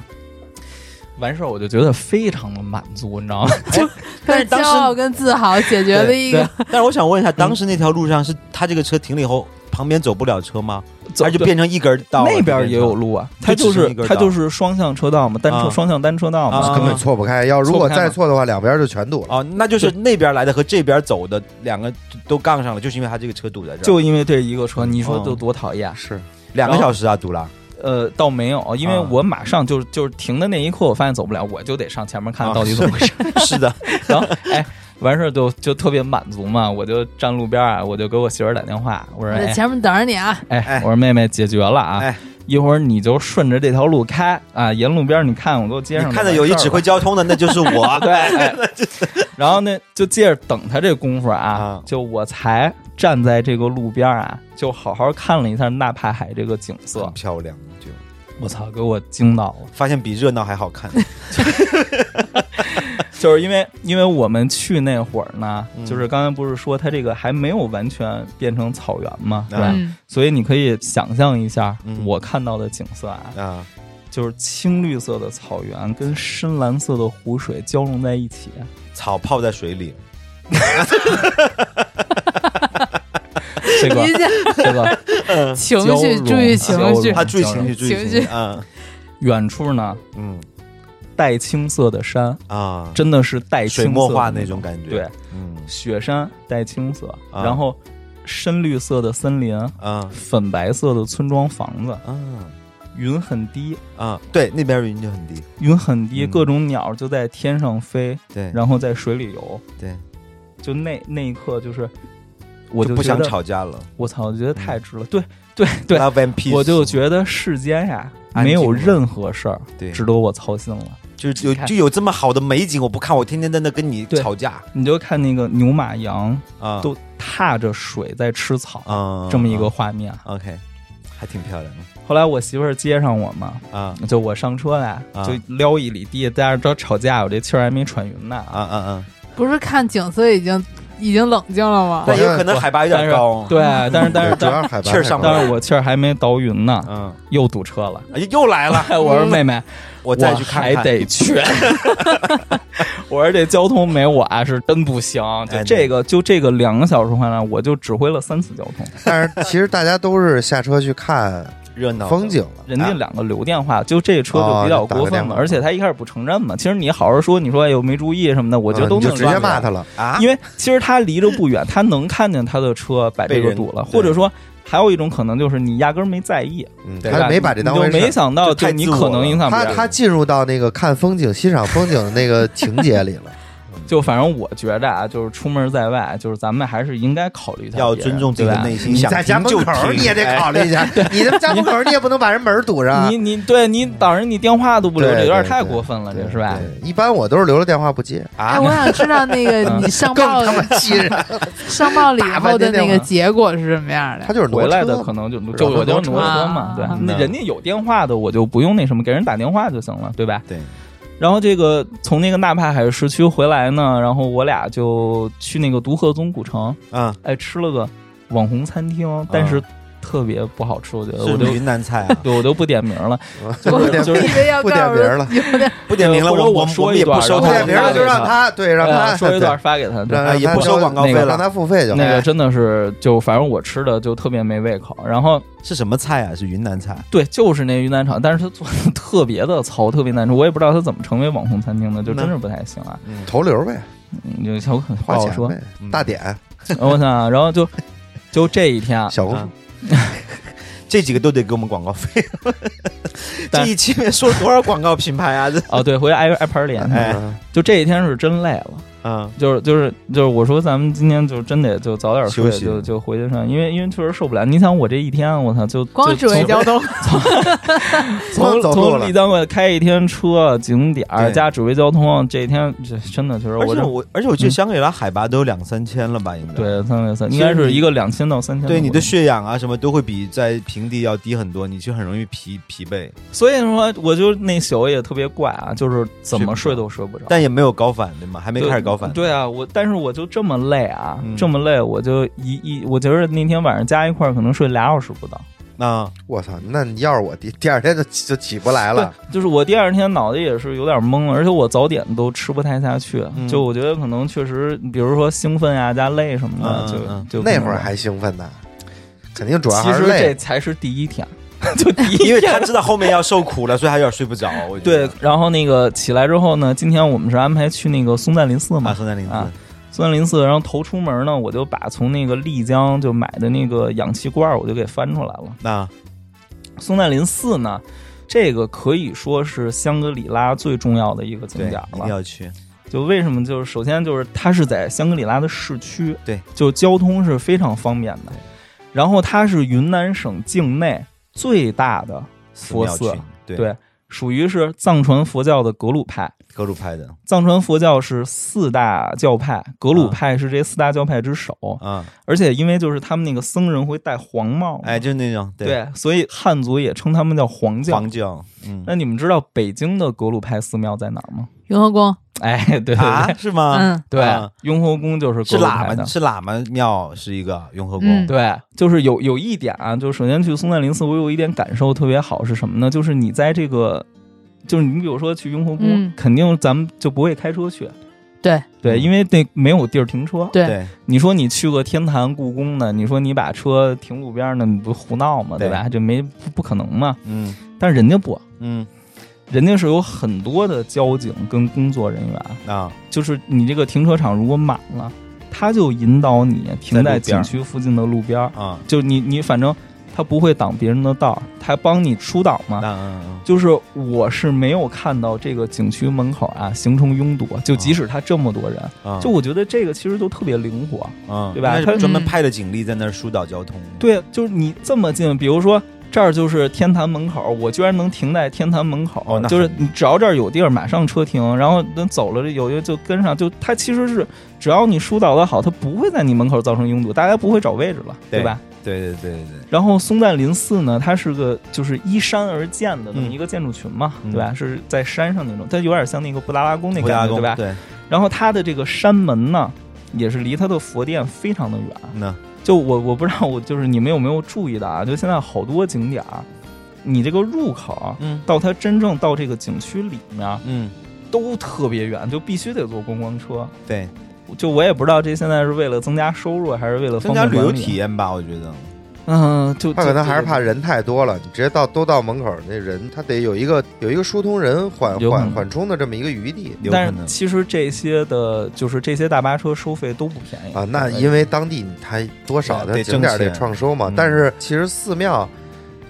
[SPEAKER 1] 完事儿我就觉得非常的满足，你知道吗？
[SPEAKER 6] 但是
[SPEAKER 4] 他
[SPEAKER 6] 当
[SPEAKER 4] 骄
[SPEAKER 6] 时
[SPEAKER 4] 傲跟自豪解决了一
[SPEAKER 1] 对
[SPEAKER 4] 个
[SPEAKER 1] 对
[SPEAKER 6] 但是我想问一下，当时那条路上是他这个车停了以后，旁边走不了车吗？
[SPEAKER 1] 嗯走
[SPEAKER 6] 还是就变成一根道了？
[SPEAKER 1] 那边也有
[SPEAKER 6] 就
[SPEAKER 1] 路啊，它就
[SPEAKER 6] 只剩
[SPEAKER 1] 是
[SPEAKER 6] 一根
[SPEAKER 1] 它
[SPEAKER 6] 道
[SPEAKER 1] 就是双向车道嘛，单车
[SPEAKER 6] 啊
[SPEAKER 1] 双向单车道嘛
[SPEAKER 6] 啊，
[SPEAKER 3] 根本错不开。要如
[SPEAKER 1] 错
[SPEAKER 3] 果
[SPEAKER 1] 不开嘛
[SPEAKER 3] 再错的话，两边就全堵
[SPEAKER 6] 变
[SPEAKER 3] 了。
[SPEAKER 6] 成。哦，那就是那边来的和这边走的两个都杠上了，就是因为他这个车堵在这儿，
[SPEAKER 1] 就因为这一个车，你说
[SPEAKER 6] 嗯
[SPEAKER 1] 就多讨厌。
[SPEAKER 3] 是，
[SPEAKER 6] 两个小时啊，堵了。
[SPEAKER 1] 呃，倒没有，因为
[SPEAKER 6] 啊
[SPEAKER 1] 我马上就是就是停的那一刻，我发现走不了，我就得上前面
[SPEAKER 6] 啊
[SPEAKER 1] 看到底怎么 回事。
[SPEAKER 6] 是的，
[SPEAKER 1] 然后哎，完事儿就就特别满足嘛，我就站路边儿啊，我就给我媳妇儿打电话，我说
[SPEAKER 4] 我在
[SPEAKER 1] 哎
[SPEAKER 4] 前面等着你啊，
[SPEAKER 1] 哎
[SPEAKER 6] 哎，
[SPEAKER 1] 我说妹妹解决了啊，
[SPEAKER 6] 哎
[SPEAKER 1] 一会儿你就顺着这条路开啊，沿 路边儿你看我给我接
[SPEAKER 6] 你
[SPEAKER 1] 上就完事儿
[SPEAKER 6] 看
[SPEAKER 1] 了，
[SPEAKER 6] 到有一指挥交通的，那就是 我。
[SPEAKER 1] 对，哎然后呢，就借着等他这功夫啊
[SPEAKER 6] 啊，
[SPEAKER 1] 就我才站在这个路边儿啊，就好好看了一下纳帕海这个景色
[SPEAKER 3] 很，漂亮，就
[SPEAKER 1] 啊我操，给我惊到了。
[SPEAKER 6] 发现比热闹还好 看。
[SPEAKER 1] 就是因为因为我们去那会儿呢，就是刚才不是说它这个还没有完全变成草原嘛，对吧？
[SPEAKER 4] 嗯，
[SPEAKER 1] 所以你可以想象一下
[SPEAKER 6] 嗯
[SPEAKER 1] 我看到的景色啊，
[SPEAKER 6] 啊，
[SPEAKER 1] 就是青绿色的草原跟深蓝色的湖水交融在一起，
[SPEAKER 6] 草泡在水里，
[SPEAKER 1] 这 个
[SPEAKER 4] 您这
[SPEAKER 1] 这个
[SPEAKER 4] 情
[SPEAKER 1] 交
[SPEAKER 4] 绪
[SPEAKER 1] 融
[SPEAKER 4] 注意情
[SPEAKER 1] 交融
[SPEAKER 4] 绪
[SPEAKER 6] 他，注意情绪，
[SPEAKER 1] 嗯
[SPEAKER 6] 注意
[SPEAKER 4] 情
[SPEAKER 6] 绪
[SPEAKER 4] 绪。
[SPEAKER 6] 嗯
[SPEAKER 1] 远处呢
[SPEAKER 6] 嗯
[SPEAKER 1] 带青色的山，
[SPEAKER 6] 啊，
[SPEAKER 1] 真的是带青
[SPEAKER 6] 水
[SPEAKER 1] 色
[SPEAKER 6] 墨画
[SPEAKER 1] 的
[SPEAKER 6] 那种感觉。
[SPEAKER 1] 对，，
[SPEAKER 6] 嗯
[SPEAKER 1] 雪山带青色，
[SPEAKER 6] 啊
[SPEAKER 1] 然后深绿色的森林，
[SPEAKER 6] 啊
[SPEAKER 1] 粉白色的村庄房子，
[SPEAKER 6] 啊
[SPEAKER 1] 云很低。
[SPEAKER 6] 啊，对，那边云就很低。
[SPEAKER 1] 云很低，
[SPEAKER 6] 嗯
[SPEAKER 1] 各种鸟就在天上飞，
[SPEAKER 6] 对
[SPEAKER 1] 然后在水里游。
[SPEAKER 6] 对，
[SPEAKER 1] 就那那一刻，就是我
[SPEAKER 6] 就
[SPEAKER 1] 就
[SPEAKER 6] 不想
[SPEAKER 1] 觉得，
[SPEAKER 6] 吵架了。
[SPEAKER 1] 我操，我觉得太值了。对对对，
[SPEAKER 6] Love and 啊 peace，
[SPEAKER 1] 我就觉得世间呀，
[SPEAKER 6] 安
[SPEAKER 1] 没
[SPEAKER 6] 静了
[SPEAKER 1] 有任何事儿
[SPEAKER 6] 对
[SPEAKER 1] 值得我操心了。
[SPEAKER 6] 就是有
[SPEAKER 1] 你看
[SPEAKER 6] 就有这么好的美景，我不看，我天天在那跟你
[SPEAKER 1] 对
[SPEAKER 6] 吵架
[SPEAKER 1] 你就看那个牛马羊
[SPEAKER 6] 啊，
[SPEAKER 1] 都踏着水在吃草，
[SPEAKER 6] 啊
[SPEAKER 1] 这么一个画面。
[SPEAKER 6] OK，还挺漂亮的
[SPEAKER 1] 后来我媳妇儿接上我嘛，
[SPEAKER 6] 啊
[SPEAKER 1] 就我上车来，
[SPEAKER 6] 啊
[SPEAKER 1] 就撩一里地，但是这吵架，我这气儿还没喘匀呢
[SPEAKER 6] 啊。啊啊！
[SPEAKER 4] 不是看景色已经已经冷静了吗？
[SPEAKER 6] 但也有
[SPEAKER 3] 我
[SPEAKER 6] 可能海拔有
[SPEAKER 1] 但
[SPEAKER 6] 点
[SPEAKER 1] 是
[SPEAKER 6] 高，，
[SPEAKER 1] 对，但是 但是
[SPEAKER 3] 主
[SPEAKER 1] 但
[SPEAKER 3] 要
[SPEAKER 1] 是
[SPEAKER 3] 是海拔
[SPEAKER 6] 气儿上
[SPEAKER 3] 啊太高啊
[SPEAKER 1] 但
[SPEAKER 3] 了
[SPEAKER 1] 是我气儿还没倒匀呢，
[SPEAKER 6] 嗯，
[SPEAKER 1] 又堵车 了。
[SPEAKER 6] 哎又来了，
[SPEAKER 1] 哎，我说妹妹，
[SPEAKER 6] 我
[SPEAKER 1] 我
[SPEAKER 6] 再去看
[SPEAKER 1] 还
[SPEAKER 6] 看。
[SPEAKER 1] 得去。我说这交通没我啊是真不行，就
[SPEAKER 6] 哎
[SPEAKER 1] 这个就这个两个小时回来，我就指挥了三次交通。
[SPEAKER 3] 但是其实大家都是下车去看
[SPEAKER 6] 热闹的
[SPEAKER 3] 风景了。
[SPEAKER 1] 人家两个留电话，就这车就比较过
[SPEAKER 3] 啊哦就打个电
[SPEAKER 1] 分
[SPEAKER 3] 话
[SPEAKER 1] 了，而且他一开始不承认嘛。其实你好好说，你说哎呦没注意什么的，我觉得都
[SPEAKER 3] 嗯你
[SPEAKER 1] 能
[SPEAKER 3] 就直接
[SPEAKER 1] 谅解
[SPEAKER 3] 骂他了，
[SPEAKER 6] 啊，
[SPEAKER 1] 因为其实他离着不远，他能看见他的车把这
[SPEAKER 6] 被
[SPEAKER 1] 个
[SPEAKER 6] 人
[SPEAKER 1] 堵了，
[SPEAKER 6] 对
[SPEAKER 1] 或者说还有一种可能就是你压根儿没在意，
[SPEAKER 3] 嗯，
[SPEAKER 1] 对
[SPEAKER 3] 他
[SPEAKER 1] 吧
[SPEAKER 3] 没把这当回
[SPEAKER 1] 你就没
[SPEAKER 3] 事。
[SPEAKER 1] 想到
[SPEAKER 6] 就太
[SPEAKER 1] 就你
[SPEAKER 6] 自我
[SPEAKER 1] 可能
[SPEAKER 6] 了
[SPEAKER 1] 影响别
[SPEAKER 3] 他
[SPEAKER 1] 人。
[SPEAKER 3] 他进入到那个看风景、欣赏风景的那个情节里了。
[SPEAKER 1] 就反正我觉着啊，就是出门在外，就是咱们还是应该考虑一下别人，
[SPEAKER 6] 要尊重自己
[SPEAKER 1] 对
[SPEAKER 6] 的
[SPEAKER 1] 吧
[SPEAKER 6] 内心，
[SPEAKER 3] 你
[SPEAKER 6] 想
[SPEAKER 3] 在家
[SPEAKER 6] 停
[SPEAKER 3] 门
[SPEAKER 6] 就
[SPEAKER 3] 口
[SPEAKER 6] 停
[SPEAKER 3] 你也得
[SPEAKER 6] 哎
[SPEAKER 3] 考虑一下，你他妈家门口你也不能把人门堵上啊。
[SPEAKER 1] 你你对你等着你电话都不留，
[SPEAKER 3] 对
[SPEAKER 1] 这有点
[SPEAKER 3] 对
[SPEAKER 1] 太
[SPEAKER 3] 对
[SPEAKER 1] 过分了，这
[SPEAKER 3] 对
[SPEAKER 1] 是吧？
[SPEAKER 3] 对一般我都是留了电话不接，
[SPEAKER 6] 啊
[SPEAKER 4] 哎，我想知道那个你上
[SPEAKER 3] 更
[SPEAKER 4] 报
[SPEAKER 3] 他妈气人。
[SPEAKER 4] 上报了以
[SPEAKER 3] 打
[SPEAKER 4] 后
[SPEAKER 3] 半天
[SPEAKER 4] 的那
[SPEAKER 3] 电
[SPEAKER 4] 个
[SPEAKER 3] 话
[SPEAKER 4] 结果是什么样的
[SPEAKER 3] 他？就是挪
[SPEAKER 1] 回来的
[SPEAKER 3] 车
[SPEAKER 1] 可能就
[SPEAKER 3] 然
[SPEAKER 1] 就
[SPEAKER 3] 后
[SPEAKER 1] 我就
[SPEAKER 3] 挪
[SPEAKER 1] 挪车嘛，对
[SPEAKER 4] 车，
[SPEAKER 1] 那
[SPEAKER 6] 嗯
[SPEAKER 1] 人家有电话的，我就不用那什么，给人打电话就行了，对吧？
[SPEAKER 6] 对。
[SPEAKER 1] 然后这个从那个纳帕海市区回来呢，然后我俩就去那个独鹤宗古城，
[SPEAKER 6] 啊，
[SPEAKER 1] 哎，吃了个网红餐厅，但是特别不好吃，我觉得
[SPEAKER 6] 是
[SPEAKER 1] 呃我就
[SPEAKER 6] 云南菜啊，
[SPEAKER 1] 对我就不点名 了，
[SPEAKER 3] 就
[SPEAKER 4] 我
[SPEAKER 3] 是
[SPEAKER 1] 就
[SPEAKER 4] 以
[SPEAKER 1] 是
[SPEAKER 4] 为要
[SPEAKER 3] 不点
[SPEAKER 4] 告诉
[SPEAKER 3] 名了
[SPEAKER 4] 有点
[SPEAKER 6] 不点名了，
[SPEAKER 1] 或者
[SPEAKER 6] 我
[SPEAKER 1] 我
[SPEAKER 6] 们
[SPEAKER 1] 说
[SPEAKER 6] 我们
[SPEAKER 1] 一
[SPEAKER 6] 也不
[SPEAKER 1] 段
[SPEAKER 6] 收
[SPEAKER 1] 然后
[SPEAKER 3] 不
[SPEAKER 6] 他
[SPEAKER 3] 点
[SPEAKER 6] 的
[SPEAKER 3] 名了就让他对 让
[SPEAKER 1] 呃
[SPEAKER 3] 他
[SPEAKER 1] 说一段
[SPEAKER 3] 对
[SPEAKER 1] 发给他，对
[SPEAKER 3] 让
[SPEAKER 6] 啊也不收广告费
[SPEAKER 3] 让
[SPEAKER 6] 了
[SPEAKER 3] 他付费就好
[SPEAKER 1] 那个真的是就反正我吃的就特别没胃口，然后
[SPEAKER 6] 是什么菜啊？是云南菜
[SPEAKER 1] 对，就是那云南炒，但是他做的 特别的糙，特别难吃，我也不知道他怎么成为网红餐厅的，就真是不太行啊。
[SPEAKER 3] 头流呗，
[SPEAKER 1] 嗯有小可不
[SPEAKER 3] 花
[SPEAKER 1] 好
[SPEAKER 3] 钱
[SPEAKER 1] 说，
[SPEAKER 3] 呗，大点
[SPEAKER 1] 我想啊，然后就就这一天啊，
[SPEAKER 3] 小公
[SPEAKER 6] 啊
[SPEAKER 3] 主。
[SPEAKER 6] 这几个都得给我们广告费。
[SPEAKER 1] 但
[SPEAKER 6] 这一期里面说了多少广告品牌啊？这
[SPEAKER 1] 哦对，回来挨挨盘儿脸去，
[SPEAKER 6] 哎
[SPEAKER 3] 嗯
[SPEAKER 1] 就这一天是真累了。
[SPEAKER 6] 嗯
[SPEAKER 1] 就是就是就是，我说咱们今天就真得就早点睡，
[SPEAKER 6] 休息
[SPEAKER 1] 就就回去上，因为因为确实受不了。你想我这一天，啊我操，就
[SPEAKER 4] 光指
[SPEAKER 1] 就
[SPEAKER 4] 挥
[SPEAKER 1] 从
[SPEAKER 4] 交通，
[SPEAKER 1] 从
[SPEAKER 3] 光走路
[SPEAKER 1] 从
[SPEAKER 3] 了
[SPEAKER 1] 丽江过来开一天车，景点儿
[SPEAKER 6] 对
[SPEAKER 1] 加指挥交通，这一天这真的就是
[SPEAKER 6] 而
[SPEAKER 1] 我
[SPEAKER 6] 且
[SPEAKER 1] 这
[SPEAKER 6] 我而且我记得
[SPEAKER 1] 嗯
[SPEAKER 6] 香格里拉海拔都有两三千了吧？应该。
[SPEAKER 1] 对三百三，
[SPEAKER 6] 其
[SPEAKER 1] 应
[SPEAKER 6] 实
[SPEAKER 1] 该是
[SPEAKER 6] 你
[SPEAKER 1] 一个两千到三千。
[SPEAKER 6] 对你的，血氧啊什么都会比在平地要低很多，你就很容易疲疲惫，
[SPEAKER 1] 所以说我就那宿也特别怪啊，就是怎么睡
[SPEAKER 6] 睡不着
[SPEAKER 1] 都睡不着。
[SPEAKER 6] 但也没有高反对吗？还没
[SPEAKER 1] 就
[SPEAKER 6] 开始高反。
[SPEAKER 1] 对啊，我但是我就这么累啊，
[SPEAKER 6] 嗯
[SPEAKER 1] 这么累，我就一一，我觉得那天晚上加一块儿可能睡俩小时不到。
[SPEAKER 6] 啊，
[SPEAKER 3] 我操，那你要是我第第二天就起就起不来了，
[SPEAKER 1] 对，就是我第二天脑袋也是有点懵了，而且我早点都吃不太下去，
[SPEAKER 6] 嗯
[SPEAKER 1] 就我觉得可啊能确实，比如说兴奋呀、加累什么的，
[SPEAKER 6] 嗯嗯 嗯
[SPEAKER 1] 就就可
[SPEAKER 3] 那
[SPEAKER 1] 能
[SPEAKER 3] 会儿还兴奋呢，肯定主要
[SPEAKER 1] 其
[SPEAKER 3] 还是
[SPEAKER 1] 实这
[SPEAKER 3] 累。
[SPEAKER 1] 才是第一天， 就第一
[SPEAKER 6] 因
[SPEAKER 1] 天
[SPEAKER 6] 为他知道后面要受苦了，所以他有点睡不着。我觉
[SPEAKER 1] 对
[SPEAKER 6] 得，
[SPEAKER 1] 然后那个起来之后呢，今天我们是安排去那个松赞林寺嘛
[SPEAKER 6] 马，松在林
[SPEAKER 1] 啊
[SPEAKER 6] 子，
[SPEAKER 1] 松赞林寺，然后头出门呢，我就把从那个丽江就买的那个氧气罐儿我就给翻出来了。
[SPEAKER 6] 那
[SPEAKER 1] 松赞林寺呢，这个可以说是香格里拉最重要的一个景
[SPEAKER 6] 对，
[SPEAKER 1] 点
[SPEAKER 6] 一定
[SPEAKER 1] 了。
[SPEAKER 6] 要去。
[SPEAKER 1] 就为什么？就是首先就是它是在香格里拉的市区，
[SPEAKER 6] 对，
[SPEAKER 1] 就交通是非常方便的。然后它是云南省境内最大的，
[SPEAKER 6] 寺
[SPEAKER 1] 佛
[SPEAKER 6] 庙
[SPEAKER 1] 寺
[SPEAKER 6] 群，
[SPEAKER 1] 对属于是藏传佛教的格鲁派。
[SPEAKER 6] 格鲁派的
[SPEAKER 1] 藏传佛教是四大教派，格鲁派是这四大教派之首，
[SPEAKER 6] 啊，
[SPEAKER 1] 而且因为就是他们那个僧人会戴黄帽嘛，
[SPEAKER 6] 哎，就是那种
[SPEAKER 1] 对，所以汉族也称他们叫黄教。
[SPEAKER 6] 黄教，嗯
[SPEAKER 1] 那你们知道北京的格鲁派寺庙在哪儿吗？
[SPEAKER 4] 雍和宫，
[SPEAKER 1] 哎，对对对，
[SPEAKER 6] 啊，是吗？
[SPEAKER 4] 嗯，
[SPEAKER 1] 对
[SPEAKER 6] 啊
[SPEAKER 1] 雍和宫就是格
[SPEAKER 6] 是
[SPEAKER 1] 鲁
[SPEAKER 6] 喇
[SPEAKER 1] 派
[SPEAKER 6] 嘛
[SPEAKER 1] 的。
[SPEAKER 6] 是喇嘛庙是一个雍和宫
[SPEAKER 4] 嗯，
[SPEAKER 1] 对，就是有有一点啊，就是首先去松赞林寺，我有一点感受特别好是什么呢？就是你在这个，就是你比如说去雍和宫，
[SPEAKER 4] 嗯
[SPEAKER 1] 肯定咱们就不会开车去，
[SPEAKER 4] 对
[SPEAKER 1] 对，
[SPEAKER 6] 嗯
[SPEAKER 1] 因为那没有地儿停车。
[SPEAKER 4] 对
[SPEAKER 6] 对
[SPEAKER 1] 你说你去个天坛、故宫呢，你说你把车停路边儿呢，你不胡闹吗？对吧？这没不不可能嘛。
[SPEAKER 6] 嗯
[SPEAKER 1] 但是人家不，啊
[SPEAKER 6] 嗯
[SPEAKER 1] 人家是有很多的交警跟工作人员，
[SPEAKER 6] 啊，
[SPEAKER 1] 就是你这个停车场如果满了，他就引导你停在景区附近的路边儿，
[SPEAKER 6] 啊，
[SPEAKER 1] 就你你反正他不会挡别人的道儿，他帮你疏导嘛。
[SPEAKER 6] 那嗯
[SPEAKER 1] 就是我是没有看到这个景区门口啊形成拥堵，就即使他这么多人，
[SPEAKER 6] 嗯，
[SPEAKER 1] 就我觉得这个其实就特别灵活。
[SPEAKER 6] 嗯，
[SPEAKER 1] 对吧
[SPEAKER 6] 应该
[SPEAKER 1] 他
[SPEAKER 6] 是专门派了警力在那儿疏导交通，
[SPEAKER 1] 对，啊就是你这么近，比如说这儿就是天坛门口，我居然能停在天坛门口，
[SPEAKER 6] 哦那
[SPEAKER 1] 就是
[SPEAKER 6] 很
[SPEAKER 1] 你只要这儿有地儿，马上车停，然后等走了有的就跟上，就它其实是只要你疏导的好，它不会在你门口造成拥堵，大家不会找位置了，
[SPEAKER 6] 对
[SPEAKER 1] 吧？
[SPEAKER 6] 对对对对对，
[SPEAKER 1] 然后松赞林寺呢，它是个就是依山而建的这么
[SPEAKER 6] 嗯
[SPEAKER 1] 一个建筑群嘛，
[SPEAKER 6] 嗯
[SPEAKER 1] 对吧？是在山上那种，它有点像那个布达拉宫那
[SPEAKER 6] 布
[SPEAKER 1] 感
[SPEAKER 6] 达
[SPEAKER 1] 觉，
[SPEAKER 6] 宫
[SPEAKER 1] 对吧？
[SPEAKER 6] 对，
[SPEAKER 1] 然后它的这个山门呢，也是离它的佛殿非常的远，
[SPEAKER 6] 那
[SPEAKER 1] 就我我不知道，我就是你们有没有注意的啊？就现在好多景点儿，你这个入口
[SPEAKER 6] 嗯
[SPEAKER 1] 到它真正到这个景区里面
[SPEAKER 6] 嗯
[SPEAKER 1] 都特别远，就必须得坐观光车。
[SPEAKER 6] 对，
[SPEAKER 1] 就我也不知道这现在是为了增加收入，还是为了
[SPEAKER 6] 增加旅游体
[SPEAKER 1] 验。
[SPEAKER 6] 验吧，我觉得，
[SPEAKER 1] 嗯，就
[SPEAKER 3] 他
[SPEAKER 1] 就
[SPEAKER 3] 可能还是
[SPEAKER 1] 就
[SPEAKER 3] 怕人太多了，你直接到都到门口，那人他得有一个有一个疏通人缓
[SPEAKER 1] 有可能
[SPEAKER 3] 缓缓冲的这么一个余地
[SPEAKER 6] 有
[SPEAKER 1] 但
[SPEAKER 6] 可能
[SPEAKER 1] 是其实这些的，就是这些大巴车收费都不便宜呃
[SPEAKER 3] 啊。那因为当地他多少
[SPEAKER 6] 对
[SPEAKER 3] 他
[SPEAKER 6] 得挣
[SPEAKER 3] 景点得
[SPEAKER 6] 钱
[SPEAKER 3] 创收嘛
[SPEAKER 6] 嗯，
[SPEAKER 3] 但是其实寺庙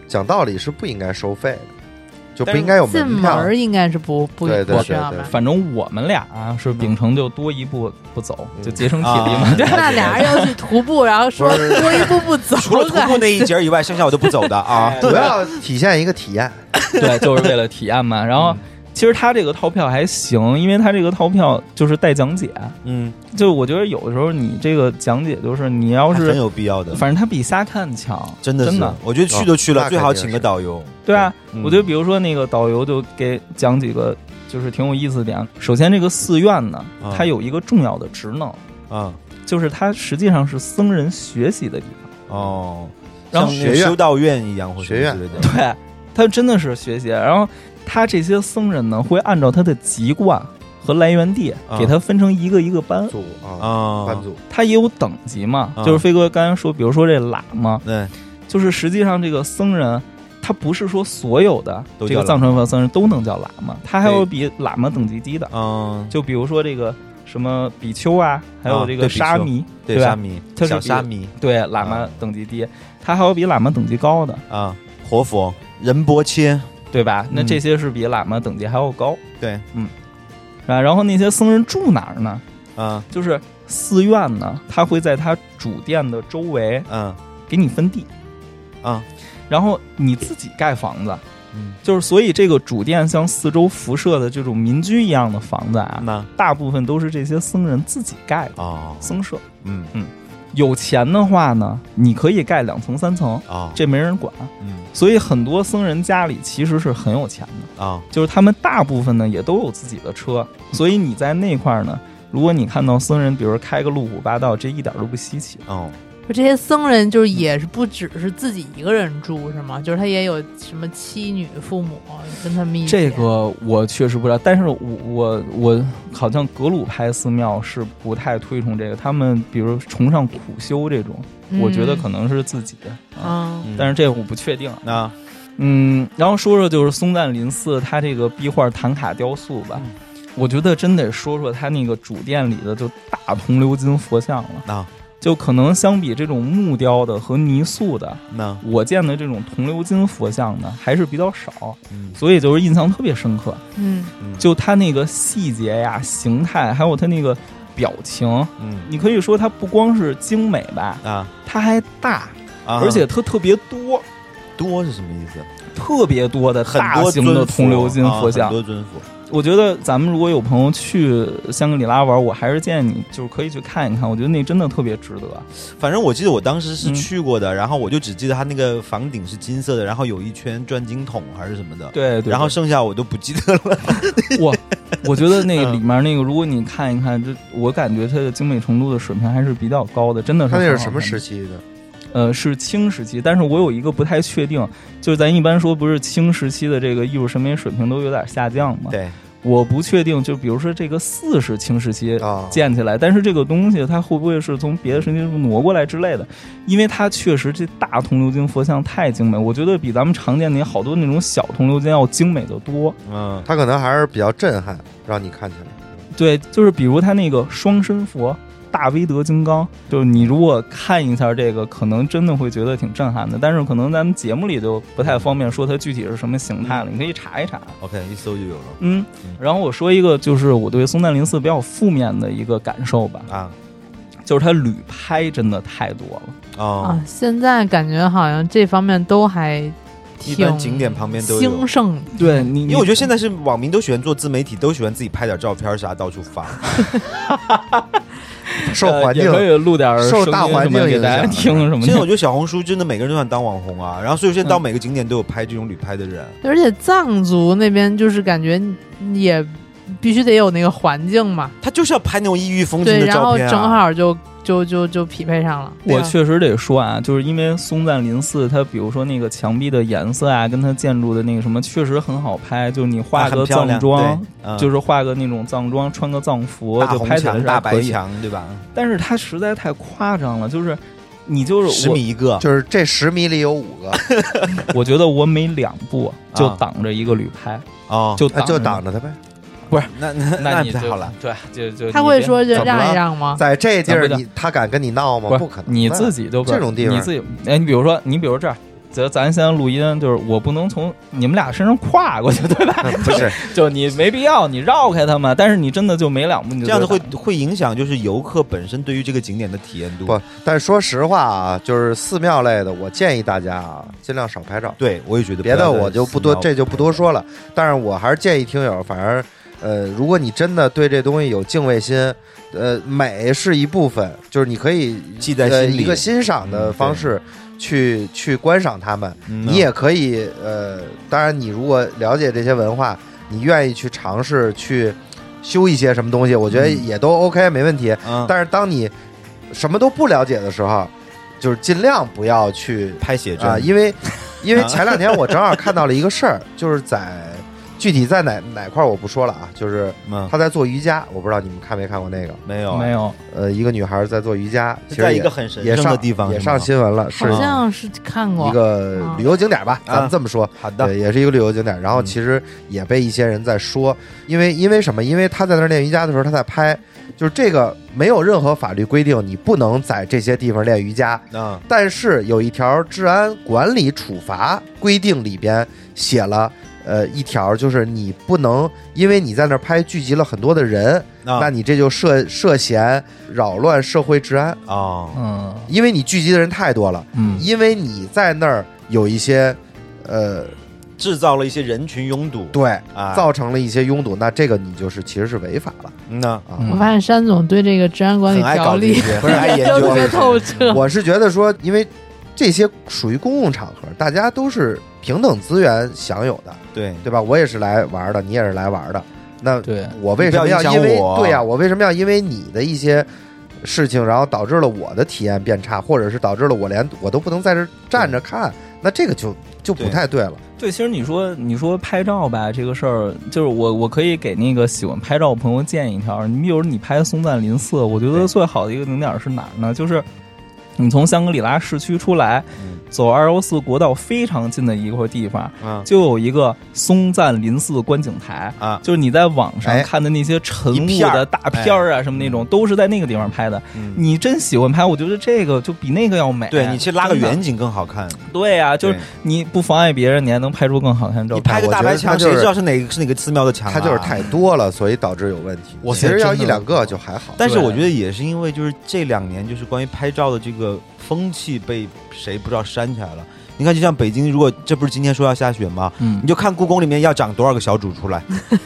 [SPEAKER 3] 讲道理是不应该收费的，就不
[SPEAKER 1] 但是
[SPEAKER 3] 应该有
[SPEAKER 4] 进
[SPEAKER 3] 门
[SPEAKER 4] 门
[SPEAKER 3] 票。
[SPEAKER 4] 儿应该是不不
[SPEAKER 3] 对对
[SPEAKER 4] 不
[SPEAKER 3] 对
[SPEAKER 4] 需要
[SPEAKER 3] 对
[SPEAKER 4] 吧？
[SPEAKER 1] 反正我们俩啊是秉承就多一步不走，就
[SPEAKER 3] 嗯
[SPEAKER 1] 节省体力嘛
[SPEAKER 6] 啊。
[SPEAKER 1] 对
[SPEAKER 4] 那俩人要去徒步，然后说
[SPEAKER 3] 不是，
[SPEAKER 4] 多一步不 走，
[SPEAKER 6] 除了徒步那一节儿以外，剩下我都不走 的啊对
[SPEAKER 3] 主要体现一个体验，
[SPEAKER 1] 对，就是为了体验嘛。然
[SPEAKER 6] 嗯
[SPEAKER 1] 后其实他这个套票还行，因为他这个套票就是带讲解，
[SPEAKER 6] 嗯，
[SPEAKER 1] 就是我觉得有的时候你这个讲解就是你要
[SPEAKER 6] 还很
[SPEAKER 1] 是，
[SPEAKER 6] 有必要的，
[SPEAKER 1] 反正他比瞎看强，
[SPEAKER 6] 真
[SPEAKER 1] 的
[SPEAKER 6] 的是，我觉得去都去
[SPEAKER 3] 哦
[SPEAKER 6] 了，
[SPEAKER 3] 那
[SPEAKER 6] 最好
[SPEAKER 3] 肯定
[SPEAKER 6] 请个
[SPEAKER 3] 是
[SPEAKER 6] 导游，
[SPEAKER 1] 对啊，
[SPEAKER 6] 嗯
[SPEAKER 1] 我觉得比如说那个导游就给讲几个。就是挺有意思的点。首先，这个寺院呢，
[SPEAKER 6] 啊
[SPEAKER 1] 它有一个重要的职能，
[SPEAKER 6] 啊
[SPEAKER 1] 就是它实际上是僧人学习的地方。
[SPEAKER 6] 哦，
[SPEAKER 1] 然后
[SPEAKER 6] 像那个
[SPEAKER 3] 学院
[SPEAKER 6] 修道院一样或什么
[SPEAKER 3] 学院
[SPEAKER 6] 之类的，
[SPEAKER 1] 对，它真的是学习。然后，他这些僧人呢，会按照他的籍贯和来源地，
[SPEAKER 6] 啊
[SPEAKER 1] 给他分成一个一个班。
[SPEAKER 3] 组啊，
[SPEAKER 6] 啊，
[SPEAKER 3] 班组
[SPEAKER 1] 它也有等级嘛，
[SPEAKER 6] 啊
[SPEAKER 1] 就是飞哥刚才说，比如说这喇嘛，
[SPEAKER 6] 对，
[SPEAKER 1] 就是实际上这个僧人，他不是说所有的
[SPEAKER 6] 都
[SPEAKER 1] 这
[SPEAKER 6] 叫
[SPEAKER 1] 个
[SPEAKER 6] 喇嘛
[SPEAKER 1] 藏传佛僧人都能叫喇嘛，他还有比喇嘛等级低的，
[SPEAKER 6] 嗯，
[SPEAKER 1] 就比如说这个什么比丘啊，还有这
[SPEAKER 6] 对
[SPEAKER 1] 个
[SPEAKER 6] 比丘啊
[SPEAKER 1] 沙弥，
[SPEAKER 6] 对
[SPEAKER 1] 吧
[SPEAKER 6] 沙弥，
[SPEAKER 1] 它是
[SPEAKER 6] 小
[SPEAKER 1] 比
[SPEAKER 6] 沙弥
[SPEAKER 1] 对喇嘛等级低，他还有比喇嘛等级高的，
[SPEAKER 6] 啊，活佛仁波切，
[SPEAKER 1] 对吧？那
[SPEAKER 6] 嗯
[SPEAKER 1] 这些是比喇嘛等级还要高，
[SPEAKER 6] 对，
[SPEAKER 1] 啊，然后那些僧人住哪儿呢？
[SPEAKER 6] 嗯
[SPEAKER 1] 就是寺院呢，他会在他主殿的周围
[SPEAKER 6] 嗯
[SPEAKER 1] 给你分地，
[SPEAKER 6] 啊，
[SPEAKER 1] 然后你自己盖房子，
[SPEAKER 6] 嗯，
[SPEAKER 1] 就是所以这个主殿像四周辐射的这种民居一样的房子啊，
[SPEAKER 6] 那
[SPEAKER 1] 大部分都是这些僧人自己盖的
[SPEAKER 6] 哦，
[SPEAKER 1] 僧舍。
[SPEAKER 6] 嗯
[SPEAKER 1] 有钱的话呢，你可以盖两层、三层，
[SPEAKER 6] 哦，
[SPEAKER 1] 这没人管。
[SPEAKER 6] 嗯
[SPEAKER 1] 所以很多僧人家里其实是很有钱的，
[SPEAKER 6] 啊
[SPEAKER 1] 就是他们大部分呢也都有自己的车，
[SPEAKER 6] 嗯
[SPEAKER 1] 所以你在那块儿呢。如果你看到僧人，比如开个路虎霸道，这一点都不稀奇。
[SPEAKER 6] 哦，
[SPEAKER 4] 就这些僧人，就是也是不只是自己一个人住是吗？就是他也有什么妻女、父母跟他们一起。
[SPEAKER 1] 这个我确实不知道，但是我我我好像格鲁派寺庙是不太推崇这个，他们比如崇尚苦修这种，
[SPEAKER 4] 嗯，
[SPEAKER 1] 我觉得可能是自己的，啊
[SPEAKER 4] 嗯
[SPEAKER 1] 但是这个我不确定啊。
[SPEAKER 6] 那
[SPEAKER 1] 嗯，然后说说就是松赞林寺它这个壁画唐卡雕塑吧，我觉得真得说说它那个主殿里的就大铜鎏金佛像了
[SPEAKER 6] 啊。
[SPEAKER 1] 就可能相比这种木雕的和泥塑的，
[SPEAKER 6] 那
[SPEAKER 1] 我见的这种铜鎏金佛像呢还是比较少，
[SPEAKER 6] 嗯
[SPEAKER 1] 所以就是印象特别深刻。
[SPEAKER 4] 嗯
[SPEAKER 1] 就它那个细节呀、形态，还有它那个表情，
[SPEAKER 6] 嗯
[SPEAKER 1] 你可以说它不光是精美吧，
[SPEAKER 6] 啊
[SPEAKER 1] 它还大，
[SPEAKER 6] 啊，
[SPEAKER 1] 而且它特别多，
[SPEAKER 6] 多是什么意思？
[SPEAKER 1] 特别多的
[SPEAKER 6] 很
[SPEAKER 1] 大
[SPEAKER 6] 多
[SPEAKER 1] 型的
[SPEAKER 6] 尊
[SPEAKER 1] 铜鎏
[SPEAKER 6] 佛
[SPEAKER 1] 金
[SPEAKER 6] 啊
[SPEAKER 1] 佛像
[SPEAKER 6] 很。多尊佛。
[SPEAKER 1] 我觉得咱们如果有朋友去香格里拉玩，我还是建议你就是可以去看一看，我觉得那真的特别值得。
[SPEAKER 6] 反正我记得我当时是
[SPEAKER 1] 嗯
[SPEAKER 6] 去过的，然后我就只记得它那个房顶是金色的，然后有一圈转经筒还是什么的，
[SPEAKER 1] 对对对
[SPEAKER 6] 然后剩下我都不记得了。
[SPEAKER 1] 我我觉得那个里面那个，如果你看一看，这我感觉它的精美程度的水平还是比较高的，真的是
[SPEAKER 3] 他那
[SPEAKER 1] 很
[SPEAKER 3] 是
[SPEAKER 1] 好
[SPEAKER 3] 什么
[SPEAKER 1] 看
[SPEAKER 3] 时期的？
[SPEAKER 1] 呃，是清时期，但是我有一个不太确定，就是咱一般说不是清时期的这个艺术审美水平都有点下降嘛？
[SPEAKER 6] 对，
[SPEAKER 1] 我不确定，就比如说这个寺是清时期
[SPEAKER 3] 啊，
[SPEAKER 1] 建起来，但是这个东西它会不会是从别的时期挪过来之类的？因为它确实这大铜鎏金佛像太精美，我觉得比咱们常见的好多那种小铜鎏金要精美的多。
[SPEAKER 6] 嗯
[SPEAKER 3] 他可能还是比较震撼，让你看起来。
[SPEAKER 1] 对，就是比如它那个双身佛。大威德金刚，就是你如果看一下这个，可能真的会觉得挺震撼的。但是可能咱们节目里就不太方便说它具体是什么形态了，你可以查一查。
[SPEAKER 6] ，OK，一搜就有了
[SPEAKER 1] 嗯
[SPEAKER 6] 嗯，
[SPEAKER 1] 然后我说一个，就是我对松赞林寺比较负面的一个感受吧，
[SPEAKER 6] 啊
[SPEAKER 1] 就是它旅拍真的太多了。
[SPEAKER 6] 哦
[SPEAKER 4] 啊，现在感觉好像这方面都还
[SPEAKER 6] 一
[SPEAKER 4] 挺
[SPEAKER 6] 般景点旁边都有
[SPEAKER 4] 兴。盛的。
[SPEAKER 1] 对你，因
[SPEAKER 6] 因为我觉得现在是网民都喜欢做自媒体，都喜欢自己拍点照片啥到处发。
[SPEAKER 3] 受环境
[SPEAKER 1] 呃也可以录点儿
[SPEAKER 3] 受大
[SPEAKER 1] 声音
[SPEAKER 3] 环
[SPEAKER 1] 什么
[SPEAKER 3] 境
[SPEAKER 1] 给
[SPEAKER 3] 影
[SPEAKER 1] 大家
[SPEAKER 3] 响
[SPEAKER 1] 听什 么嗯
[SPEAKER 6] 现在我
[SPEAKER 1] 的。
[SPEAKER 6] 觉得小红书真的每个人都想当网红啊，然后所以现在到每个景点都有拍这种旅拍的人。
[SPEAKER 4] 而且藏族那边就是感觉也必须得有那个环境嘛，
[SPEAKER 6] 他就是要拍那种异域风情
[SPEAKER 4] 对，
[SPEAKER 6] 的
[SPEAKER 4] 然
[SPEAKER 6] 照
[SPEAKER 4] 后
[SPEAKER 6] 片、啊，
[SPEAKER 4] 正好就就就就匹配上了。
[SPEAKER 6] 啊
[SPEAKER 1] 我确实得说啊，就是因为松赞林寺，它比如说那个墙壁的颜色啊，跟它建筑的那个什么，确实很好拍。就是你
[SPEAKER 6] 它
[SPEAKER 1] 画
[SPEAKER 6] 很
[SPEAKER 1] 个
[SPEAKER 6] 漂亮
[SPEAKER 1] 藏装，，
[SPEAKER 6] 对嗯、
[SPEAKER 1] 就是画个那种藏装，穿个藏服，
[SPEAKER 6] 大
[SPEAKER 1] 就
[SPEAKER 6] 红
[SPEAKER 1] 拍起来
[SPEAKER 6] 墙、
[SPEAKER 1] 是
[SPEAKER 6] 大
[SPEAKER 1] 还可
[SPEAKER 6] 白
[SPEAKER 1] 以。
[SPEAKER 6] 墙，对吧？
[SPEAKER 1] 但是它实在太夸张了，就是你就是
[SPEAKER 6] 十
[SPEAKER 1] 我，
[SPEAKER 6] 米一个，
[SPEAKER 3] 就是这十米里有五个，
[SPEAKER 1] 我觉得我每两步就
[SPEAKER 6] 啊
[SPEAKER 1] 挡着一一个旅拍，啊
[SPEAKER 6] 哦，
[SPEAKER 1] 就
[SPEAKER 3] 那
[SPEAKER 1] 挡
[SPEAKER 3] 就
[SPEAKER 1] 着
[SPEAKER 3] 挡着他呗。
[SPEAKER 6] 那那
[SPEAKER 1] 那你
[SPEAKER 6] 太
[SPEAKER 1] 就
[SPEAKER 6] 好了，，
[SPEAKER 1] 对，就就
[SPEAKER 4] 他
[SPEAKER 1] 你
[SPEAKER 4] 会
[SPEAKER 1] 别
[SPEAKER 4] 说就
[SPEAKER 3] 怎么
[SPEAKER 4] 让
[SPEAKER 3] 了
[SPEAKER 4] 一让吗？
[SPEAKER 3] 在这地
[SPEAKER 1] 啊
[SPEAKER 3] 儿
[SPEAKER 1] 不是
[SPEAKER 3] 你他敢跟你闹吗？
[SPEAKER 1] 不
[SPEAKER 3] 不
[SPEAKER 1] 是
[SPEAKER 3] 可能，
[SPEAKER 1] 你自。己就不是
[SPEAKER 3] 这种地方
[SPEAKER 1] 你自己哎，你比如说，你比如这儿。咱咱现在录音，就是我不能从你们俩身上跨过去，对吧？
[SPEAKER 3] 嗯 不是，
[SPEAKER 1] 就你没必要，你绕开他们，但是你真的就没两步，你就
[SPEAKER 6] 这样子会
[SPEAKER 1] 对打
[SPEAKER 6] 会影响就是游客本身对于这个景点的体验度。
[SPEAKER 3] 不，但说实话啊，就是寺庙类的，我建议大家啊，尽量少拍照。
[SPEAKER 6] 对我也觉得不
[SPEAKER 3] 别
[SPEAKER 6] 要在
[SPEAKER 3] 的
[SPEAKER 6] 寺庙拍，
[SPEAKER 3] 我就不多，这就不多说了。但是我还是建议听友，反正，呃，如果你真的对这东西有敬畏心，呃，美是一部分，就是你可以
[SPEAKER 6] 记在
[SPEAKER 3] 呃
[SPEAKER 6] 心里
[SPEAKER 3] 一个欣赏的
[SPEAKER 6] 嗯
[SPEAKER 3] 方式去、去观赏它们。
[SPEAKER 6] 嗯。
[SPEAKER 3] 你也可以，呃，当然你如果了解这些文化，你愿意去尝试去修一些什么东西，我觉得
[SPEAKER 6] 嗯
[SPEAKER 3] 也都 OK，没问题。
[SPEAKER 6] 嗯，
[SPEAKER 3] 但是当你什么都不了解的时候，就是尽量不要去
[SPEAKER 6] 拍写真
[SPEAKER 3] 啊，因为因为
[SPEAKER 6] 啊
[SPEAKER 3] 前两天我正好看到了一个事儿，就是在具体在哪哪块儿我不说了啊，就是
[SPEAKER 6] 嗯
[SPEAKER 3] 她在做瑜伽，我不知道你们看没看过那个，
[SPEAKER 6] 没有
[SPEAKER 1] 没
[SPEAKER 6] 有，
[SPEAKER 1] 有
[SPEAKER 3] 呃，一个女孩在做瑜伽，其实
[SPEAKER 6] 在一
[SPEAKER 3] 也
[SPEAKER 6] 个很神
[SPEAKER 3] 也
[SPEAKER 6] 圣的
[SPEAKER 3] 上
[SPEAKER 6] 地方
[SPEAKER 3] 也
[SPEAKER 6] 是吗
[SPEAKER 3] 上新闻了，是
[SPEAKER 4] 好像是看过
[SPEAKER 3] 一个
[SPEAKER 4] 啊
[SPEAKER 3] 旅游景点吧，咱们这么说。
[SPEAKER 6] 好的
[SPEAKER 3] 对，也是一个旅游景点，然后
[SPEAKER 6] 嗯
[SPEAKER 3] 其实也被一些人在说，因为因为什么？因为她在那儿练瑜伽的时候，她在拍，就是这个没有任何法律规定你不能在这些地方练瑜伽，
[SPEAKER 6] 嗯
[SPEAKER 3] 但是有一条治安管理处罚规定里边写了，呃，一条就是你不能因为你在那儿拍聚集了很多的人，那
[SPEAKER 6] 那
[SPEAKER 3] 你这就涉涉嫌扰乱社会治安，
[SPEAKER 6] 哦
[SPEAKER 1] 嗯
[SPEAKER 3] 因为你聚集的人太多了，
[SPEAKER 1] 嗯，
[SPEAKER 3] 因为你在那儿有一些，呃，
[SPEAKER 6] 制造了一些人群拥堵
[SPEAKER 3] 对，
[SPEAKER 6] 啊，
[SPEAKER 3] 造成了一些拥堵，那这个你就是其实是违法 了
[SPEAKER 6] 嗯呐
[SPEAKER 3] 啊。
[SPEAKER 1] 嗯
[SPEAKER 4] 我发现山总对这个治安管理
[SPEAKER 6] 很爱
[SPEAKER 4] 条
[SPEAKER 6] 搞这
[SPEAKER 4] 例
[SPEAKER 6] 些，很爱研
[SPEAKER 4] 都
[SPEAKER 6] 究
[SPEAKER 4] 特别
[SPEAKER 6] 这些
[SPEAKER 4] 透彻。
[SPEAKER 3] 我是觉得说，因为这些属于公共场合，大家都是平等资源享有的。
[SPEAKER 6] 对
[SPEAKER 3] 对吧？我也是来玩儿的，你也是来玩儿的，那
[SPEAKER 1] 对，
[SPEAKER 3] 我为什么要因
[SPEAKER 6] 你不要影
[SPEAKER 3] 为
[SPEAKER 6] 响我
[SPEAKER 3] 对呀、我为什么要因为你的一些事情，然后导致了我的体验变差，或者是导致了我连我都不能在这儿站着看，那这个就就不
[SPEAKER 6] 对
[SPEAKER 3] 太对了。
[SPEAKER 1] 对，其实你说你说拍照吧，这个事儿就是我我可以给那个喜欢拍照的朋友建议一条，你比如你拍松赞林寺，我觉得
[SPEAKER 6] 对
[SPEAKER 1] 最好的一个景点是哪儿呢？就是你从香格里拉市区出来，
[SPEAKER 6] 嗯
[SPEAKER 1] 走二幺四国道非常近的一块地方，
[SPEAKER 6] 啊
[SPEAKER 1] 就有一个松赞林寺观景台。
[SPEAKER 6] 啊，
[SPEAKER 1] 就是你在网上
[SPEAKER 3] 哎
[SPEAKER 1] 看的那些晨
[SPEAKER 6] 一
[SPEAKER 1] 雾
[SPEAKER 6] 片儿哎
[SPEAKER 1] 的大片儿啊，什么那种，都是在那个地方拍的。
[SPEAKER 6] 嗯，
[SPEAKER 1] 你真喜欢拍，我觉得这个就比那个要美。
[SPEAKER 6] 对你去拉个
[SPEAKER 1] 真的
[SPEAKER 6] 远，景更好看，
[SPEAKER 1] 对呀、就是
[SPEAKER 6] 对
[SPEAKER 1] 你不妨碍别人，你还能拍出更好看的
[SPEAKER 6] 你
[SPEAKER 1] 照片。
[SPEAKER 6] 拍个大白墙，
[SPEAKER 3] 我觉得他就是
[SPEAKER 6] 谁知道是哪个是哪个寺庙的墙啊？
[SPEAKER 3] 它就是太多了，所以导致有问题。
[SPEAKER 6] 哇塞
[SPEAKER 3] 其实要
[SPEAKER 6] 真的
[SPEAKER 3] 一两个就还 好，
[SPEAKER 6] 但是
[SPEAKER 1] 对
[SPEAKER 6] 我觉得也是因为就是这两年就是关于拍照的这个风气被谁不知道煽起来了。你看，就像北京，如果这不是今天说要下雪吗？
[SPEAKER 1] 嗯
[SPEAKER 6] 你，就看故宫里面要长多少个小主出来，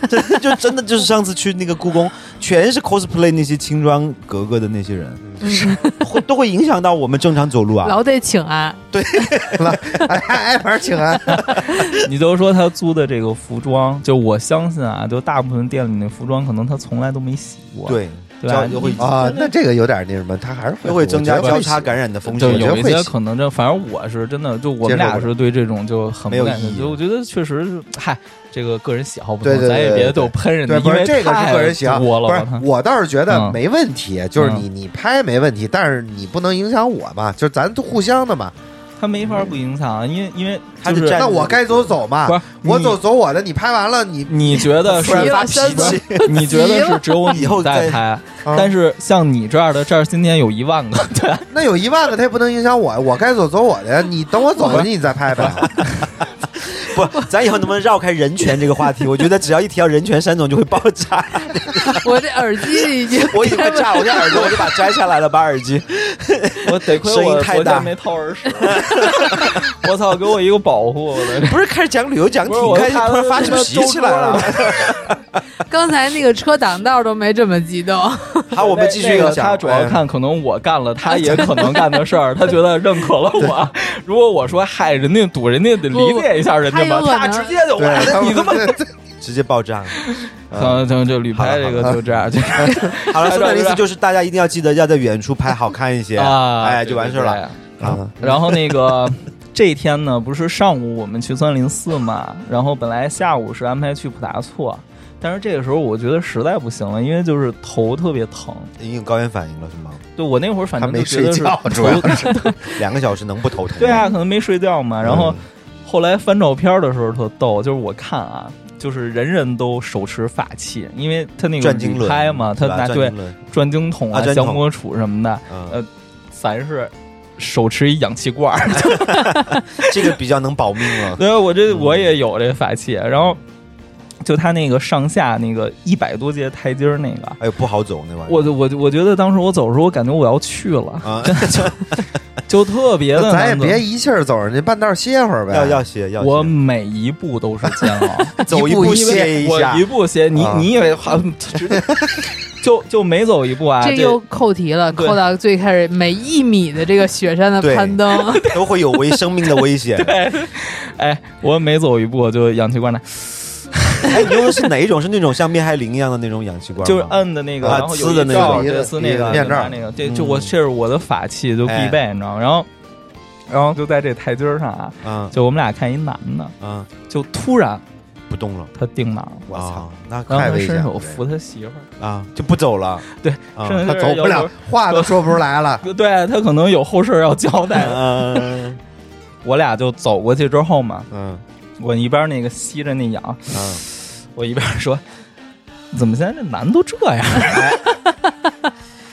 [SPEAKER 6] 这就真的就是上次去那个故宫，全是 cosplay 那些轻装格格的那些人，会都会影响到我们正常走路啊。
[SPEAKER 4] 老得请安，
[SPEAKER 3] 哎哎，反正请安。
[SPEAKER 1] 你就说他租的这个服装，就我相信啊，就大部分店里那服装，可能他从来都没洗过。
[SPEAKER 6] 对，
[SPEAKER 1] 对吧
[SPEAKER 6] 交又会
[SPEAKER 3] 啊，那这个有点那什么，它还是会
[SPEAKER 6] 又会增加
[SPEAKER 3] 我觉得
[SPEAKER 6] 交
[SPEAKER 3] 会
[SPEAKER 6] 叉感染的风
[SPEAKER 1] 就
[SPEAKER 3] 我觉
[SPEAKER 6] 险
[SPEAKER 3] 得。
[SPEAKER 1] 有一
[SPEAKER 3] 会
[SPEAKER 1] 些
[SPEAKER 3] 洗
[SPEAKER 1] 可能这，反正我是真的，就我
[SPEAKER 3] 接
[SPEAKER 1] 们
[SPEAKER 3] 受
[SPEAKER 1] 俩
[SPEAKER 3] 不了
[SPEAKER 1] 是对这种就很
[SPEAKER 6] 没
[SPEAKER 1] 不
[SPEAKER 6] 有
[SPEAKER 1] 感兴
[SPEAKER 6] 意义
[SPEAKER 1] 趣。我觉得确实是，嗨，这个个人喜好不
[SPEAKER 3] 对
[SPEAKER 1] 同，
[SPEAKER 3] 对
[SPEAKER 1] 咱也
[SPEAKER 3] 对
[SPEAKER 1] 别
[SPEAKER 3] 对
[SPEAKER 1] 都喷人家，
[SPEAKER 3] 对，不
[SPEAKER 1] 因
[SPEAKER 3] 是
[SPEAKER 1] 为
[SPEAKER 3] 这个
[SPEAKER 1] 太
[SPEAKER 3] 是个人喜好，
[SPEAKER 1] 多了，
[SPEAKER 3] 不
[SPEAKER 1] 我
[SPEAKER 3] 是
[SPEAKER 1] 操。
[SPEAKER 3] 我倒是觉得
[SPEAKER 1] 嗯
[SPEAKER 3] 没问题，就是
[SPEAKER 1] 嗯
[SPEAKER 3] 你你拍没问题，但是你不能影响我嘛，就是咱都互相的嘛。
[SPEAKER 1] 他没法不影响，啊因为因为
[SPEAKER 6] 他
[SPEAKER 1] 就
[SPEAKER 6] 就是站
[SPEAKER 3] 那我该走走嘛
[SPEAKER 1] 不，是
[SPEAKER 3] 啊我。走
[SPEAKER 1] 你
[SPEAKER 3] 走我的，你拍完了你
[SPEAKER 1] 你觉得是
[SPEAKER 4] 不然发
[SPEAKER 1] 脾
[SPEAKER 4] 脾气，
[SPEAKER 1] 你觉得是只有
[SPEAKER 6] 以
[SPEAKER 1] 你
[SPEAKER 6] 后再嗯
[SPEAKER 1] 在拍，
[SPEAKER 3] 啊
[SPEAKER 1] 但是像你这样的，这儿今天有一万个，对，
[SPEAKER 3] 那有一万个，他也不能影响我，我该走走我的，你等我走了你再拍呗。
[SPEAKER 6] 不，咱以后能不能绕开人权这个话题？我觉得只要一提到人权，山总就会爆炸。
[SPEAKER 4] 我这耳机已经
[SPEAKER 6] 我已经
[SPEAKER 4] 开不
[SPEAKER 6] 炸，我的耳朵我就把摘下来了，把耳机。
[SPEAKER 1] 我得亏
[SPEAKER 6] 声音
[SPEAKER 1] 我
[SPEAKER 6] 太
[SPEAKER 1] 昨
[SPEAKER 6] 大
[SPEAKER 1] 天没掏耳屎， 我操，给我一个保护我的。
[SPEAKER 6] 不是开始讲旅游讲
[SPEAKER 1] 不是我
[SPEAKER 6] 挺开心，
[SPEAKER 1] 看
[SPEAKER 6] 突然发起
[SPEAKER 1] 他妈
[SPEAKER 6] 脾气来了。
[SPEAKER 4] 刚才那个车挡道都没这么激动，
[SPEAKER 6] 啊好，我们继续
[SPEAKER 1] 那
[SPEAKER 6] 讲
[SPEAKER 1] 个。他主要
[SPEAKER 6] 哎
[SPEAKER 1] 看可能我干了他 也可能干的事儿，他觉得认可了我。 如果我说嗨，人家赌，人家得理解一下人家吧，
[SPEAKER 4] 不不
[SPEAKER 1] 他
[SPEAKER 4] 他有可能
[SPEAKER 1] 直接就完
[SPEAKER 3] 对，
[SPEAKER 1] 了，你他妈。
[SPEAKER 6] 直接爆炸。嗯
[SPEAKER 1] 行行，这旅拍这个就这 样，就
[SPEAKER 6] 好 了，说的意
[SPEAKER 1] 是
[SPEAKER 6] 思
[SPEAKER 1] 吧
[SPEAKER 6] 就是大家一定要记得要在远处拍好看一些，
[SPEAKER 1] 啊，
[SPEAKER 6] 哎，就完事儿了。
[SPEAKER 1] 对。
[SPEAKER 6] 嗯
[SPEAKER 3] 啊，
[SPEAKER 1] 然后那 个这一天呢，不是上午我们去三林寺嘛，然后本来下午是安排去普达措，但是这个时候我觉得实在不行了，因为就是头特别疼。
[SPEAKER 6] 已经有高原反应了是吗？
[SPEAKER 1] 对我那会儿反
[SPEAKER 3] 他
[SPEAKER 1] 正
[SPEAKER 3] 没
[SPEAKER 1] 就觉
[SPEAKER 3] 睡
[SPEAKER 1] 得是
[SPEAKER 3] 觉，主
[SPEAKER 1] 头
[SPEAKER 3] 要是
[SPEAKER 6] 两个小时能不头疼吗？
[SPEAKER 1] 对啊，可能没睡觉
[SPEAKER 6] 嗯
[SPEAKER 1] 嘛。然后后来翻照片的时候特逗，就是我看啊，就是人人都手持法器，因为他那个
[SPEAKER 6] 转经
[SPEAKER 1] 旅
[SPEAKER 6] 轮
[SPEAKER 1] 拍嘛，他
[SPEAKER 6] 是吧
[SPEAKER 1] 拿
[SPEAKER 6] 转
[SPEAKER 1] 对
[SPEAKER 6] 经轮，
[SPEAKER 1] 转经筒
[SPEAKER 6] 啊
[SPEAKER 1] 啊、
[SPEAKER 6] 转经
[SPEAKER 1] 降
[SPEAKER 6] 筒
[SPEAKER 1] 魔杵什么的，
[SPEAKER 6] 嗯，
[SPEAKER 1] 呃咱是手持一氧气罐儿。
[SPEAKER 6] 这个比较能保命啊了。
[SPEAKER 1] 对，我这我也有这法器，然后就他那个上下那个一百多阶台阶儿那个，
[SPEAKER 6] 哎呦，不好走那玩意
[SPEAKER 1] 我
[SPEAKER 6] 儿。
[SPEAKER 1] 我我觉得当时我走的时候，我感觉我要去 了，
[SPEAKER 6] 啊，
[SPEAKER 1] 就特别的
[SPEAKER 3] 咱也
[SPEAKER 1] 难走。
[SPEAKER 3] 别一气儿走人家半道歇会儿呗。
[SPEAKER 6] 要要歇要歇。
[SPEAKER 1] 我每一步都是煎熬，
[SPEAKER 6] 走
[SPEAKER 3] 一
[SPEAKER 6] 步
[SPEAKER 3] 步一
[SPEAKER 6] 歇一下
[SPEAKER 1] 我一，步歇，你
[SPEAKER 3] 啊
[SPEAKER 1] 你以为好，直接 就就每走一步啊，
[SPEAKER 4] 这又扣题了，
[SPEAKER 1] 对
[SPEAKER 4] 扣到最开始每一米的这个雪山的
[SPEAKER 6] 对
[SPEAKER 4] 攀登，
[SPEAKER 6] 都会有危生命的危 险。
[SPEAKER 1] 哎，我每走一步就氧气罐来，
[SPEAKER 6] 哎，你用的是哪一种？是那种像灭害灵一样的那种氧气罐吗？
[SPEAKER 1] 就是呃摁的那个，
[SPEAKER 6] 啊
[SPEAKER 1] 然后有
[SPEAKER 6] 呲的那
[SPEAKER 1] 一罩
[SPEAKER 6] 种
[SPEAKER 1] 对呲那
[SPEAKER 3] 一
[SPEAKER 1] 个
[SPEAKER 3] 个面罩
[SPEAKER 1] 拿那个，这就我
[SPEAKER 6] 嗯
[SPEAKER 1] 这是我的法器，就必备，你知道吗？然后然后就在这台阶儿上啊，
[SPEAKER 6] 嗯
[SPEAKER 1] 就我们俩看一男的，
[SPEAKER 6] 嗯，
[SPEAKER 1] 就突然
[SPEAKER 6] 不动了。
[SPEAKER 1] 他定哪儿了，
[SPEAKER 3] 我操
[SPEAKER 6] 啊，那
[SPEAKER 1] 然后
[SPEAKER 3] 太
[SPEAKER 1] 他
[SPEAKER 3] 危险
[SPEAKER 1] 伸手
[SPEAKER 3] 了
[SPEAKER 1] 扶他媳妇儿，
[SPEAKER 6] 啊就不走了。
[SPEAKER 1] 呃对
[SPEAKER 6] 啊，
[SPEAKER 1] 剩下
[SPEAKER 3] 他
[SPEAKER 1] 就是
[SPEAKER 3] 走不
[SPEAKER 1] 摇
[SPEAKER 3] 了
[SPEAKER 1] 头，
[SPEAKER 3] 话都说不出来了。
[SPEAKER 1] 对他可能有后事儿要交代。
[SPEAKER 6] 嗯
[SPEAKER 1] 我俩就走过去之后嘛，
[SPEAKER 6] 嗯
[SPEAKER 1] 我一边那个吸着那氧，
[SPEAKER 6] 嗯，
[SPEAKER 1] 我一边说。怎么现在这男的都这样，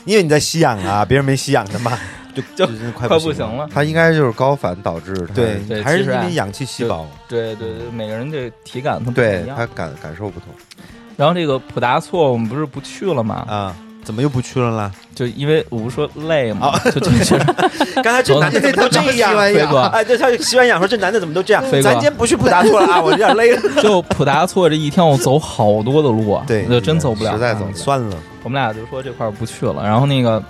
[SPEAKER 6] 因哎为你在吸氧啊，别人没吸氧的嘛，就
[SPEAKER 1] 就
[SPEAKER 6] 真的快
[SPEAKER 1] 快
[SPEAKER 6] 不
[SPEAKER 1] 行。了。
[SPEAKER 3] 他应该就是高反导致他
[SPEAKER 6] 对，
[SPEAKER 1] 对
[SPEAKER 6] 还是
[SPEAKER 1] 其
[SPEAKER 6] 因
[SPEAKER 1] 实啊
[SPEAKER 6] 为氧气细胞。
[SPEAKER 1] 对对对，每个人这体感他不
[SPEAKER 3] 对
[SPEAKER 1] 一样
[SPEAKER 3] 他。感感受不同。
[SPEAKER 1] 然后这个普达措我们不是不去了嘛，
[SPEAKER 6] 啊，怎么又不去了啦？
[SPEAKER 1] 就因为我不是说累嘛，就就确实
[SPEAKER 6] 刚才这男的怎么都这
[SPEAKER 3] 因
[SPEAKER 6] 样？
[SPEAKER 3] 为
[SPEAKER 1] 飞哥
[SPEAKER 6] 哎，对，他吸完氧说这男的怎么都这样
[SPEAKER 1] 飞？哥
[SPEAKER 6] 咱今天不去普达措了啊，我有点累了。
[SPEAKER 1] 就普达措这一天我走好多的路，啊
[SPEAKER 6] 对
[SPEAKER 1] 就真走不了，
[SPEAKER 3] 实在走不 了
[SPEAKER 6] 算了
[SPEAKER 1] 我们俩就说这块儿不去了，然后那个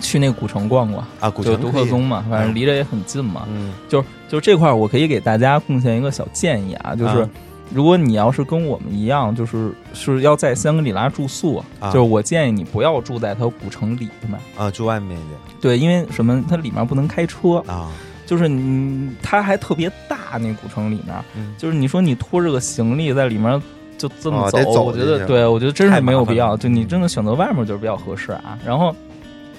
[SPEAKER 1] 去那古城逛逛，
[SPEAKER 6] 啊，古
[SPEAKER 1] 就
[SPEAKER 6] 城
[SPEAKER 1] 独
[SPEAKER 6] 可
[SPEAKER 1] 克
[SPEAKER 6] 以
[SPEAKER 1] 宗嘛，反正离着也很近嘛。
[SPEAKER 6] 嗯
[SPEAKER 1] 就是就是这块儿，我可以给大家贡献一个小建议啊，就是
[SPEAKER 6] 啊
[SPEAKER 1] 如果你要是跟我们一样，就是是要在香格里拉住宿，
[SPEAKER 2] 啊
[SPEAKER 1] 就是我建议你不要住在它古城里面。
[SPEAKER 2] 啊，住外面一点
[SPEAKER 1] 对，因为什么？它里面不能开车，
[SPEAKER 2] 啊，
[SPEAKER 1] 就是你它还特别大，那古城里面，
[SPEAKER 2] 嗯
[SPEAKER 1] 就是你说你拖着个行李在里面就这么
[SPEAKER 3] 啊
[SPEAKER 1] 走，
[SPEAKER 3] 得走
[SPEAKER 1] 我觉
[SPEAKER 3] 进去
[SPEAKER 1] 得对，我觉得真
[SPEAKER 2] 太
[SPEAKER 1] 是
[SPEAKER 2] 麻
[SPEAKER 1] 没有
[SPEAKER 2] 烦
[SPEAKER 1] 必要。
[SPEAKER 2] 了
[SPEAKER 1] 就你真的选择外面就是比较合适啊。然后，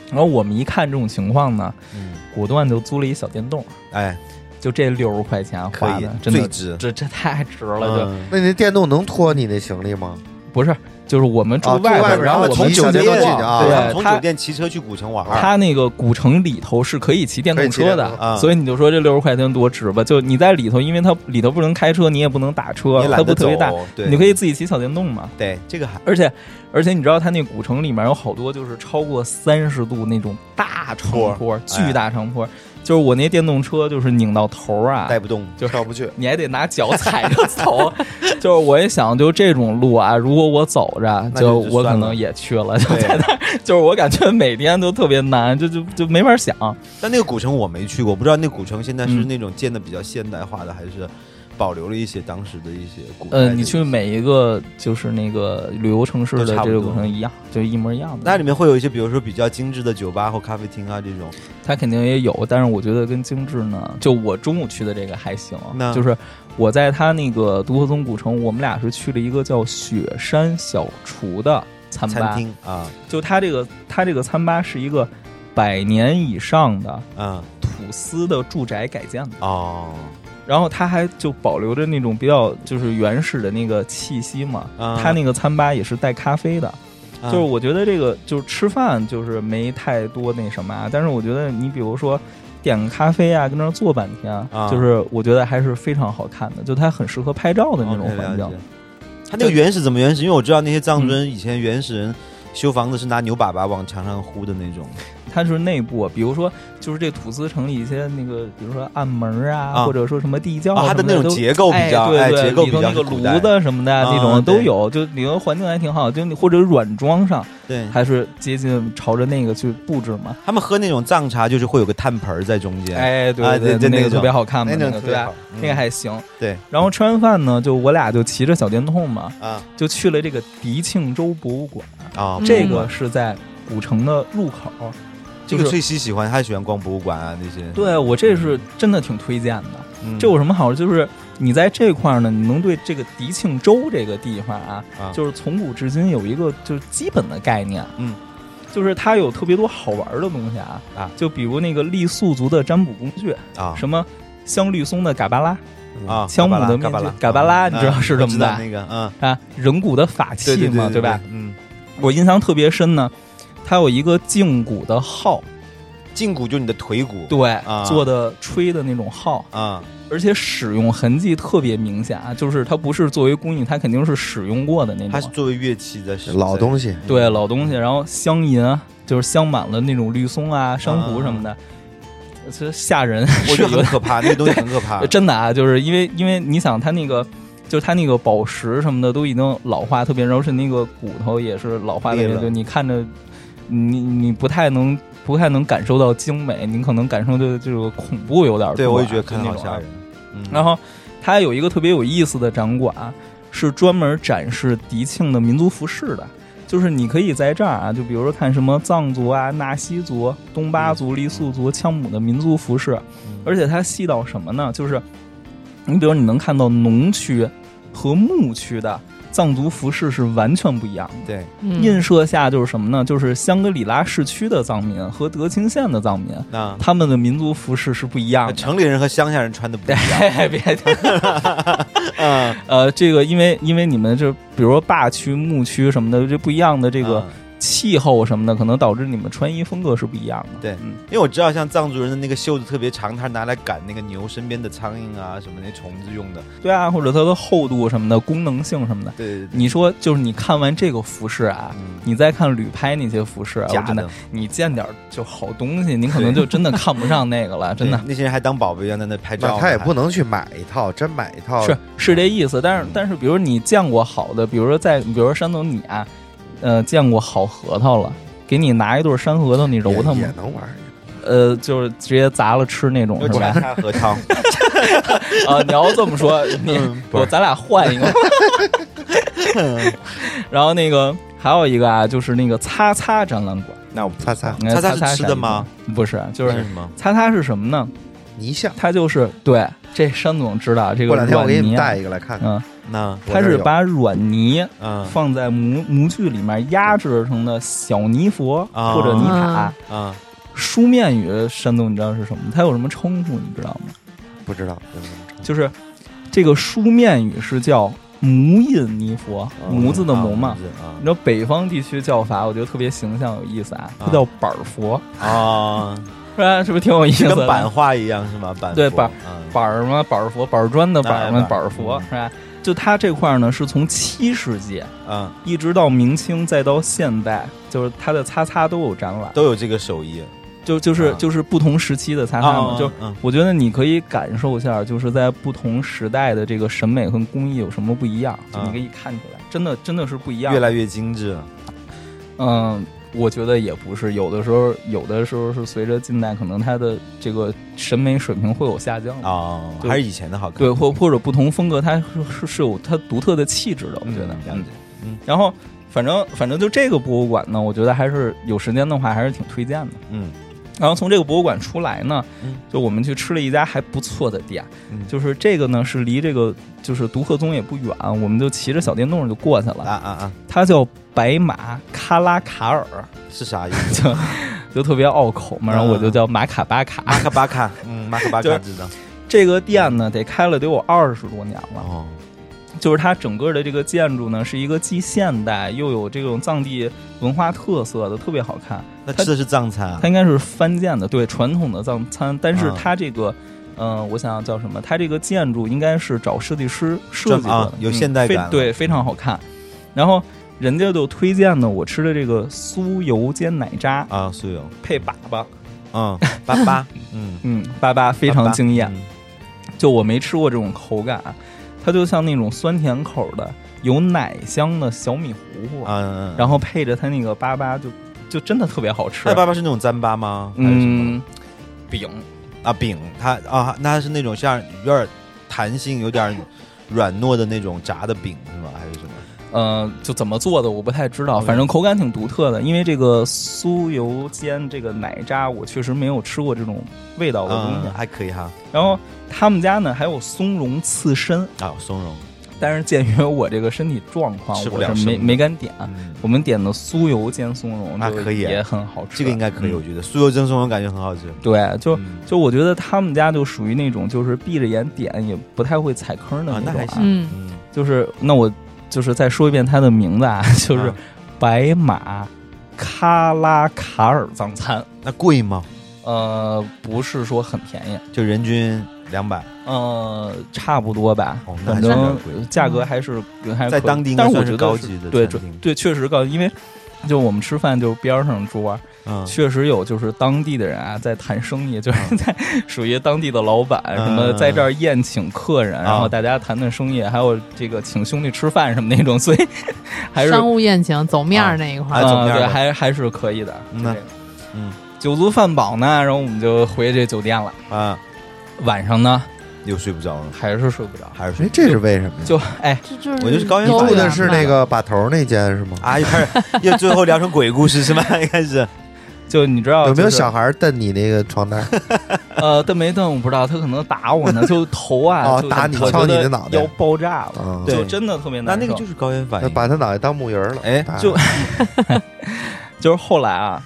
[SPEAKER 1] 然后我们一看这种情况呢，
[SPEAKER 2] 嗯，
[SPEAKER 1] 果断就租了一小电动，
[SPEAKER 2] 哎，
[SPEAKER 1] 就这六十块钱
[SPEAKER 2] 可
[SPEAKER 1] 花
[SPEAKER 2] 以
[SPEAKER 1] 的，，真
[SPEAKER 2] 最
[SPEAKER 1] 的。
[SPEAKER 2] 值。
[SPEAKER 1] 这这太值了，就
[SPEAKER 2] 嗯
[SPEAKER 3] 那你那电动能拖你那行李吗？
[SPEAKER 1] 不是，就是我们住
[SPEAKER 3] 啊住外
[SPEAKER 1] 边，
[SPEAKER 3] 边
[SPEAKER 1] 然
[SPEAKER 3] 然
[SPEAKER 1] 后我
[SPEAKER 3] 后
[SPEAKER 1] 们
[SPEAKER 3] 从
[SPEAKER 1] 去
[SPEAKER 3] 酒店
[SPEAKER 1] 逛
[SPEAKER 3] 进去啊
[SPEAKER 1] 对
[SPEAKER 6] 他们从
[SPEAKER 1] 他
[SPEAKER 6] 酒店骑车去古城玩儿，
[SPEAKER 1] 它那个古城里头是可以骑电动车
[SPEAKER 3] 可以骑电动
[SPEAKER 1] 的，
[SPEAKER 3] 车
[SPEAKER 2] 啊
[SPEAKER 1] 所以你就说这六十块钱多值吧？就你在里头，因为它里头不能开车，你也不能打车
[SPEAKER 6] 也，
[SPEAKER 1] 它
[SPEAKER 6] 懒
[SPEAKER 1] 不
[SPEAKER 6] 得
[SPEAKER 1] 特
[SPEAKER 6] 走
[SPEAKER 1] 别大，，
[SPEAKER 6] 对，
[SPEAKER 1] 你可以自己骑小电动嘛。
[SPEAKER 6] 对这个还
[SPEAKER 1] 而且而且你知道它那古城里面有好多就是超过三十度那种大长
[SPEAKER 6] 坡哎
[SPEAKER 1] 坡，巨大长坡，就是我那电动车就是拧到头儿啊，
[SPEAKER 6] 带不动，
[SPEAKER 1] 就
[SPEAKER 3] 上不去。
[SPEAKER 1] 你还得拿脚踩着 走，就是我也想，就这种路啊，如果我走着，
[SPEAKER 6] 那就
[SPEAKER 1] 我可
[SPEAKER 6] 算了
[SPEAKER 1] 能也去了，就
[SPEAKER 6] 对，
[SPEAKER 1] 就是我感觉每天都特别难，就就就没法想。
[SPEAKER 6] 但那个古城我没去过，不知道那古城现在是
[SPEAKER 1] 嗯
[SPEAKER 6] 那种建的比较现代化的，还是保留了一些当时的一些古代的一
[SPEAKER 1] 呃，
[SPEAKER 6] 些。
[SPEAKER 1] 你去每一个就是那个旅游城市的
[SPEAKER 6] 哎都差不
[SPEAKER 1] 这
[SPEAKER 6] 多
[SPEAKER 1] 个过程一样，就一模一样的。
[SPEAKER 6] 那里面会有一些，比如说比较精致的酒吧或咖啡厅啊这种。
[SPEAKER 1] 它肯定也有，但是我觉得跟精致呢，就我中午去的这个还行
[SPEAKER 6] 那，
[SPEAKER 1] 就是我在它那个独活松古城，我们俩是去了一个叫雪山小厨的餐吧。
[SPEAKER 6] 餐厅啊，
[SPEAKER 1] 就它这个它这个餐吧是一个百年以上的
[SPEAKER 6] 嗯，
[SPEAKER 1] 土司的住宅改建的，
[SPEAKER 6] 哦，
[SPEAKER 1] 然后它还就保留着那种比较就是原始的那个气息嘛。
[SPEAKER 6] 啊
[SPEAKER 1] 它那个餐吧也是带咖啡的，就
[SPEAKER 6] 啊
[SPEAKER 1] 是我觉得这个就是吃饭就是没太多那什么啊，但是我觉得你比如说。点个咖啡啊，跟那儿坐半天，
[SPEAKER 6] 啊
[SPEAKER 1] 就是我觉得还是非常好看的，就它很适合拍照的那种
[SPEAKER 6] 哦 OK，
[SPEAKER 1] 环
[SPEAKER 6] 了
[SPEAKER 1] 境
[SPEAKER 6] 解。。它那个原始怎么原始？因为我知道那些藏
[SPEAKER 1] 嗯
[SPEAKER 6] 族人以前原始人修房子是拿牛粑粑往墙上糊的那种。
[SPEAKER 1] 它是内部，啊比如说就是这土司城里一些那个，比如说暗门啊，
[SPEAKER 6] 啊
[SPEAKER 1] 或者说什么地窖
[SPEAKER 6] 啊，它
[SPEAKER 1] 什
[SPEAKER 6] 的
[SPEAKER 1] 么
[SPEAKER 6] 那种
[SPEAKER 1] 都
[SPEAKER 6] 结构比较，
[SPEAKER 1] 哎，对对，
[SPEAKER 6] 结构
[SPEAKER 1] 里
[SPEAKER 6] 比
[SPEAKER 1] 头
[SPEAKER 6] 较
[SPEAKER 1] 那个
[SPEAKER 6] 是古代
[SPEAKER 1] 炉，子什么的啊
[SPEAKER 6] 啊
[SPEAKER 1] 那种都
[SPEAKER 6] 对
[SPEAKER 1] 有，就里头环境还挺好，就你或者软装上
[SPEAKER 6] 对，
[SPEAKER 1] 还是接近朝着那个去布置嘛。
[SPEAKER 6] 他们喝那种藏茶就是会有个炭盆儿在中间，
[SPEAKER 1] 哎，
[SPEAKER 6] 啊
[SPEAKER 1] 对对
[SPEAKER 6] 对对
[SPEAKER 1] 那
[SPEAKER 6] 那
[SPEAKER 1] 个特
[SPEAKER 6] 种
[SPEAKER 1] 别好看嘛，
[SPEAKER 3] 那
[SPEAKER 1] 那
[SPEAKER 3] 种
[SPEAKER 1] 个
[SPEAKER 3] 特
[SPEAKER 1] 对
[SPEAKER 3] 别
[SPEAKER 1] 吧
[SPEAKER 3] 好？，
[SPEAKER 1] 那个还行。
[SPEAKER 6] 嗯对，
[SPEAKER 1] 然后吃完饭呢，就我俩就骑着小电动嘛，
[SPEAKER 6] 啊
[SPEAKER 1] 就去了这个迪庆州博物馆，
[SPEAKER 6] 啊，
[SPEAKER 1] 这个是在古城的入口。
[SPEAKER 6] 这
[SPEAKER 1] 就
[SPEAKER 6] 个
[SPEAKER 1] 是
[SPEAKER 6] 翠西喜欢，他喜欢逛博物馆啊那些。
[SPEAKER 1] 对我这是真的挺推荐的，
[SPEAKER 6] 嗯，
[SPEAKER 1] 这有什么好？就是你在这块儿呢，你能对这个迪庆州这个地方啊，
[SPEAKER 6] 啊
[SPEAKER 1] 就是从古至今有一个就是基本的概念，
[SPEAKER 6] 嗯，
[SPEAKER 1] 就是它有特别多好玩儿的东西啊，
[SPEAKER 6] 啊
[SPEAKER 1] 就比如那个傈僳族的占卜工具，
[SPEAKER 6] 啊
[SPEAKER 1] 什么香绿松的嘎巴拉
[SPEAKER 6] 啊，
[SPEAKER 1] 枪
[SPEAKER 6] 嘎巴
[SPEAKER 1] 姆的
[SPEAKER 6] 拉嘎巴
[SPEAKER 1] 面具
[SPEAKER 6] 拉，
[SPEAKER 1] 嘎巴拉
[SPEAKER 6] 啊
[SPEAKER 1] 你知道是
[SPEAKER 6] 我
[SPEAKER 1] 什么
[SPEAKER 6] 知道
[SPEAKER 1] 吧
[SPEAKER 6] 那个，嗯，
[SPEAKER 1] 啊，人骨的法器
[SPEAKER 6] 对对
[SPEAKER 1] 嘛，
[SPEAKER 6] 对对
[SPEAKER 1] 吧？？
[SPEAKER 6] 嗯，
[SPEAKER 1] 我印象特别深呢，它有一个胫骨的号，
[SPEAKER 6] 胫骨就是你的腿骨，
[SPEAKER 1] 对，
[SPEAKER 6] 啊
[SPEAKER 1] 做的吹的那种号，
[SPEAKER 6] 啊，
[SPEAKER 1] 而且使用痕迹特别明显啊，就是它不是作为工艺，它肯定是使用过的那
[SPEAKER 6] 它是
[SPEAKER 1] 种，
[SPEAKER 6] 作为乐器在嗯使用
[SPEAKER 3] 老东西，
[SPEAKER 1] 对老东西。然后镶银啊就是镶满了那种绿松啊、珊瑚什么的，其实吓人，
[SPEAKER 6] 我
[SPEAKER 1] 是
[SPEAKER 6] 觉得
[SPEAKER 1] 有，
[SPEAKER 6] 很可怕，那个东西很可怕
[SPEAKER 1] 真的啊，就是因为因为你想它那个。就是它那个宝石什么的都已经老化特别，然后是那个骨头也是老化特
[SPEAKER 6] 裂
[SPEAKER 1] 别，
[SPEAKER 6] 了
[SPEAKER 1] 就你看着，你你不太能不太能感受到精美，你可能感受的这个恐怖有点多啊、
[SPEAKER 6] 对我也觉得
[SPEAKER 1] 就
[SPEAKER 6] 看着
[SPEAKER 1] 那
[SPEAKER 6] 好
[SPEAKER 1] 种
[SPEAKER 6] 吓
[SPEAKER 1] 啊
[SPEAKER 6] 人。嗯
[SPEAKER 1] 然后它有一个特别有意思的展馆，是专门展示迪庆的民族服饰的。就是你可以在这儿啊，就比如说看什么藏族啊、纳西族、东巴族、
[SPEAKER 6] 嗯
[SPEAKER 1] 傈僳族、羌姆的民族服饰，而且它细到什么呢？就是你比如你能看到农区和牧区的藏族服饰是完全不一样的。
[SPEAKER 6] 对，
[SPEAKER 4] 嗯
[SPEAKER 1] 映射下就是什么呢？就是香格里拉市区的藏民和德钦县的藏民，
[SPEAKER 6] 那
[SPEAKER 1] 他们的民族服饰是不一样的。
[SPEAKER 6] 城里人和乡下人穿的不一样，
[SPEAKER 1] 对， 别
[SPEAKER 6] 嗯，
[SPEAKER 1] 呃，这个因为因为你们这比如说坝区、牧区什么的，这不一样的这个
[SPEAKER 6] 嗯
[SPEAKER 1] 气候什么的，可能导致你们穿衣风格是不一样的。
[SPEAKER 6] 对
[SPEAKER 1] 嗯，
[SPEAKER 6] 因为我知道像藏族人的那个袖子特别长，他拿来赶那个牛身边的苍蝇啊什么那虫子用的。
[SPEAKER 1] 对啊，或者它的厚度什么的、功能性什么的，
[SPEAKER 6] 对对对，
[SPEAKER 1] 你说就是你看完这个服饰啊。
[SPEAKER 6] 嗯，
[SPEAKER 1] 你再看旅拍那些服饰，啊，我
[SPEAKER 6] 假
[SPEAKER 1] 真
[SPEAKER 6] 的
[SPEAKER 1] 的，，你见点儿就好东西，你可能就真的看不上那 个了，真的
[SPEAKER 6] 对那些人还当宝贝一样在那拍照
[SPEAKER 3] 那
[SPEAKER 6] 呢。
[SPEAKER 3] 他也
[SPEAKER 6] 还
[SPEAKER 3] 不能去买一套，真买一套
[SPEAKER 1] 是是这意思。但是但是，比如你见过好的，比如说在，比如说山东你啊，呃，见过好核桃了，给你拿一对山核桃，你
[SPEAKER 3] 也
[SPEAKER 1] 揉它吗
[SPEAKER 3] 也？能玩儿。
[SPEAKER 1] 呃，就是直接砸了吃那种
[SPEAKER 6] 要
[SPEAKER 1] 是
[SPEAKER 6] 夹
[SPEAKER 1] 吧？
[SPEAKER 6] 菜喝汤，
[SPEAKER 1] 啊，你要这么 说，你
[SPEAKER 3] 嗯不 是
[SPEAKER 1] 我咱俩换 一个。 然后那个还有一个啊，就是那个擦擦展览馆，
[SPEAKER 6] 那我不
[SPEAKER 3] 擦擦
[SPEAKER 1] 那
[SPEAKER 6] 擦擦是
[SPEAKER 1] 展
[SPEAKER 6] 吃的
[SPEAKER 1] 览
[SPEAKER 6] 吗
[SPEAKER 1] 馆？不是，就是是
[SPEAKER 3] 嗯
[SPEAKER 6] 什么？
[SPEAKER 1] 擦擦是什么呢？
[SPEAKER 3] 泥像。
[SPEAKER 1] 它就是对这山总知道这个
[SPEAKER 3] 过两天我给你
[SPEAKER 1] 软
[SPEAKER 3] 们
[SPEAKER 1] 泥啊
[SPEAKER 3] 带一个来看看。
[SPEAKER 1] 嗯，
[SPEAKER 6] 那
[SPEAKER 1] 它
[SPEAKER 3] 我这儿
[SPEAKER 1] 是
[SPEAKER 3] 有
[SPEAKER 1] 把软泥
[SPEAKER 6] 嗯
[SPEAKER 1] 放在模模具里面压制成的小泥佛
[SPEAKER 6] 啊
[SPEAKER 1] 或者泥塔
[SPEAKER 4] 嗯。
[SPEAKER 6] 啊，
[SPEAKER 1] 书面语山东你知道是什么？它有什么称呼你知道吗？
[SPEAKER 3] 不知道，有什么称
[SPEAKER 1] 嗯就是这个书面语是叫模印泥佛，
[SPEAKER 6] 嗯
[SPEAKER 3] 嗯
[SPEAKER 1] 模字的
[SPEAKER 3] 啊
[SPEAKER 1] 模嘛。你知道北方地区叫法，我觉得特别形象有意思啊，它叫板儿佛，
[SPEAKER 6] 啊啊，
[SPEAKER 1] 是吧？是不是挺有意思
[SPEAKER 6] 跟
[SPEAKER 1] 的？
[SPEAKER 6] 版画一样是吗？版嗯
[SPEAKER 1] 对
[SPEAKER 6] 版
[SPEAKER 1] 版板儿嘛，板儿佛，板儿砖的板儿嘛
[SPEAKER 6] 哎，
[SPEAKER 1] 板儿佛是吧？就它这块儿呢，是从七世纪
[SPEAKER 6] 啊，
[SPEAKER 1] 一直到明清，再到现代，就是它的擦擦都有展览，
[SPEAKER 6] 都有这个手艺
[SPEAKER 1] 就就是
[SPEAKER 6] 啊
[SPEAKER 1] 就是不同时期的擦擦嘛，就
[SPEAKER 6] 嗯
[SPEAKER 1] 我觉得你可以感受一下，就是在不同时代的这个审美和工艺有什么不一样，就
[SPEAKER 6] 啊
[SPEAKER 1] 你可以看出来，真的真的是不一样
[SPEAKER 6] 越。来越精致，
[SPEAKER 1] 嗯，我觉得也不是，有的时候有的时候是随着近代，可能它的这个审美水平会有下降的。
[SPEAKER 6] 哦，
[SPEAKER 1] 对
[SPEAKER 6] 还是以前的好看。
[SPEAKER 1] 对，或或者不同风格，它是是是有它独特的气质的，我
[SPEAKER 6] 嗯，
[SPEAKER 1] 觉得。
[SPEAKER 6] 了解。
[SPEAKER 1] 然后，反正反正就这个博物馆呢，我觉得还是有时间的话，还是挺推荐的。
[SPEAKER 6] 嗯，
[SPEAKER 1] 然后从这个博物馆出来呢
[SPEAKER 6] 嗯，
[SPEAKER 1] 就我们去吃了一家还不错的店，
[SPEAKER 6] 嗯
[SPEAKER 1] 就是这个呢是离这个就是独克宗也不远，我们就骑着小电动就过去了。
[SPEAKER 6] 啊啊啊，
[SPEAKER 1] 它叫白马卡拉卡尔，
[SPEAKER 6] 是啥意思？
[SPEAKER 1] 就就特别拗口嘛，然
[SPEAKER 6] 啊
[SPEAKER 1] 后我就叫马卡巴卡。
[SPEAKER 6] 马卡巴卡，嗯，马 卡巴
[SPEAKER 1] 就
[SPEAKER 6] 卡
[SPEAKER 1] 是
[SPEAKER 6] 知道。
[SPEAKER 1] 这个店呢，得开了得有二十多年了。
[SPEAKER 6] 哦，
[SPEAKER 1] 就是它整个的这个建筑呢，是一个既现代又有这种藏地文化特色的，特别好看。
[SPEAKER 6] 那吃的是藏餐啊
[SPEAKER 1] 它？应该是翻建的，对传统的藏餐，但是
[SPEAKER 6] 啊
[SPEAKER 1] 它这个，嗯、我想想叫什么？它这个建筑应该是找设计师设计的，
[SPEAKER 6] 啊有
[SPEAKER 1] 嗯
[SPEAKER 6] 现代
[SPEAKER 1] 非
[SPEAKER 6] 感了
[SPEAKER 1] 对，非常好看。然后人家就推荐的我吃的这个酥油煎奶渣
[SPEAKER 6] 啊，酥油，
[SPEAKER 1] 配粑粑，
[SPEAKER 6] 嗯，粑粑， 嗯，
[SPEAKER 1] 嗯，粑粑非常
[SPEAKER 6] 粑粑
[SPEAKER 1] 惊艳，
[SPEAKER 6] 嗯
[SPEAKER 1] 就我没吃过这种口感，它就像那种酸甜口的有奶香的小米糊糊，
[SPEAKER 6] 啊嗯，
[SPEAKER 1] 然
[SPEAKER 6] 后
[SPEAKER 1] 后配着它那个粑粑就就真的特别好吃
[SPEAKER 6] 那，粑粑是那种糌粑吗？还是什么
[SPEAKER 1] 嗯，饼。
[SPEAKER 6] 啊饼，它啊那它是那种像有点弹性、有点软糯的那种炸的饼是吗？还是什么？
[SPEAKER 1] 呃，就怎么做的我不太知道，
[SPEAKER 6] OK
[SPEAKER 1] 反正口感挺独特的。因为这个酥油煎这个奶渣，我确实没有吃过这种味道的啊东西。
[SPEAKER 6] 嗯，还可以哈。
[SPEAKER 1] 然后他们家呢还有松茸刺身，
[SPEAKER 6] 啊，松茸，
[SPEAKER 1] 但是鉴于我这个身体状况，
[SPEAKER 6] 吃不
[SPEAKER 1] 我
[SPEAKER 6] 了
[SPEAKER 1] 是
[SPEAKER 6] 生
[SPEAKER 1] 没
[SPEAKER 6] 的
[SPEAKER 1] 没敢点。
[SPEAKER 6] 嗯
[SPEAKER 1] 啊我们点的酥油煎松茸，
[SPEAKER 6] 啊
[SPEAKER 1] 就
[SPEAKER 6] 可以
[SPEAKER 1] 也很好吃。
[SPEAKER 6] 这个应该可以，
[SPEAKER 1] 嗯
[SPEAKER 6] 我觉得酥油蒸松茸感觉很好吃。
[SPEAKER 1] 对，就
[SPEAKER 6] 嗯
[SPEAKER 1] 就我觉得他们家就属于那种就是闭着眼点也不太会踩坑的
[SPEAKER 6] 啊，那
[SPEAKER 1] 种
[SPEAKER 6] 还
[SPEAKER 1] 啊。
[SPEAKER 6] 行。
[SPEAKER 4] 嗯，
[SPEAKER 6] 嗯，
[SPEAKER 1] 就是那我就是再说一遍它的名字啊， 就是
[SPEAKER 6] 啊
[SPEAKER 1] 白马卡拉卡尔藏餐。
[SPEAKER 6] 那贵吗？
[SPEAKER 1] 呃，不是说很便宜，
[SPEAKER 6] 就人均两百，
[SPEAKER 1] 呃，差不多吧
[SPEAKER 6] 哦，那
[SPEAKER 1] 反
[SPEAKER 6] 还是有
[SPEAKER 1] 正
[SPEAKER 6] 点贵
[SPEAKER 1] 价格还是还是
[SPEAKER 6] 在
[SPEAKER 1] 可以
[SPEAKER 6] 当地应该
[SPEAKER 1] 但是我
[SPEAKER 6] 算
[SPEAKER 1] 觉得
[SPEAKER 6] 是高
[SPEAKER 1] 是
[SPEAKER 6] 级的
[SPEAKER 1] 对
[SPEAKER 6] 餐
[SPEAKER 1] 对
[SPEAKER 6] 厅
[SPEAKER 1] 对，确实高级，因为就我们吃饭就边上桌，
[SPEAKER 6] 嗯，
[SPEAKER 1] 确实有，就是当地的人啊，在谈生意，就是
[SPEAKER 3] 嗯
[SPEAKER 1] 在 属于当地的老板，
[SPEAKER 6] 嗯
[SPEAKER 1] 什么在这儿宴请客人，然
[SPEAKER 3] 啊
[SPEAKER 1] 后大家谈谈生意，还有这个请兄弟吃饭什么那种，所 以还是
[SPEAKER 4] 商务宴请走面儿那一
[SPEAKER 6] 啊
[SPEAKER 4] 块
[SPEAKER 3] 哎
[SPEAKER 4] 儿，
[SPEAKER 6] 怎么
[SPEAKER 1] 呃
[SPEAKER 6] 样
[SPEAKER 1] 对，
[SPEAKER 6] 吧
[SPEAKER 1] 还还是可以的。
[SPEAKER 6] 嗯呐
[SPEAKER 1] 对
[SPEAKER 6] 嗯
[SPEAKER 1] 酒足饭饱呢，然后我们就回这酒店了。
[SPEAKER 6] 啊，
[SPEAKER 1] 晚上呢，
[SPEAKER 6] 又睡不着了，
[SPEAKER 1] 还是睡不着，
[SPEAKER 6] 还是
[SPEAKER 3] 呼。哎
[SPEAKER 6] 睡，。
[SPEAKER 3] 这是为什么呀？
[SPEAKER 1] 就哎，
[SPEAKER 4] 这就是
[SPEAKER 6] 我就是高原
[SPEAKER 4] 动物
[SPEAKER 6] 反
[SPEAKER 3] 住
[SPEAKER 6] 应
[SPEAKER 4] 园
[SPEAKER 3] 的是
[SPEAKER 4] 嘛
[SPEAKER 3] 那个把头那间是吗？
[SPEAKER 6] 啊，又开始，又最后聊成鬼故事是吗？ 开始，
[SPEAKER 1] 就你知道
[SPEAKER 3] 有没有
[SPEAKER 1] 就是
[SPEAKER 3] 小孩蹬你那个床单？
[SPEAKER 1] 呃，蹬没蹬我不知道，他可能打我 呢，就头啊，
[SPEAKER 3] 哦
[SPEAKER 1] 就
[SPEAKER 3] 打你
[SPEAKER 1] 我觉
[SPEAKER 3] 敲你
[SPEAKER 1] 得
[SPEAKER 3] 的脑袋
[SPEAKER 1] 要爆炸了，
[SPEAKER 3] 啊，
[SPEAKER 1] 就
[SPEAKER 6] 对
[SPEAKER 1] 真的特别难
[SPEAKER 6] 那
[SPEAKER 1] 受。
[SPEAKER 6] 那个就是高原反
[SPEAKER 3] 那
[SPEAKER 6] 应，
[SPEAKER 3] 把他脑袋当木鱼儿了。
[SPEAKER 6] 哎
[SPEAKER 3] 打
[SPEAKER 1] 就就是后来啊，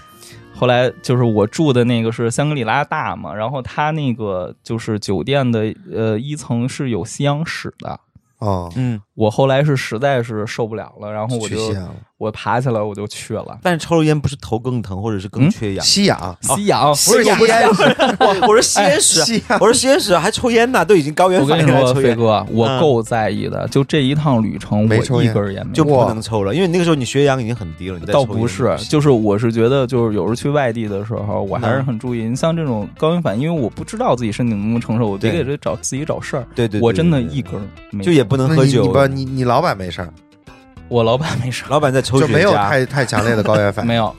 [SPEAKER 1] 后来就是我住的那个是香格里拉大嘛，然后它那个就是酒店的呃一层是有吸氧室的。
[SPEAKER 3] 哦，
[SPEAKER 6] 嗯，
[SPEAKER 1] 我后来是实在是受不了了，然后我
[SPEAKER 3] 去
[SPEAKER 1] 就
[SPEAKER 3] 吸氧了，
[SPEAKER 1] 我爬起来我就去了
[SPEAKER 6] 但是抽了烟不是头更疼，或者是更
[SPEAKER 1] 嗯
[SPEAKER 6] 缺氧？
[SPEAKER 3] 吸氧
[SPEAKER 1] 吸氧，
[SPEAKER 3] 不是吸烟，哎
[SPEAKER 6] 我我是吸烟室，
[SPEAKER 3] 吸氧
[SPEAKER 6] 我是吸烟室还抽烟呢，都已经高 原
[SPEAKER 1] 我
[SPEAKER 6] 反
[SPEAKER 1] 跟
[SPEAKER 6] 应
[SPEAKER 1] 你
[SPEAKER 6] 还
[SPEAKER 1] 说，
[SPEAKER 6] 抽
[SPEAKER 1] 飞
[SPEAKER 6] 烟，
[SPEAKER 1] 哥，我
[SPEAKER 6] 嗯
[SPEAKER 1] 够在意的，就这一趟旅程，
[SPEAKER 3] 没抽
[SPEAKER 1] 我一
[SPEAKER 3] 烟
[SPEAKER 1] 根儿烟没
[SPEAKER 6] 就
[SPEAKER 1] 有。
[SPEAKER 6] 不能抽了，因为你那个时候你血氧已经很低了，你再抽
[SPEAKER 1] 倒
[SPEAKER 6] 烟
[SPEAKER 1] 不是，
[SPEAKER 6] 行
[SPEAKER 1] 就是我是觉得，就是有时候去外地的时候，我还是很注意。你像这种高原反应，因为我不知道自己身体能不能承受，我别
[SPEAKER 6] 对
[SPEAKER 1] 给这找自己找事儿。
[SPEAKER 6] 对对，对
[SPEAKER 1] 我真的
[SPEAKER 6] 对对
[SPEAKER 1] 一根儿没
[SPEAKER 6] 就也不能
[SPEAKER 3] 那
[SPEAKER 6] 喝
[SPEAKER 3] 你你
[SPEAKER 6] 酒
[SPEAKER 3] 不，你你老板没事儿，
[SPEAKER 1] 我老板没事儿，
[SPEAKER 6] 老板在抽
[SPEAKER 3] 就
[SPEAKER 6] 雪
[SPEAKER 3] 没有
[SPEAKER 6] 茄，
[SPEAKER 3] 哎太太强烈的高原反应。
[SPEAKER 1] 没有。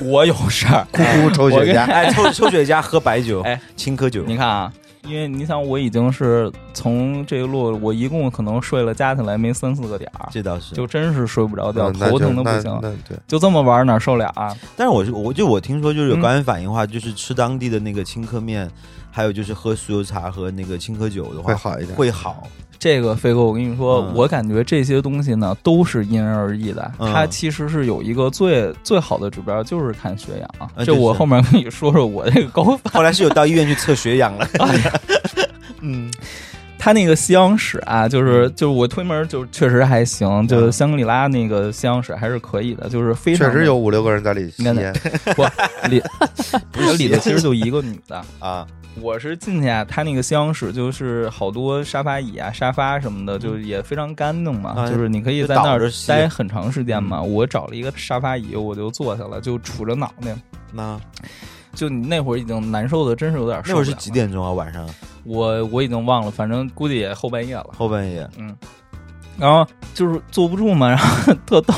[SPEAKER 1] 我有事儿。
[SPEAKER 2] 咕咕抽
[SPEAKER 1] 我
[SPEAKER 2] 雪
[SPEAKER 1] 跟
[SPEAKER 2] 茄，
[SPEAKER 6] 哎，抽抽雪茄，喝白酒，
[SPEAKER 1] 哎，
[SPEAKER 6] 青稞酒，
[SPEAKER 1] 你看啊，因为你想，我已经是从这一路，我一共可能睡了加起来没三四个点儿，
[SPEAKER 6] 这倒是。
[SPEAKER 1] 就真是睡不着觉，
[SPEAKER 3] 嗯那
[SPEAKER 1] 头
[SPEAKER 3] 就
[SPEAKER 1] 疼的
[SPEAKER 3] 那
[SPEAKER 1] 不行。
[SPEAKER 3] 那对，
[SPEAKER 1] 就这么玩儿哪受了啊？
[SPEAKER 6] 但是我是我就我听说就是有
[SPEAKER 1] 嗯
[SPEAKER 6] 高原反应的话，就是吃当地的那个青稞面，还有就是喝酥油茶和那个青稞酒的话
[SPEAKER 3] 会好一点。
[SPEAKER 6] 会好。
[SPEAKER 1] 这个飞哥，我跟你说，
[SPEAKER 6] 嗯
[SPEAKER 1] 我感觉这些东西呢都是因人而异的。
[SPEAKER 6] 嗯
[SPEAKER 1] 它其实是有一个最最好的指标，就是看血氧。
[SPEAKER 6] 啊
[SPEAKER 1] 这我
[SPEAKER 6] 就是
[SPEAKER 1] 后面跟你说说我这个高反。
[SPEAKER 6] 后来是有到医院去测血氧了， 嗯，
[SPEAKER 1] 它那个西洋史啊，就是就是我推门就确实还行，
[SPEAKER 6] 嗯
[SPEAKER 1] 就是香格里拉那个西洋史还是可以的，就是非常
[SPEAKER 3] 确实有五六个人在里吸
[SPEAKER 1] 应该的
[SPEAKER 3] 烟
[SPEAKER 1] 不 里不是里头其实就一个女的。
[SPEAKER 6] 啊，
[SPEAKER 1] 我是进去啊，它那个西洋室就是好多沙发椅啊、沙发什么的，就是也非常干净嘛，
[SPEAKER 6] 哎
[SPEAKER 1] 就是你可以在那
[SPEAKER 6] 嗯就倒着嗯
[SPEAKER 1] 儿
[SPEAKER 6] 吸
[SPEAKER 1] 待很长时间嘛。我找了一个沙发椅，我就坐下了，就杵着脑袋。
[SPEAKER 6] 那
[SPEAKER 1] 就你那会儿已经难受的，真是有点受
[SPEAKER 6] 那
[SPEAKER 1] 不了
[SPEAKER 6] 会儿是几
[SPEAKER 1] 了？
[SPEAKER 6] 点钟啊？晚上
[SPEAKER 1] 我我已经忘了，反正估计也后半夜了。
[SPEAKER 6] 后半夜，
[SPEAKER 1] 然后就是坐不住嘛，然 后特逗，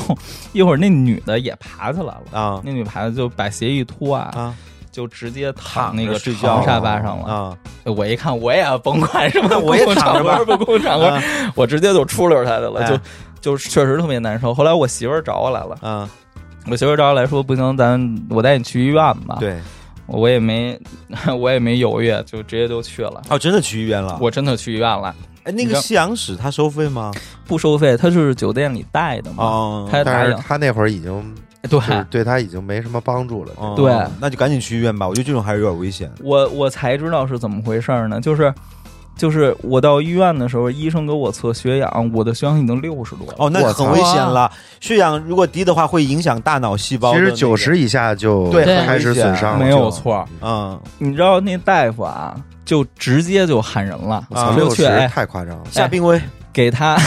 [SPEAKER 1] 一会儿那女的也爬起来了，
[SPEAKER 6] 啊
[SPEAKER 1] 那女爬的就把鞋一脱啊，
[SPEAKER 6] 啊
[SPEAKER 1] 就直接躺
[SPEAKER 6] 躺
[SPEAKER 1] 那
[SPEAKER 6] 着
[SPEAKER 1] 个
[SPEAKER 6] 睡觉
[SPEAKER 1] 长沙发上了。哎
[SPEAKER 6] 啊！
[SPEAKER 1] 我一看，我也甭管什么
[SPEAKER 6] 我也
[SPEAKER 1] 公共
[SPEAKER 6] 躺
[SPEAKER 1] 场
[SPEAKER 6] 着吧
[SPEAKER 1] 合 不公共场合
[SPEAKER 6] 啊，
[SPEAKER 1] 我直接就出溜他去了，
[SPEAKER 6] 哎
[SPEAKER 1] 就就确实特别难受。后来我媳妇儿找我来了，
[SPEAKER 6] 啊，
[SPEAKER 1] 我媳妇儿找我来说不行，咱我带你去医院吧。，
[SPEAKER 6] 对，
[SPEAKER 1] 我也没 我也没犹豫，就直接就去了。
[SPEAKER 6] 哦，真的去医院了。
[SPEAKER 1] 我真的去医院了，
[SPEAKER 6] 哎，那
[SPEAKER 1] 你
[SPEAKER 6] 个
[SPEAKER 1] 看
[SPEAKER 6] 西洋史它收费吗？
[SPEAKER 1] 不收费，他是酒店里带的嘛，
[SPEAKER 6] 哦，
[SPEAKER 1] 啊他答
[SPEAKER 3] 但是
[SPEAKER 1] 应。
[SPEAKER 3] 他那会儿已经
[SPEAKER 1] 对，
[SPEAKER 3] 就是对他已经没什么帮助了。
[SPEAKER 6] 哦
[SPEAKER 1] 对
[SPEAKER 6] 那就赶紧去医院吧。我觉得这种还是有点危险。
[SPEAKER 1] 我我才知道是怎么回事儿呢，就是就是我到医院的时候，医生给我测血氧，我的血氧已经六十多了。
[SPEAKER 6] 哦，那
[SPEAKER 3] 我
[SPEAKER 6] 很
[SPEAKER 3] 操
[SPEAKER 6] 危险了。血氧如果低的话，会影响大脑细胞
[SPEAKER 3] 其
[SPEAKER 6] 的那
[SPEAKER 3] 实
[SPEAKER 6] 个。
[SPEAKER 3] 九十以下就
[SPEAKER 6] 对
[SPEAKER 4] 很
[SPEAKER 3] 开始
[SPEAKER 6] 危险
[SPEAKER 3] 损伤了，
[SPEAKER 1] 没有错儿，
[SPEAKER 6] 嗯，
[SPEAKER 1] 你知道那大夫啊，就直接就喊人了，
[SPEAKER 3] 我操，
[SPEAKER 6] 啊
[SPEAKER 1] 就
[SPEAKER 3] 六
[SPEAKER 1] 去
[SPEAKER 3] 十哎
[SPEAKER 1] 哎
[SPEAKER 3] 太夸张了，
[SPEAKER 6] 下病危
[SPEAKER 1] 给他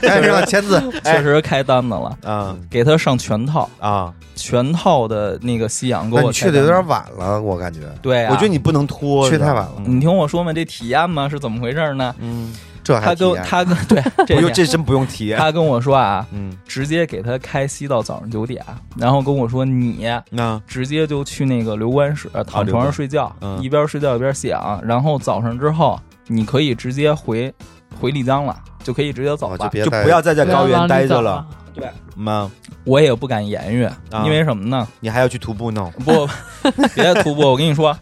[SPEAKER 3] 赶紧让签 字。
[SPEAKER 1] 确实开单子了，
[SPEAKER 6] 啊
[SPEAKER 1] 给他上全套，
[SPEAKER 6] 啊！
[SPEAKER 1] 全套的那个吸氧给
[SPEAKER 3] 那
[SPEAKER 1] 我
[SPEAKER 3] 你去
[SPEAKER 1] 开单子。
[SPEAKER 3] 的有点晚了，我感觉
[SPEAKER 1] 对啊，
[SPEAKER 6] 我觉得你不能拖着，
[SPEAKER 3] 去太晚了
[SPEAKER 1] 你听我说嘛，这体验嘛是怎么回事呢？
[SPEAKER 6] 嗯，
[SPEAKER 3] 这
[SPEAKER 1] 他
[SPEAKER 3] 还
[SPEAKER 1] 跟
[SPEAKER 3] 体验
[SPEAKER 1] 他跟 对，
[SPEAKER 6] 不用，
[SPEAKER 1] 点
[SPEAKER 6] 这真不用提。
[SPEAKER 1] 他跟我说啊，
[SPEAKER 6] 嗯，
[SPEAKER 1] 直接给他开吸到早上九点，然后跟我说你
[SPEAKER 6] 那
[SPEAKER 1] 直接就去那个留观室呃躺
[SPEAKER 6] 留
[SPEAKER 1] 床
[SPEAKER 6] 观
[SPEAKER 1] 上睡觉，
[SPEAKER 6] 嗯
[SPEAKER 1] 一边睡觉一边吸氧，然后早上之后你可以直接回回丽江了，就可以直接走
[SPEAKER 3] 哦
[SPEAKER 1] 了。
[SPEAKER 3] 就别
[SPEAKER 6] 就
[SPEAKER 3] 再
[SPEAKER 6] 不要再在
[SPEAKER 4] 不要
[SPEAKER 6] 高
[SPEAKER 4] 往
[SPEAKER 6] 原
[SPEAKER 4] 里
[SPEAKER 6] 待着
[SPEAKER 4] 走啊
[SPEAKER 6] 了，。妈，
[SPEAKER 1] 我也不敢言语，因为什么呢？
[SPEAKER 6] 你还要去徒步呢。
[SPEAKER 1] 不， 别徒步，我跟你说。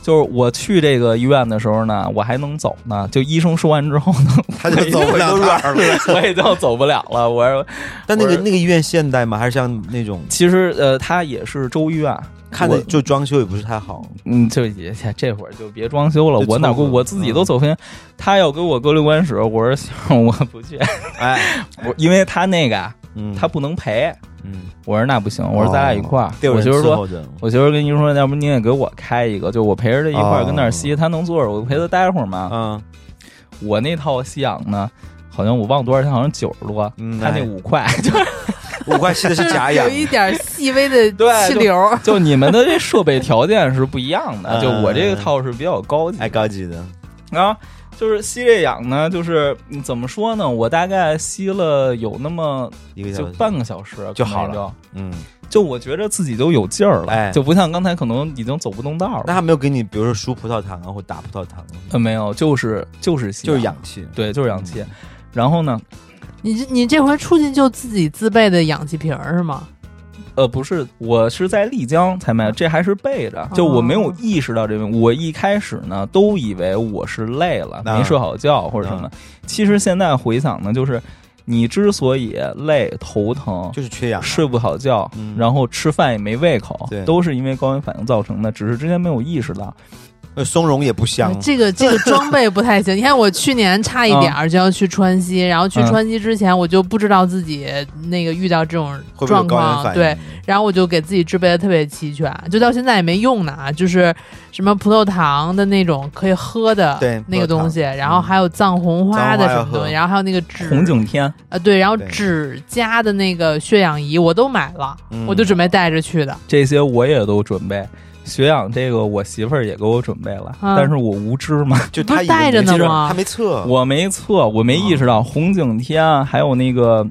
[SPEAKER 1] 就是我去这个医院的时候呢，我还能走呢。就医生说完之后呢，
[SPEAKER 3] 他就走
[SPEAKER 6] 都
[SPEAKER 3] 回到
[SPEAKER 6] 软
[SPEAKER 3] 那儿了。
[SPEAKER 1] 我也就走不了了。我说，
[SPEAKER 6] 但那
[SPEAKER 1] 我
[SPEAKER 6] 个
[SPEAKER 1] 是
[SPEAKER 6] 那个医院现代吗？还是像那种
[SPEAKER 1] 其实呃，他也是州医院，
[SPEAKER 6] 看
[SPEAKER 1] 我
[SPEAKER 6] 着就装修也不是太好？
[SPEAKER 1] 嗯，就也这会儿就别装修了
[SPEAKER 6] 就，
[SPEAKER 1] 我哪
[SPEAKER 6] 凑
[SPEAKER 1] 顾
[SPEAKER 6] 合
[SPEAKER 1] 我自己
[SPEAKER 6] 嗯
[SPEAKER 1] 都走偏。他要给我割流管室，我说行， 我不去，
[SPEAKER 6] 哎，
[SPEAKER 1] 我因为他那个啊
[SPEAKER 6] 嗯，
[SPEAKER 1] 他不能赔，
[SPEAKER 6] 嗯，
[SPEAKER 1] 我说那不行，我说咱
[SPEAKER 6] 哦
[SPEAKER 1] 俩一块儿，
[SPEAKER 6] 得有
[SPEAKER 1] 我
[SPEAKER 6] 人
[SPEAKER 1] 媳妇
[SPEAKER 6] 伺
[SPEAKER 1] 说。
[SPEAKER 6] 候着。
[SPEAKER 1] 我媳妇跟您说，要不您也给我开一个，就我陪着他一块儿
[SPEAKER 3] 哦
[SPEAKER 1] 跟那儿吸，他能坐着，我陪他待会儿嘛。
[SPEAKER 6] 嗯
[SPEAKER 1] 我那套吸氧呢，好像我忘多少钱，好像九十多，
[SPEAKER 6] 嗯，
[SPEAKER 1] 他那
[SPEAKER 6] 哎
[SPEAKER 1] 五块，就
[SPEAKER 6] 五块吸的是 假氧
[SPEAKER 4] 有，一点细 微的
[SPEAKER 1] 对
[SPEAKER 4] 气流，
[SPEAKER 1] 就你们的这设备条件是不一样的，
[SPEAKER 6] 嗯
[SPEAKER 1] 就我这个套是比较高级的
[SPEAKER 6] 哎，高级的，
[SPEAKER 1] 啊。就是吸这氧呢，就是嗯怎么说呢？我大概吸了有那么
[SPEAKER 6] 一个小
[SPEAKER 1] 就
[SPEAKER 6] 时
[SPEAKER 1] 半个小时
[SPEAKER 6] 就好了
[SPEAKER 1] 可能也
[SPEAKER 6] 嗯，
[SPEAKER 1] 就，就我觉得自己都有劲儿了，
[SPEAKER 6] 哎
[SPEAKER 1] 就不像刚才可能已经走不动道了
[SPEAKER 6] 那。他没有给你，比如说输葡萄糖啊，或打葡萄糖啊，
[SPEAKER 1] 呃，没有，就是就是吸，
[SPEAKER 6] 就是，氧气。
[SPEAKER 1] 对，就是氧气。然后呢，
[SPEAKER 4] 你这你这回出去就自己自备的氧气瓶儿是吗？
[SPEAKER 1] 呃，不是，我是在丽江才买，这还是备
[SPEAKER 6] 哦
[SPEAKER 1] 着，就我没有意识到这问题。我一开始呢，都以为我是累了，
[SPEAKER 6] 啊
[SPEAKER 1] 没睡好觉或者什么。其实现在回想呢，就是你之所以累、头疼。
[SPEAKER 6] 就是缺氧，啊
[SPEAKER 1] 睡不好觉，
[SPEAKER 6] 嗯
[SPEAKER 1] 然后吃饭也没胃口
[SPEAKER 6] 对，
[SPEAKER 1] 都是因为高原反应造成的，只是之前没有意识到。
[SPEAKER 6] 呃，松茸也不香，
[SPEAKER 4] 这个这个装备不太行。你看我去年差一点
[SPEAKER 6] 嗯
[SPEAKER 4] 儿就要去川西，然后去
[SPEAKER 1] 嗯
[SPEAKER 4] 川西之前我就不知道自己那个遇到这种
[SPEAKER 6] 会不会有
[SPEAKER 4] 状
[SPEAKER 6] 高原
[SPEAKER 4] 况，
[SPEAKER 6] 反应？
[SPEAKER 4] 对，，然后我就给自己制备的特别齐全，就到现在也没用呢啊，就是什么葡萄糖的那种可以喝的
[SPEAKER 6] 对
[SPEAKER 4] 那个
[SPEAKER 6] 葡萄糖嗯
[SPEAKER 4] 东西，然后还有藏红花的
[SPEAKER 6] 藏红花要
[SPEAKER 4] 什么东
[SPEAKER 6] 喝
[SPEAKER 4] 西，然后还有那个纸
[SPEAKER 1] 红景天，
[SPEAKER 4] 啊，对，然后
[SPEAKER 6] 对
[SPEAKER 4] 指甲的那个血氧仪我都买了，
[SPEAKER 6] 嗯
[SPEAKER 4] 我就准备带着去的。
[SPEAKER 1] 这些我也都准备。血氧这个我媳妇儿也给我准备了，
[SPEAKER 4] 嗯
[SPEAKER 1] 但是我无知嘛，
[SPEAKER 6] 就
[SPEAKER 4] 不
[SPEAKER 6] 他
[SPEAKER 4] 是
[SPEAKER 6] 以为
[SPEAKER 4] 带着
[SPEAKER 6] 你
[SPEAKER 4] 呢
[SPEAKER 6] 是
[SPEAKER 4] 吗
[SPEAKER 3] 啊
[SPEAKER 6] 他没测，
[SPEAKER 1] 我没测，我没意识到红景天还有那个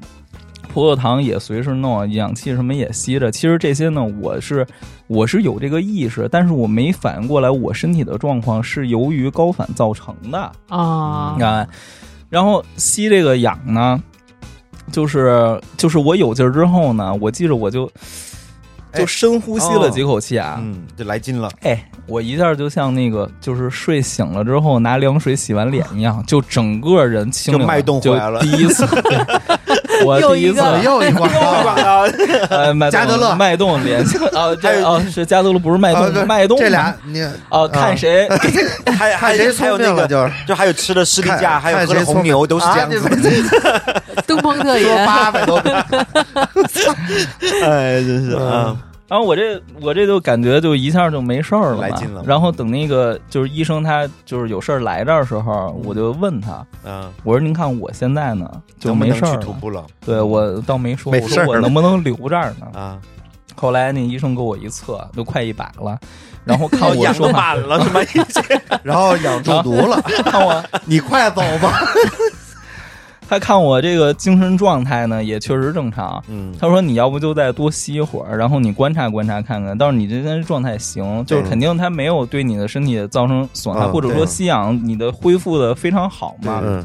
[SPEAKER 1] 葡萄糖也随时弄，氧气什么也吸着。其实这些呢，我是我是有这个意识，但是我没反应过来，我身体的状况是由于高反造成的。
[SPEAKER 4] 啊
[SPEAKER 1] 你，看，然后吸这个氧呢，就是就是我有劲儿之后呢，我记着我就
[SPEAKER 3] 哎
[SPEAKER 1] 就深呼吸了几口气啊，
[SPEAKER 3] 嗯，就来劲了，
[SPEAKER 1] 哎，我一下就像那个就是睡醒了之后拿凉水洗完脸一样，就整个人清
[SPEAKER 3] 就
[SPEAKER 1] 灵了
[SPEAKER 3] 脉动回来了
[SPEAKER 1] 就第一 次，我
[SPEAKER 4] 又
[SPEAKER 1] 第一
[SPEAKER 4] 一
[SPEAKER 1] 次
[SPEAKER 4] 个啊
[SPEAKER 3] 又一广告，
[SPEAKER 1] 呃，脉动
[SPEAKER 3] 加德勒
[SPEAKER 1] 脉动 联系啊，
[SPEAKER 3] 还
[SPEAKER 1] 这
[SPEAKER 3] 有
[SPEAKER 1] 啊是加德勒不是脉
[SPEAKER 3] 啊对
[SPEAKER 1] 动脉动
[SPEAKER 3] 这
[SPEAKER 1] 吗
[SPEAKER 3] 俩你
[SPEAKER 1] 啊，看谁
[SPEAKER 6] 还
[SPEAKER 3] 看
[SPEAKER 6] 还
[SPEAKER 3] 谁
[SPEAKER 6] 还
[SPEAKER 3] 聪
[SPEAKER 6] 有
[SPEAKER 3] 明
[SPEAKER 6] 那
[SPEAKER 3] 了
[SPEAKER 6] 个，
[SPEAKER 3] 就是
[SPEAKER 6] 就还有吃的士力架，
[SPEAKER 3] 看
[SPEAKER 6] 还有喝
[SPEAKER 3] 看谁
[SPEAKER 6] 了
[SPEAKER 3] 聪
[SPEAKER 6] 红牛，都是这样
[SPEAKER 3] 啊
[SPEAKER 6] 子。
[SPEAKER 3] 你们
[SPEAKER 4] 登峰
[SPEAKER 3] 说
[SPEAKER 4] 特言，
[SPEAKER 3] 八百多遍，
[SPEAKER 6] 哎，真是
[SPEAKER 3] 嗯
[SPEAKER 6] 嗯，
[SPEAKER 1] 然后我这我这就感觉就一下就没事儿了嘛，
[SPEAKER 3] 来劲了
[SPEAKER 1] 然后等那个就是医生他就是有事儿来这儿的时候，我就问他，
[SPEAKER 3] 嗯，
[SPEAKER 1] 我说您看我现在呢就
[SPEAKER 3] 能不
[SPEAKER 1] 没
[SPEAKER 3] 能
[SPEAKER 1] 事儿
[SPEAKER 3] 去徒
[SPEAKER 1] 了，
[SPEAKER 3] 步了
[SPEAKER 1] 对我倒没说，
[SPEAKER 3] 没
[SPEAKER 1] 我
[SPEAKER 3] 事
[SPEAKER 1] 说
[SPEAKER 3] 儿
[SPEAKER 1] 我
[SPEAKER 3] 了
[SPEAKER 1] 能不能留这儿呢？
[SPEAKER 3] 啊，
[SPEAKER 1] 后来那医生给我一测，都快一百了，然后 看我
[SPEAKER 6] 养
[SPEAKER 1] 说
[SPEAKER 6] 都
[SPEAKER 1] 话，
[SPEAKER 6] 满了，他 妈
[SPEAKER 3] 然后养中毒了，
[SPEAKER 1] 看我
[SPEAKER 3] 你快走吧，
[SPEAKER 1] 他看我这个精神状态呢也确实正常，
[SPEAKER 3] 嗯，
[SPEAKER 1] 他说：“你要不就再多吸一会儿，然后你观察观察看看，但是你这身状态行，就是肯定它没有对你的身体造成损害，
[SPEAKER 3] 嗯
[SPEAKER 1] 或者
[SPEAKER 3] 对
[SPEAKER 1] 说吸氧你的恢复的非常好嘛。
[SPEAKER 3] 嗯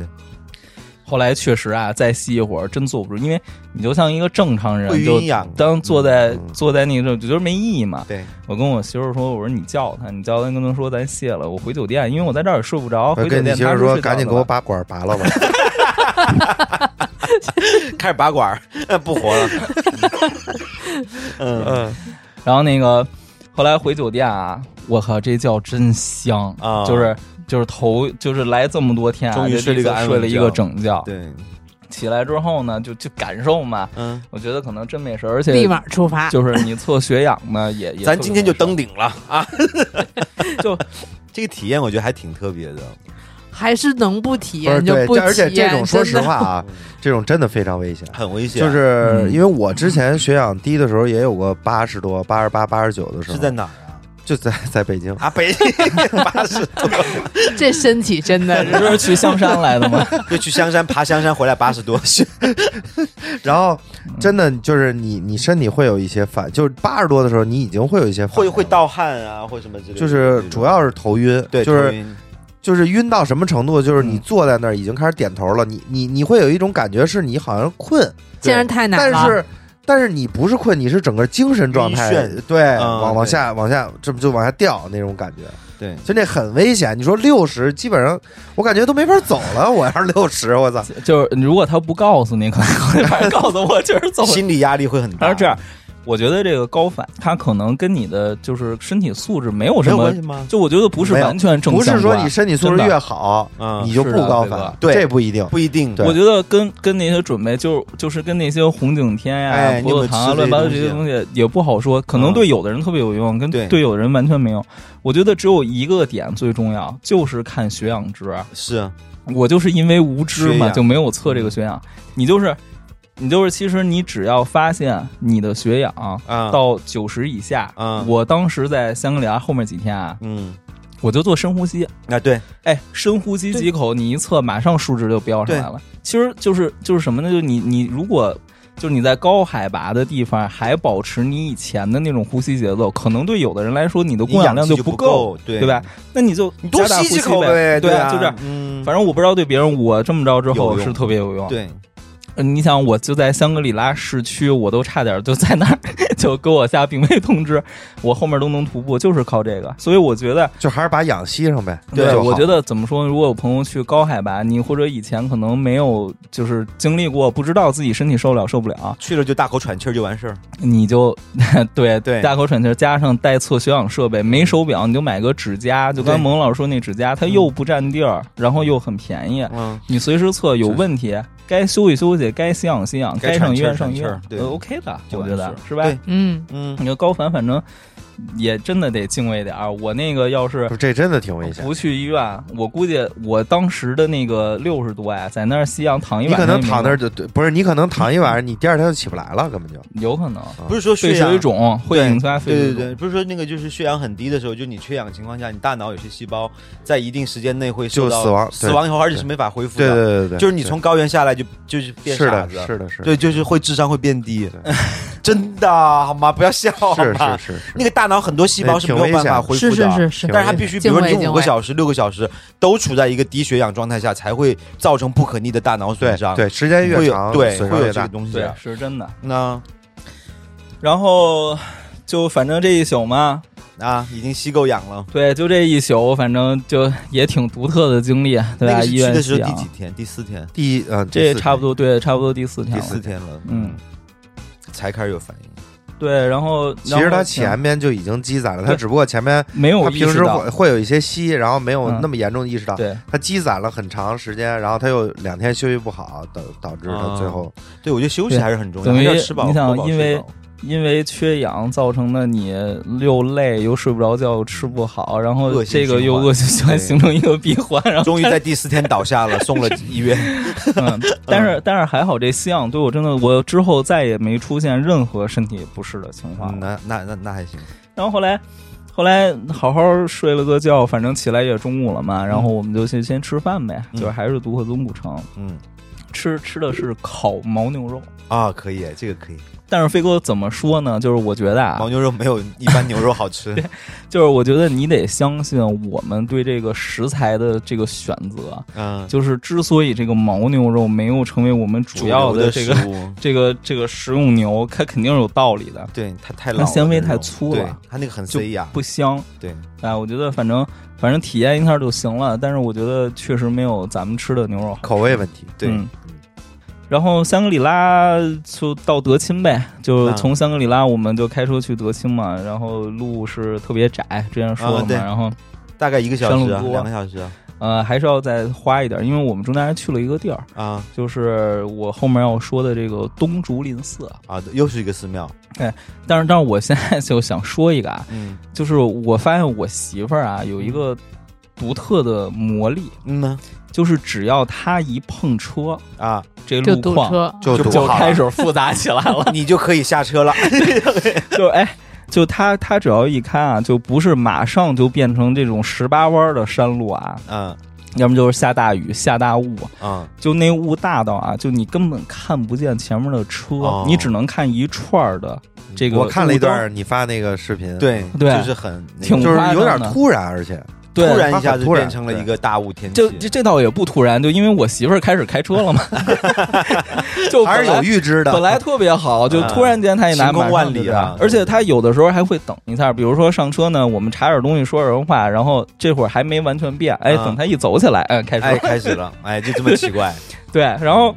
[SPEAKER 1] 后来确实啊，再吸一会儿真坐不住，因为你就像一个正常
[SPEAKER 3] 会
[SPEAKER 1] 人，就
[SPEAKER 3] 晕氧，
[SPEAKER 1] 当坐在、
[SPEAKER 3] 嗯
[SPEAKER 1] 坐在那个就觉得没意义嘛。
[SPEAKER 3] 对，
[SPEAKER 1] 我跟我媳妇儿说，我说你叫他，你叫他跟他说咱歇了，我回酒店，因为我在这儿也睡不着，
[SPEAKER 3] 我
[SPEAKER 1] 回酒
[SPEAKER 3] 跟你
[SPEAKER 1] 店
[SPEAKER 3] 媳
[SPEAKER 1] 他
[SPEAKER 3] 妇
[SPEAKER 1] 是
[SPEAKER 3] 说，
[SPEAKER 1] 睡着
[SPEAKER 3] 赶紧
[SPEAKER 1] 的
[SPEAKER 3] 给我
[SPEAKER 1] 吧
[SPEAKER 3] 把管儿拔了吧，
[SPEAKER 6] 开始拔管儿， 呃不活了。嗯
[SPEAKER 3] 嗯，
[SPEAKER 1] 然后那个后来回酒店啊，我靠，这觉真香
[SPEAKER 6] 啊
[SPEAKER 1] 就是就是头就是来这么多天啊，
[SPEAKER 6] 终于
[SPEAKER 1] 这第
[SPEAKER 6] 睡了一个
[SPEAKER 1] 一次
[SPEAKER 6] 安
[SPEAKER 1] 睡
[SPEAKER 6] 稳
[SPEAKER 1] 了一
[SPEAKER 6] 觉
[SPEAKER 1] 个整觉。
[SPEAKER 6] 对，
[SPEAKER 1] 起来之后呢，就就感受嘛，
[SPEAKER 6] 嗯，
[SPEAKER 1] 我觉得可能真没事，而
[SPEAKER 4] 立
[SPEAKER 1] 且
[SPEAKER 4] 马出发。
[SPEAKER 1] 就是你测血氧呢，也也
[SPEAKER 6] 咱
[SPEAKER 1] 特别
[SPEAKER 6] 今天就
[SPEAKER 1] 没事儿
[SPEAKER 6] 登顶了啊！
[SPEAKER 1] 就
[SPEAKER 6] 这个体验我觉得还挺特别的，
[SPEAKER 4] 还是能不体
[SPEAKER 3] 不是
[SPEAKER 4] 验就
[SPEAKER 3] 对，
[SPEAKER 4] 不体
[SPEAKER 3] 这
[SPEAKER 4] 验。
[SPEAKER 3] 而且这种说实
[SPEAKER 4] 真的，
[SPEAKER 3] 话啊，这种真的非常危险。
[SPEAKER 6] 很危险。
[SPEAKER 3] 就是
[SPEAKER 1] 嗯
[SPEAKER 3] 因为我之前血氧低的时候也有过八十多、八十八、八十九的时候，
[SPEAKER 6] 是在哪儿啊？
[SPEAKER 3] 就在在北京，
[SPEAKER 6] 啊，北 八十多，
[SPEAKER 4] 这身体 真的
[SPEAKER 1] 这
[SPEAKER 4] 是
[SPEAKER 1] 是去香山来的吗？
[SPEAKER 6] 就去香山爬香山回来八十多，是
[SPEAKER 3] 然后真的就是你你身体会有一些反，就是八十多的时候你已经会有一些反
[SPEAKER 6] 会
[SPEAKER 3] 应
[SPEAKER 6] 会
[SPEAKER 3] 了，
[SPEAKER 6] 盗汗啊，或什么之类的。
[SPEAKER 3] 就是主要是头晕，
[SPEAKER 6] 对，
[SPEAKER 3] 就是
[SPEAKER 6] 头晕
[SPEAKER 3] 就是晕到什么程度，就是你
[SPEAKER 1] 嗯
[SPEAKER 3] 坐在那儿已经开始点头了，你你你会有一种感觉是你好像困，
[SPEAKER 4] 竟然太难
[SPEAKER 3] 但
[SPEAKER 4] 了。
[SPEAKER 3] 是但是你不是困，你是整个精神状态
[SPEAKER 6] 晕眩
[SPEAKER 3] 对，
[SPEAKER 6] 嗯
[SPEAKER 3] 往往
[SPEAKER 6] 对
[SPEAKER 3] 下往下，这不就往下掉那种感觉，
[SPEAKER 6] 对
[SPEAKER 3] 就那很危险。你说六十，基本上我感觉都没法走了。我要是六十，我操，
[SPEAKER 1] 就是如果他不告诉你，可能反正告诉我就是走
[SPEAKER 6] 心理压力会很大。
[SPEAKER 1] 然后这样，我觉得这个高反，它可能跟你的就是身体素质没有
[SPEAKER 6] 没
[SPEAKER 1] 什
[SPEAKER 6] 有
[SPEAKER 1] 么
[SPEAKER 6] 关系吗？
[SPEAKER 1] 就我觉得不是
[SPEAKER 3] 没有
[SPEAKER 1] 完全正
[SPEAKER 3] 不是
[SPEAKER 1] 相
[SPEAKER 3] 说
[SPEAKER 1] 关
[SPEAKER 3] 你身体素质
[SPEAKER 1] 真的
[SPEAKER 3] 越好，
[SPEAKER 6] 嗯，
[SPEAKER 3] 你就不
[SPEAKER 1] 是的
[SPEAKER 3] 高
[SPEAKER 1] 对
[SPEAKER 3] 反
[SPEAKER 1] 吧，
[SPEAKER 6] 对
[SPEAKER 3] 这不一定。
[SPEAKER 6] 不一定。
[SPEAKER 3] 对
[SPEAKER 1] 我觉得跟跟那些准备，就就是跟那些红景天呀、
[SPEAKER 6] 哎
[SPEAKER 1] 葡萄糖啊、
[SPEAKER 6] 你有
[SPEAKER 1] 乱
[SPEAKER 6] 没有
[SPEAKER 1] 七八糟
[SPEAKER 6] 吃这
[SPEAKER 1] 这
[SPEAKER 6] 些
[SPEAKER 1] 些
[SPEAKER 6] 东
[SPEAKER 1] 东西也不好说，可能对有的人特别有用，跟
[SPEAKER 6] 对
[SPEAKER 1] 对有的人完全没用。我觉得只有一个点最重要，就是看血氧值。
[SPEAKER 6] 是啊
[SPEAKER 1] 我就是因为无知
[SPEAKER 6] 血
[SPEAKER 1] 嘛，
[SPEAKER 6] 氧
[SPEAKER 1] 就没有测这个血氧。你就是你就是，其实你只要发现你的血氧
[SPEAKER 6] 啊，
[SPEAKER 1] 到九十以下，
[SPEAKER 6] 嗯
[SPEAKER 1] 我当时在香格里拉后面几天啊，
[SPEAKER 6] 嗯，
[SPEAKER 1] 我就做深呼吸，
[SPEAKER 6] 啊对，
[SPEAKER 1] 哎，深呼吸几口，你一测，马上数值就飙上来了。其实就是就是什么呢？就你你如果就是你在高海拔的地方还保持你以前的那种呼吸节奏，可能对有的人来说你的供氧量
[SPEAKER 6] 就
[SPEAKER 1] 不
[SPEAKER 6] 够，对
[SPEAKER 1] 对吧？？那你就
[SPEAKER 6] 你多
[SPEAKER 1] 加大
[SPEAKER 6] 吸
[SPEAKER 1] 呼吸
[SPEAKER 6] 几口
[SPEAKER 1] 呗，对
[SPEAKER 6] 啊，
[SPEAKER 1] 就这样。
[SPEAKER 6] 嗯，
[SPEAKER 1] 反正我不知道对别人，我这么着之
[SPEAKER 6] 有
[SPEAKER 1] 后
[SPEAKER 6] 用
[SPEAKER 1] 是特别有
[SPEAKER 3] 哦
[SPEAKER 1] 用。
[SPEAKER 6] 对，
[SPEAKER 1] 呃你想，我就在香格里拉市区，我都差点就在那儿 就给我下病危通知，我后面都能徒步，就是靠这个。所以我觉得
[SPEAKER 3] 就还是把氧吸上呗。
[SPEAKER 1] 对，
[SPEAKER 3] 就好
[SPEAKER 1] 我觉得怎么说？如果有朋友去高海拔，你或者以前可能没有就是经历过，不知道自己身体受不了受不了，
[SPEAKER 6] 去了就大口喘气儿就完事儿。
[SPEAKER 1] 你就 对
[SPEAKER 6] 对
[SPEAKER 1] 大口喘气儿，加上带测血氧设备，没手表你就买个指甲，就刚
[SPEAKER 6] 对
[SPEAKER 1] 才蒙老师说那指甲，它又不占地儿，然后又很便宜，
[SPEAKER 6] 嗯，
[SPEAKER 1] 你随时测有问题，该休息休息，该吸氧吸氧，
[SPEAKER 6] 该
[SPEAKER 1] 该
[SPEAKER 6] 喘
[SPEAKER 1] 上医
[SPEAKER 6] 气儿
[SPEAKER 1] 院上
[SPEAKER 6] 喘
[SPEAKER 1] 医
[SPEAKER 6] 气儿
[SPEAKER 1] 院，
[SPEAKER 6] 对
[SPEAKER 1] 呃，OK 的，
[SPEAKER 6] 就
[SPEAKER 1] 我
[SPEAKER 6] 完
[SPEAKER 1] 觉
[SPEAKER 6] 事
[SPEAKER 1] 得
[SPEAKER 6] 儿
[SPEAKER 1] 是吧？
[SPEAKER 6] 对
[SPEAKER 4] 嗯，
[SPEAKER 6] 嗯，
[SPEAKER 1] 你说高反，反正也真的得敬畏点儿。啊我那个要是
[SPEAKER 3] 不这真的挺危险
[SPEAKER 1] 不。去医院，我估计我当时的那个六十多呀，在那儿夕阳躺一
[SPEAKER 3] 你
[SPEAKER 1] 晚
[SPEAKER 3] 可
[SPEAKER 1] 上，
[SPEAKER 3] 能躺那儿，就对，不是你可能躺一晚上，你第二天就起不来了，根本就
[SPEAKER 1] 有可能
[SPEAKER 3] 嗯
[SPEAKER 6] 不是说
[SPEAKER 1] 肺
[SPEAKER 6] 血
[SPEAKER 1] 水
[SPEAKER 6] 氧
[SPEAKER 1] 肿会
[SPEAKER 6] 对
[SPEAKER 1] 引发肺
[SPEAKER 6] 对
[SPEAKER 1] 水
[SPEAKER 6] 对对，
[SPEAKER 1] 肿。
[SPEAKER 6] 不是说那个就是血氧很低的时候，就你缺氧的情况下，你大脑有些细胞在一定时间内会受
[SPEAKER 3] 就
[SPEAKER 6] 到
[SPEAKER 3] 死亡
[SPEAKER 6] 死
[SPEAKER 3] 对
[SPEAKER 6] 亡以后而且是没法恢复
[SPEAKER 3] 对
[SPEAKER 6] 的。
[SPEAKER 3] 对对对，
[SPEAKER 6] 就是你从高原下来就就是变
[SPEAKER 3] 是
[SPEAKER 6] 傻
[SPEAKER 3] 的，
[SPEAKER 6] 子，
[SPEAKER 3] 是的，是的，
[SPEAKER 6] 对，就是会智商会变低
[SPEAKER 3] 对，
[SPEAKER 6] 真的好吗？不要笑好
[SPEAKER 3] 是
[SPEAKER 6] 吗？
[SPEAKER 3] 是是是
[SPEAKER 6] 那个大脑很多细胞是没有办法恢复
[SPEAKER 4] 是
[SPEAKER 6] 的，
[SPEAKER 4] 是是是
[SPEAKER 3] 挺，
[SPEAKER 6] 但是它必须，比
[SPEAKER 4] 敬
[SPEAKER 6] 如
[SPEAKER 4] 畏
[SPEAKER 6] 说你
[SPEAKER 4] 敬
[SPEAKER 6] 五
[SPEAKER 4] 畏
[SPEAKER 6] 个小时、六个小时都处在一个低血氧状态下，才会造成不可逆的大脑损
[SPEAKER 3] 对
[SPEAKER 6] 伤，
[SPEAKER 3] 对，时间
[SPEAKER 6] 会
[SPEAKER 3] 越
[SPEAKER 6] 有
[SPEAKER 3] 长
[SPEAKER 6] 对
[SPEAKER 3] 损
[SPEAKER 6] 会
[SPEAKER 3] 伤
[SPEAKER 6] 有
[SPEAKER 3] 越
[SPEAKER 6] 这个
[SPEAKER 3] 大。
[SPEAKER 6] 东西
[SPEAKER 1] 对
[SPEAKER 6] 啊。，
[SPEAKER 1] 是真的。
[SPEAKER 6] 那
[SPEAKER 1] 然后就反正这一宿嘛，
[SPEAKER 6] 啊，已经吸够氧了。
[SPEAKER 1] 对，就这一宿，反正就也挺独特的经历，啊对
[SPEAKER 6] 那
[SPEAKER 1] 吧？
[SPEAKER 6] 个是
[SPEAKER 1] 医
[SPEAKER 6] 去
[SPEAKER 1] 院
[SPEAKER 6] 的时候
[SPEAKER 1] 夕
[SPEAKER 6] 第
[SPEAKER 1] 阳
[SPEAKER 6] 几天？第四天，
[SPEAKER 3] 第一，嗯，
[SPEAKER 1] 这差不
[SPEAKER 3] 多
[SPEAKER 1] 多对，差不多第四天
[SPEAKER 6] 第
[SPEAKER 1] 了。
[SPEAKER 6] 四天了，
[SPEAKER 1] 嗯，
[SPEAKER 6] 才开始有反应。
[SPEAKER 1] 对，然后
[SPEAKER 3] 其实
[SPEAKER 1] 然后
[SPEAKER 3] 他前面就已经积攒了，他
[SPEAKER 1] 对
[SPEAKER 3] 只不过前面
[SPEAKER 1] 没有
[SPEAKER 3] 他
[SPEAKER 1] 意
[SPEAKER 3] 平
[SPEAKER 1] 识
[SPEAKER 3] 时
[SPEAKER 1] 到
[SPEAKER 3] 会会有一些吸，然后没有
[SPEAKER 1] 嗯
[SPEAKER 3] 那么严重地意识
[SPEAKER 6] 啊
[SPEAKER 3] 到，
[SPEAKER 1] 对，
[SPEAKER 3] 他积攒了很长时间，然后他又两天休息不好，导导致他
[SPEAKER 6] 哦
[SPEAKER 3] 最后
[SPEAKER 6] 对，我觉得休息
[SPEAKER 1] 对
[SPEAKER 6] 还是很重要，
[SPEAKER 1] 等
[SPEAKER 6] 还
[SPEAKER 1] 于
[SPEAKER 6] 是要吃饱。
[SPEAKER 1] 你想
[SPEAKER 6] 喝饱
[SPEAKER 1] 因为
[SPEAKER 6] 睡饱
[SPEAKER 1] 因为缺氧造成的你又累又睡不着觉又吃不好，然后
[SPEAKER 6] 恶性
[SPEAKER 1] 这个
[SPEAKER 6] 循
[SPEAKER 1] 又
[SPEAKER 6] 环
[SPEAKER 1] 恶性循环
[SPEAKER 6] 对
[SPEAKER 1] 形成一个闭环，然后
[SPEAKER 6] 终于在第四天倒下了，送了医院。
[SPEAKER 1] 嗯，但是但是还好这吸氧对我真的，我之后再也没出现任何身体不适的情况
[SPEAKER 6] 嗯。那那那那还行。
[SPEAKER 1] 然后后来后来好好睡了个觉，反正起来也中午了嘛，然后我们就先先吃饭呗，
[SPEAKER 6] 嗯
[SPEAKER 1] 就是还是独克宗古城，
[SPEAKER 6] 嗯
[SPEAKER 1] 吃吃的是烤牦牛肉。
[SPEAKER 6] 啊，可以，这个可以。
[SPEAKER 1] 但是飞哥怎么说呢？就是我觉得啊
[SPEAKER 6] 牦，牛肉没有一般牛肉好 吃。
[SPEAKER 1] 就是我觉得你得相信我们对这个食材的这个选择。啊
[SPEAKER 6] 嗯，
[SPEAKER 1] 就是之所以这个牦牛肉没有成为我们主
[SPEAKER 6] 主
[SPEAKER 1] 要
[SPEAKER 6] 流的
[SPEAKER 1] 这个
[SPEAKER 6] 食物
[SPEAKER 1] 这个这个食用牛，它肯定是有道理的。
[SPEAKER 6] 对它太老
[SPEAKER 1] 它
[SPEAKER 6] 了，
[SPEAKER 1] 纤维
[SPEAKER 6] 那
[SPEAKER 1] 太
[SPEAKER 6] 种
[SPEAKER 1] 粗
[SPEAKER 6] 对
[SPEAKER 1] 了，
[SPEAKER 6] 它那个很
[SPEAKER 1] 就
[SPEAKER 6] 塞牙。
[SPEAKER 1] 不香。
[SPEAKER 6] 对，
[SPEAKER 1] 哎，我觉得反正反正体验一下就行了，但是我觉得确实没有咱们吃的牛肉好。
[SPEAKER 3] 口味问题。
[SPEAKER 6] 对
[SPEAKER 1] 嗯然后香格里拉就到德钦呗，就
[SPEAKER 6] 嗯
[SPEAKER 1] 从香格里拉我们就开车去德钦嘛，然后路是特别窄，之前说了
[SPEAKER 6] 啊
[SPEAKER 1] 嘛，
[SPEAKER 6] 对
[SPEAKER 1] 然后
[SPEAKER 6] 大概一个小时
[SPEAKER 1] 山
[SPEAKER 6] 啊，
[SPEAKER 1] 路多
[SPEAKER 6] 两个小时啊
[SPEAKER 1] 呃还是要再花一点，因为我们中间还去了一个地儿，
[SPEAKER 6] 啊
[SPEAKER 1] 就是我后面要说的这个东竹林寺。
[SPEAKER 6] 啊，对又是一个寺庙。
[SPEAKER 1] 但是但是我现在就想说一个啊，
[SPEAKER 6] 嗯
[SPEAKER 1] 就是我发现我媳妇儿啊有一个独特的魔力，
[SPEAKER 6] 嗯呢
[SPEAKER 1] 就是只要她一碰车，
[SPEAKER 6] 啊，
[SPEAKER 1] 这
[SPEAKER 4] 就
[SPEAKER 1] 路
[SPEAKER 4] 堵
[SPEAKER 1] 况
[SPEAKER 4] 车，
[SPEAKER 3] 就
[SPEAKER 6] 就
[SPEAKER 3] 堵
[SPEAKER 1] 就
[SPEAKER 6] 好了。
[SPEAKER 1] 开始复杂起来了
[SPEAKER 6] 你就可以下车了。
[SPEAKER 1] 就是哎，就他他只要一开啊，就不是马上就变成这种十八弯的山路啊，
[SPEAKER 6] 嗯
[SPEAKER 1] 要么就是下大雨、下大雾，啊
[SPEAKER 6] 嗯
[SPEAKER 1] 就那雾大到啊，就你根本看不见前面的车，
[SPEAKER 6] 哦
[SPEAKER 1] 你只能看一串儿的这个。
[SPEAKER 3] 我看了一，段你发那个视频，嗯
[SPEAKER 6] 嗯对
[SPEAKER 1] 对
[SPEAKER 6] 就是很那个
[SPEAKER 1] 挺
[SPEAKER 3] 就是有
[SPEAKER 1] 夸张
[SPEAKER 3] 点
[SPEAKER 1] 的啊
[SPEAKER 3] 突然，而且
[SPEAKER 1] 对，
[SPEAKER 6] 突然
[SPEAKER 3] 它
[SPEAKER 6] 一下
[SPEAKER 3] 很
[SPEAKER 6] 子
[SPEAKER 3] 突然
[SPEAKER 6] 变成了
[SPEAKER 3] 对
[SPEAKER 6] 一个大雾天气。
[SPEAKER 1] 就这这倒也不突然，就因为我媳妇儿开始开车 了嘛，就
[SPEAKER 3] 还是
[SPEAKER 1] 本来
[SPEAKER 3] 有预知的
[SPEAKER 1] 本。来特别好，就
[SPEAKER 6] 嗯
[SPEAKER 1] 突然间他一拿
[SPEAKER 6] 晴空
[SPEAKER 1] 马上
[SPEAKER 6] 万里
[SPEAKER 1] 就
[SPEAKER 6] 啊
[SPEAKER 1] 这样而且他有的时候还会等一下，比如说上车呢，我们查点东西，说点话，然后这会儿还没完全变，哎，
[SPEAKER 6] 嗯
[SPEAKER 1] 等他一走起来，哎，开始
[SPEAKER 6] 哎，开始 了，哎，就这么奇怪。
[SPEAKER 1] 对，然后。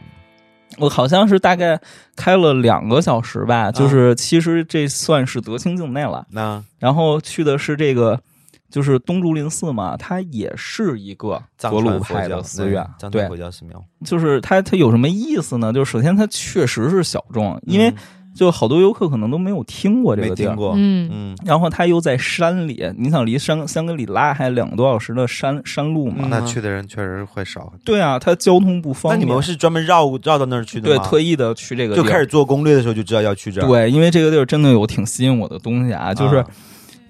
[SPEAKER 1] 我好像是大概开了两个小时
[SPEAKER 6] 嗯
[SPEAKER 1] 吧，就是其实这算是德清境内了。
[SPEAKER 6] 那
[SPEAKER 1] 然后去的是这个，就是东竹林寺嘛，它也是一个
[SPEAKER 6] 藏
[SPEAKER 1] 格鲁
[SPEAKER 6] 传佛
[SPEAKER 1] 派
[SPEAKER 6] 教
[SPEAKER 1] 的寺院。
[SPEAKER 6] 藏传
[SPEAKER 1] 对
[SPEAKER 6] 佛，教寺庙，
[SPEAKER 1] 就是它它有什么意思呢？就是首先它确实是小众，因为
[SPEAKER 6] 嗯
[SPEAKER 1] 就好多游客可能都没有听过这
[SPEAKER 6] 没
[SPEAKER 1] 个地
[SPEAKER 6] 听
[SPEAKER 1] 儿。
[SPEAKER 6] 过。
[SPEAKER 4] 嗯，
[SPEAKER 6] 嗯
[SPEAKER 1] 然后它又在山里，你想离香香格里拉还两个多小时的山山路嘛？
[SPEAKER 6] 嗯
[SPEAKER 3] 那去的人确实会少很多。
[SPEAKER 1] 对啊，它交通不方
[SPEAKER 6] 那
[SPEAKER 1] 便。
[SPEAKER 6] 你们是专门绕绕到那儿去的
[SPEAKER 1] 对
[SPEAKER 6] 吗？
[SPEAKER 1] 特意的去这个地
[SPEAKER 6] 就
[SPEAKER 1] 儿
[SPEAKER 6] 开始做攻略的时候就知道要去这儿。
[SPEAKER 1] 对，因为这个地儿真的有挺吸引我的东西啊，就是、
[SPEAKER 6] 啊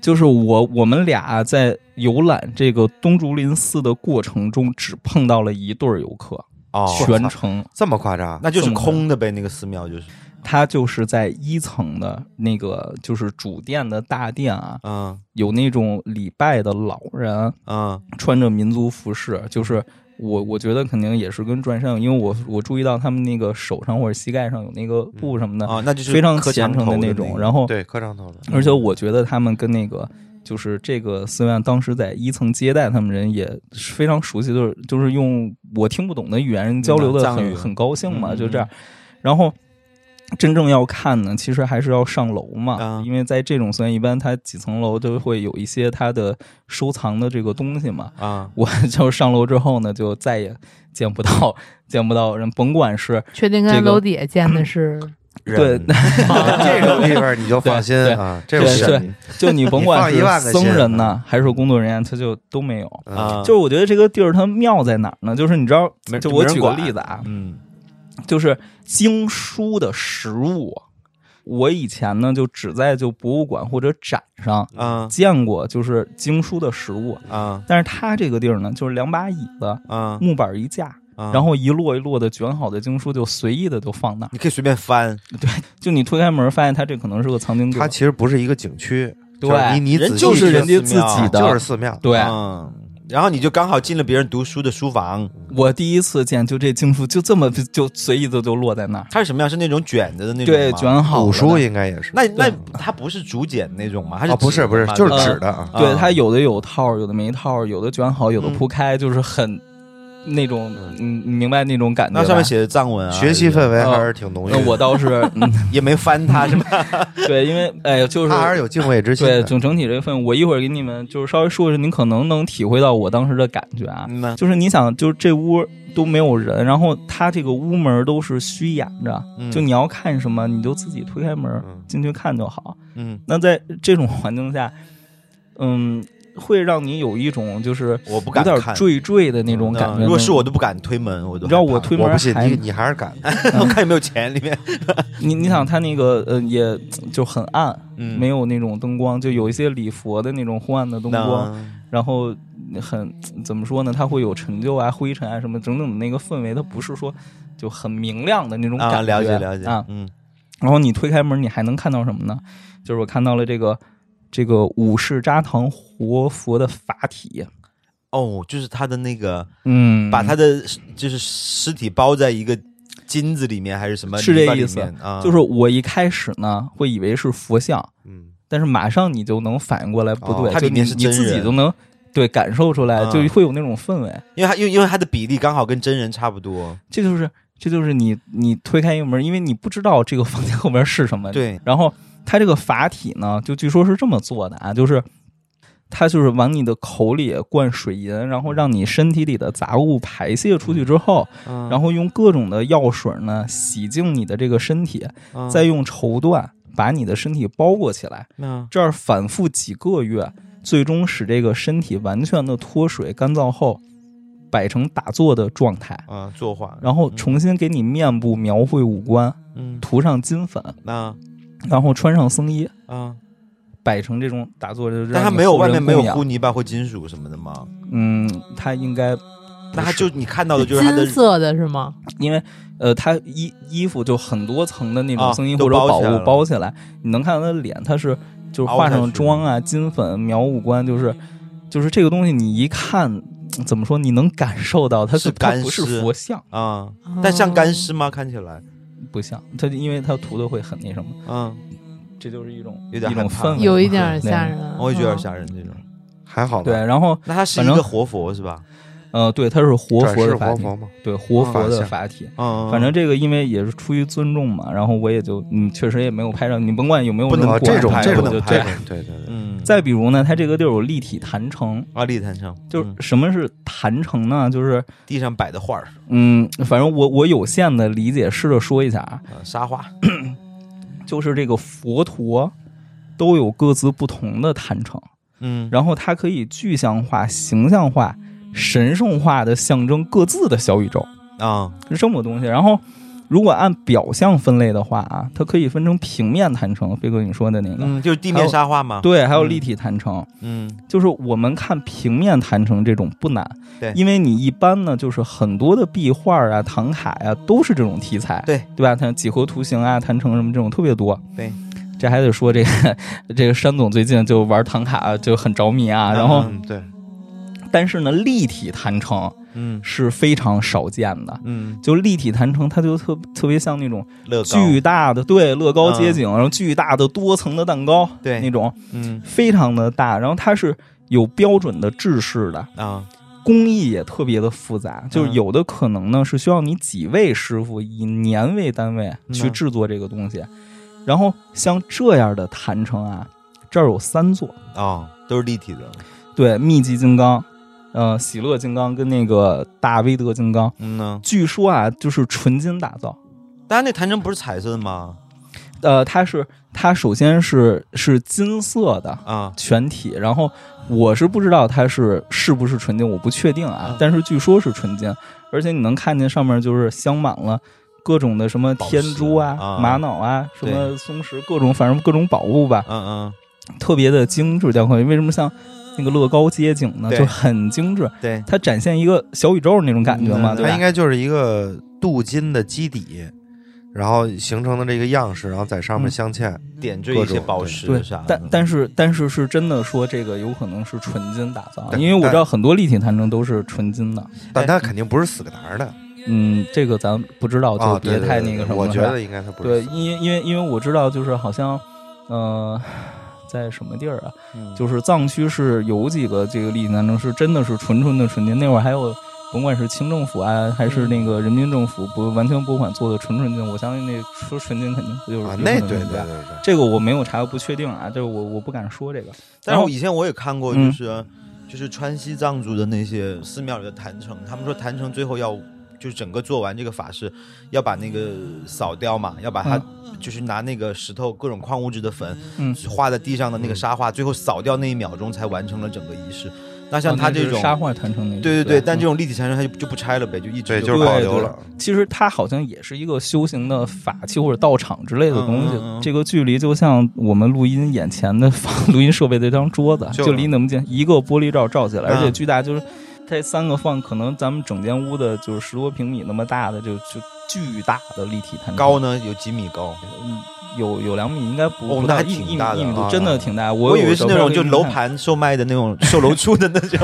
[SPEAKER 1] 就是我我们俩在游览这个东竹林寺的过程中，只碰到了一对儿游客，
[SPEAKER 6] 哦，
[SPEAKER 1] 全程
[SPEAKER 3] 这么夸张？
[SPEAKER 6] 那就是空的呗，那个寺庙就是，
[SPEAKER 1] 它就是在一层的那个就是主殿的大殿啊，
[SPEAKER 6] 嗯
[SPEAKER 1] 有那种礼拜的老人，
[SPEAKER 6] 嗯
[SPEAKER 1] 穿着民族服饰，就是我我觉得肯定也是跟转山有，因为我我注意到他们那个手上或者膝盖上有那个布什么的，
[SPEAKER 6] 哦，那就是
[SPEAKER 1] 非常
[SPEAKER 6] 磕
[SPEAKER 1] 虔
[SPEAKER 6] 长
[SPEAKER 1] 诚
[SPEAKER 6] 头的
[SPEAKER 1] 那种。然后，
[SPEAKER 3] 对，磕长头的，
[SPEAKER 1] 而且我觉得他们跟那个。就是这个寺院当时在一层接待他们人也是非常熟悉，就是就是用我听不懂的语言交流的
[SPEAKER 6] 藏语
[SPEAKER 1] 很很高兴嘛，
[SPEAKER 6] 嗯
[SPEAKER 1] 就这样。然后真正要看呢，其实还是要上楼嘛
[SPEAKER 6] 啊，
[SPEAKER 1] 因为在这种寺院一般它几层楼都会有一些它的收藏的这个东西嘛。
[SPEAKER 6] 啊，
[SPEAKER 1] 我 就上楼之后呢，就再也见不到见不到人，甭管是
[SPEAKER 4] 确定跟
[SPEAKER 1] 这个
[SPEAKER 4] 楼底下见的是
[SPEAKER 1] 对
[SPEAKER 3] 忍啊这种地方你就放心
[SPEAKER 1] 对对
[SPEAKER 3] 啊，这种
[SPEAKER 1] 对
[SPEAKER 3] 事
[SPEAKER 1] 就你甭管
[SPEAKER 3] 你
[SPEAKER 1] 是
[SPEAKER 3] 放一万个心
[SPEAKER 1] 僧人呢，还是工作人员，他就都没有。
[SPEAKER 3] 啊，
[SPEAKER 1] 就是我觉得这个地儿它妙在哪儿呢？就是你知道
[SPEAKER 7] 没，
[SPEAKER 1] 就
[SPEAKER 7] 没
[SPEAKER 1] 我
[SPEAKER 7] 人
[SPEAKER 1] 举个
[SPEAKER 7] 管
[SPEAKER 1] 例子啊，
[SPEAKER 7] 嗯，
[SPEAKER 1] 就是经书的实物，我以前呢就只在就博物馆或者展上
[SPEAKER 6] 嗯
[SPEAKER 3] 啊
[SPEAKER 1] 见过，就是经书的实物。
[SPEAKER 3] 啊
[SPEAKER 1] 但是它这个地儿呢，就是两把椅子，
[SPEAKER 3] 啊，
[SPEAKER 1] 木板一架，
[SPEAKER 3] 啊
[SPEAKER 1] 然后一摞一摞的卷好的经书就随意的就放那儿。
[SPEAKER 6] 你可以随便翻，
[SPEAKER 1] 就你推开门，发现它这可能是个藏经阁
[SPEAKER 3] 它，其实不是一个景区，就是
[SPEAKER 1] 对，
[SPEAKER 3] 你你仔细
[SPEAKER 6] 就是
[SPEAKER 3] 去
[SPEAKER 6] 人家
[SPEAKER 1] 自己的，
[SPEAKER 3] 就是寺庙，
[SPEAKER 1] 对，
[SPEAKER 6] 嗯，然后你就刚好进了别人读书的书房，
[SPEAKER 1] 我第一次见，就这经书就这么就就随意的就落在那儿，
[SPEAKER 6] 它是什么样？是那种卷着的那种
[SPEAKER 1] 对，
[SPEAKER 6] 吗
[SPEAKER 1] 卷好了
[SPEAKER 3] 古
[SPEAKER 1] 的
[SPEAKER 3] 书应该也是，
[SPEAKER 6] 那那它不是竹简那种吗？它是
[SPEAKER 3] 啊不是
[SPEAKER 6] 纸
[SPEAKER 3] 不是
[SPEAKER 6] 吗
[SPEAKER 3] 就是
[SPEAKER 1] 呃
[SPEAKER 3] 纸的啊，
[SPEAKER 1] 对，
[SPEAKER 6] 啊
[SPEAKER 1] 它有的有套儿，有的没套儿，有的卷好，有的
[SPEAKER 3] 嗯
[SPEAKER 1] 铺开，就是很那种，嗯，你明白那种感觉吧。
[SPEAKER 6] 那上面写的藏文啊，
[SPEAKER 3] 学习氛围还是挺浓郁
[SPEAKER 1] 那嗯哦我
[SPEAKER 3] 的，
[SPEAKER 1] 倒是， 嗯
[SPEAKER 6] 也没翻它是吧？
[SPEAKER 1] 对，因为哎呀，就是
[SPEAKER 3] 他还是有敬畏之心
[SPEAKER 1] 对
[SPEAKER 3] 的。
[SPEAKER 1] 整整体这份，我一会儿给你们就是稍微说说，您可能能体会到我当时的感觉啊。
[SPEAKER 6] 嗯呐，
[SPEAKER 1] 就是你想，就是这屋都没有人，然后它这个屋门都是虚掩着，
[SPEAKER 3] 嗯
[SPEAKER 1] 就你要看什么，你就自己推开门
[SPEAKER 3] 嗯
[SPEAKER 1] 进去看就好。
[SPEAKER 3] 嗯，
[SPEAKER 1] 那在这种环境下，嗯，会让你有一种就是
[SPEAKER 6] 我不
[SPEAKER 1] 有
[SPEAKER 6] 敢
[SPEAKER 1] 点
[SPEAKER 6] 看。
[SPEAKER 1] 惴惴的那种
[SPEAKER 6] 嗯
[SPEAKER 1] 感觉。
[SPEAKER 6] 如果是我，都不敢推门，我都
[SPEAKER 1] 你知道我
[SPEAKER 6] 害怕
[SPEAKER 1] 推门
[SPEAKER 3] 我不
[SPEAKER 1] 还
[SPEAKER 3] 信你，你还是敢的。
[SPEAKER 6] 我 看有没有钱 里面，
[SPEAKER 1] 你你想他那个呃也就很暗，
[SPEAKER 6] 嗯
[SPEAKER 1] 没有那种灯光，就有一些礼佛的那种昏暗的灯光，
[SPEAKER 6] 那
[SPEAKER 1] 然后很怎么说呢？它会有陈旧啊、灰尘啊什么整整的那个氛围，它不是说就很明亮的那种感觉。
[SPEAKER 6] 啊，了解了解
[SPEAKER 1] 啊，。
[SPEAKER 6] 嗯，
[SPEAKER 1] 然后你推开门，你还能看到什么呢？就是我看到了这个这个五世扎堂活佛的法体，
[SPEAKER 6] 哦，就是他的那个，
[SPEAKER 1] 嗯，
[SPEAKER 6] 把他的就是尸体包在一个金子里面还是什么泥
[SPEAKER 1] 是
[SPEAKER 6] 巴里
[SPEAKER 1] 这
[SPEAKER 6] 面？
[SPEAKER 1] 意思
[SPEAKER 6] 啊，
[SPEAKER 1] 就是我一开始呢会以为是佛像，
[SPEAKER 3] 嗯，
[SPEAKER 1] 但是马上你就能反应过来不对，
[SPEAKER 6] 它
[SPEAKER 1] 就
[SPEAKER 6] 里面
[SPEAKER 1] 你
[SPEAKER 6] 是
[SPEAKER 1] 你
[SPEAKER 6] 真
[SPEAKER 1] 自己
[SPEAKER 6] 人
[SPEAKER 1] 就能对感受出来，
[SPEAKER 6] 啊
[SPEAKER 1] 就会有那种氛围。
[SPEAKER 6] 因为他因为因为他的比例刚好跟真人差不多，
[SPEAKER 1] 这就是这就是你你推开一个门，因为你不知道这个房间后边是 什么。，
[SPEAKER 6] 对，
[SPEAKER 1] 然后它这个法体呢，就据说是这么做的啊，就是。它就是往你的口里灌水银，然后让你身体里的杂物排泄出去之后，然后用各种的药水呢洗净你的这个身体，再用绸缎把你的身体包裹起来，这样反复几个月，最终使这个身体完全的脱水干燥后，摆成打坐的状态，
[SPEAKER 6] 啊，作画，
[SPEAKER 1] 然后重新给你面部描绘五官，
[SPEAKER 6] 嗯，
[SPEAKER 1] 涂上金粉，
[SPEAKER 6] 那
[SPEAKER 1] 然后穿上僧衣，
[SPEAKER 6] 啊，
[SPEAKER 1] 摆成这种打坐的。
[SPEAKER 6] 但他没有外面没有
[SPEAKER 1] 糊
[SPEAKER 6] 糊，泥巴或金属什么的吗？
[SPEAKER 1] 嗯，他应该不
[SPEAKER 6] 那他
[SPEAKER 1] 是
[SPEAKER 6] 就你看到的就是他的
[SPEAKER 4] 金色的是吗？
[SPEAKER 1] 因为呃，他衣衣服就很多层的那种
[SPEAKER 6] 啊
[SPEAKER 1] 僧衣
[SPEAKER 6] 都
[SPEAKER 1] 或者
[SPEAKER 6] 包
[SPEAKER 1] 宝
[SPEAKER 6] 起来
[SPEAKER 1] 物
[SPEAKER 6] 了
[SPEAKER 1] 包起来，你能看到他的脸，他是就是
[SPEAKER 6] 凹
[SPEAKER 1] 化
[SPEAKER 6] 下
[SPEAKER 1] 上
[SPEAKER 6] 去
[SPEAKER 1] 妆啊、金粉描五官，就是就是这个东西，你一看怎么说，你能感受到它
[SPEAKER 6] 是
[SPEAKER 1] 它
[SPEAKER 6] 干
[SPEAKER 1] 不是
[SPEAKER 6] 尸
[SPEAKER 1] 佛像，
[SPEAKER 6] 啊，但像
[SPEAKER 4] 哦
[SPEAKER 6] 干尸吗？看起来，
[SPEAKER 1] 不像它，因为它涂的会很那什么，
[SPEAKER 6] 嗯，
[SPEAKER 1] 这就是一种
[SPEAKER 6] 有点
[SPEAKER 1] 一种
[SPEAKER 6] 害怕
[SPEAKER 1] 氛围，
[SPEAKER 4] 有一点儿吓人，
[SPEAKER 6] 我也觉得有点
[SPEAKER 4] 嗯
[SPEAKER 6] 吓人这种。
[SPEAKER 3] 还好
[SPEAKER 1] 对，
[SPEAKER 3] 吧？
[SPEAKER 1] 然后
[SPEAKER 6] 那他是一
[SPEAKER 1] 反正
[SPEAKER 6] 个活佛是吧？
[SPEAKER 1] 呃，对，它是活
[SPEAKER 3] 这
[SPEAKER 1] 佛
[SPEAKER 3] 是
[SPEAKER 1] 的法
[SPEAKER 3] 活
[SPEAKER 1] 体，
[SPEAKER 3] 佛嘛，
[SPEAKER 1] 对，活佛
[SPEAKER 3] 法
[SPEAKER 1] 的
[SPEAKER 3] 相
[SPEAKER 1] 法体。
[SPEAKER 3] 哦
[SPEAKER 6] 嗯，
[SPEAKER 1] 反正这个因为也是出于尊重嘛，然后我也就嗯，确实也没有拍照，你甭管有没有
[SPEAKER 3] 不
[SPEAKER 1] 人
[SPEAKER 3] 能
[SPEAKER 1] 管
[SPEAKER 3] 这种
[SPEAKER 1] 拍
[SPEAKER 3] 这
[SPEAKER 1] 我
[SPEAKER 3] 种
[SPEAKER 1] 就
[SPEAKER 3] 这
[SPEAKER 1] 这样
[SPEAKER 3] 种，对对对，
[SPEAKER 6] 嗯，
[SPEAKER 1] 再比如呢，它这个地儿有立体坛城，
[SPEAKER 6] 啊，立坛上
[SPEAKER 1] 就是
[SPEAKER 6] 嗯
[SPEAKER 1] 什么是坛城呢？就是
[SPEAKER 6] 地上摆的画儿，
[SPEAKER 1] 嗯，反正我我有限的理解，试着说一下啊，
[SPEAKER 6] 啊，沙画，
[SPEAKER 1] 就是这个佛陀都有各自不同的坛城，
[SPEAKER 6] 嗯，
[SPEAKER 1] 然后它可以具象化、形象化、神圣化的象征各自的小宇宙，
[SPEAKER 6] 啊，
[SPEAKER 1] 是这么个东西。然后。如果按表象分类的话啊，它可以分成平面坛城，飞哥你说的那个，
[SPEAKER 6] 嗯，就是地
[SPEAKER 1] 还
[SPEAKER 6] 面
[SPEAKER 1] 有
[SPEAKER 6] 沙画嘛，
[SPEAKER 1] 对，还有
[SPEAKER 6] 嗯
[SPEAKER 1] 立体坛城，
[SPEAKER 6] 嗯，
[SPEAKER 1] 就是我们看平面坛城这种不难，
[SPEAKER 6] 对
[SPEAKER 1] 因为你一般呢，就是很多的壁画啊、唐卡呀、都是这种题材，
[SPEAKER 6] 对
[SPEAKER 1] 对吧？像几何图形啊、坛城什么这种特别多，
[SPEAKER 6] 对。
[SPEAKER 1] 这还得说这个 这个山总最近就玩唐卡就很着迷啊，然后
[SPEAKER 3] 嗯对，
[SPEAKER 1] 但是呢，立体坛城
[SPEAKER 6] 嗯
[SPEAKER 1] 是非常少见的。
[SPEAKER 6] 嗯，
[SPEAKER 1] 就立体坛城，它就特特别像那种
[SPEAKER 6] 乐高，
[SPEAKER 1] 巨大的对乐高街
[SPEAKER 6] 嗯
[SPEAKER 1] 景，然后巨大的多层的蛋糕，
[SPEAKER 6] 对
[SPEAKER 1] 那种
[SPEAKER 6] 嗯
[SPEAKER 1] 非常的大，然后它是有标准的制式的，
[SPEAKER 6] 啊，
[SPEAKER 1] 工艺也特别的复杂，
[SPEAKER 6] 嗯
[SPEAKER 1] 就是有的可能呢是需要你几位师傅以年为单位
[SPEAKER 6] 嗯
[SPEAKER 1] 去制作这个东西，然后像这样的坛城啊，这儿有三座，
[SPEAKER 6] 哦，都是立体的，
[SPEAKER 1] 对，密集金刚，呃，喜乐金刚跟那个大威德金刚，
[SPEAKER 6] 嗯呢，
[SPEAKER 1] 据说啊就是纯金打造，
[SPEAKER 6] 但是那坛城不是彩色的吗？
[SPEAKER 1] 呃，它是它首先是是金色的
[SPEAKER 3] 啊，
[SPEAKER 1] 全体，然后我是不知道它是是不是纯金，我不确定啊，
[SPEAKER 3] 嗯
[SPEAKER 1] 但是据说是纯金，而且你能看见上面就是镶满了。各种的什么
[SPEAKER 3] 宝石
[SPEAKER 1] 天珠啊、
[SPEAKER 3] 啊
[SPEAKER 1] 玛瑙啊、什
[SPEAKER 3] 对
[SPEAKER 1] 么松石，各种反正各种宝物吧，
[SPEAKER 3] 嗯嗯，
[SPEAKER 1] 特别的精致雕刻。为什么像那个乐高街景呢？
[SPEAKER 3] 对
[SPEAKER 1] 就很精致，
[SPEAKER 3] 对，
[SPEAKER 1] 它展现一个小宇宙那种感觉嘛，
[SPEAKER 3] 嗯
[SPEAKER 1] 对吧
[SPEAKER 3] 它应该就是一个镀金的基底，然后形成的这个样式，然后在上面
[SPEAKER 1] 嗯
[SPEAKER 3] 镶嵌。
[SPEAKER 6] 点缀
[SPEAKER 3] 各
[SPEAKER 6] 一些
[SPEAKER 3] 种
[SPEAKER 6] 宝
[SPEAKER 3] 对
[SPEAKER 6] 石
[SPEAKER 1] 对
[SPEAKER 6] 啥的，，
[SPEAKER 1] 但但是但是是真的说这个有可能是纯金打造，
[SPEAKER 3] 但
[SPEAKER 1] 因为我
[SPEAKER 3] 但
[SPEAKER 1] 知道很多立体弹筝都是纯金的。
[SPEAKER 3] 但它肯定不是死个达儿的
[SPEAKER 1] 嗯，这个咱不知道，
[SPEAKER 3] 啊，
[SPEAKER 1] 哦就别
[SPEAKER 3] 对对
[SPEAKER 1] 太
[SPEAKER 3] 对
[SPEAKER 1] 那个
[SPEAKER 3] 对
[SPEAKER 1] 什么
[SPEAKER 3] 我
[SPEAKER 1] 了。
[SPEAKER 3] 觉
[SPEAKER 1] 是吧
[SPEAKER 3] 得应该它不
[SPEAKER 1] 对
[SPEAKER 3] 是，死
[SPEAKER 1] 因为因为因为我知道，就是好像，呃，在什么地儿啊？
[SPEAKER 6] 嗯
[SPEAKER 1] 就是藏区是有几个这个立体战争是真的是纯纯的纯金，那会儿还有。甭管是清政府啊，还是那个人民政府不完全拨款做的纯纯金，我相信那说纯金肯定不就是
[SPEAKER 3] 啊，
[SPEAKER 1] 有
[SPEAKER 3] 那
[SPEAKER 1] 可能
[SPEAKER 3] 对对
[SPEAKER 1] 是
[SPEAKER 3] 对
[SPEAKER 1] 吧
[SPEAKER 3] 对对。
[SPEAKER 1] 这个我没有查，不确定啊，这个我我不敢说这个。
[SPEAKER 6] 但是
[SPEAKER 1] 然
[SPEAKER 6] 我
[SPEAKER 1] 后
[SPEAKER 6] 以前我也看过，
[SPEAKER 1] 嗯
[SPEAKER 6] 就是、就是川西藏族的那些寺庙里的坛城，他们说坛城最后要就是整个做完这个法事，要把那个扫掉嘛，要把它、就是拿那个石头各种矿物质的粉，
[SPEAKER 1] 嗯
[SPEAKER 6] 画在地上的那个沙画，最后扫掉那一秒钟才完成了整个仪式。那像
[SPEAKER 1] 哦
[SPEAKER 6] 他
[SPEAKER 1] 那
[SPEAKER 6] 这
[SPEAKER 1] 是
[SPEAKER 6] 种，
[SPEAKER 1] 沙画弹成那种，
[SPEAKER 6] 对对对，但
[SPEAKER 1] 嗯
[SPEAKER 6] 这种立体禅城它就就不拆了呗，就一直
[SPEAKER 3] 对，就是
[SPEAKER 1] 对
[SPEAKER 3] 保
[SPEAKER 1] 对
[SPEAKER 3] 留了。
[SPEAKER 1] 其实它好像也是一个修行的法器或者道场之类的东西。
[SPEAKER 6] 嗯嗯嗯
[SPEAKER 1] 这个距离就像我们录音眼前的放 录音设备这张桌子，
[SPEAKER 3] 就
[SPEAKER 1] 就离那么近，一个玻璃罩罩起来，
[SPEAKER 3] 嗯
[SPEAKER 1] 而且巨大，就是这三个放，可能咱们整间屋的就是十多平米那么大的，就就巨大的立体弹
[SPEAKER 6] 高
[SPEAKER 1] 呢，
[SPEAKER 6] 呢有几米高，
[SPEAKER 1] 嗯有有两米，应该不
[SPEAKER 6] 哦
[SPEAKER 1] 不到
[SPEAKER 6] 那还
[SPEAKER 1] 一
[SPEAKER 6] 挺
[SPEAKER 1] 一米
[SPEAKER 6] 大的
[SPEAKER 1] 一米
[SPEAKER 3] 啊
[SPEAKER 1] 多，真的挺大。我
[SPEAKER 6] 我
[SPEAKER 1] 有
[SPEAKER 6] 以为是
[SPEAKER 1] 的
[SPEAKER 6] 那
[SPEAKER 1] 时候
[SPEAKER 6] 种就
[SPEAKER 1] 给你
[SPEAKER 6] 楼
[SPEAKER 1] 看
[SPEAKER 6] 盘售卖的那种售楼处的那 种，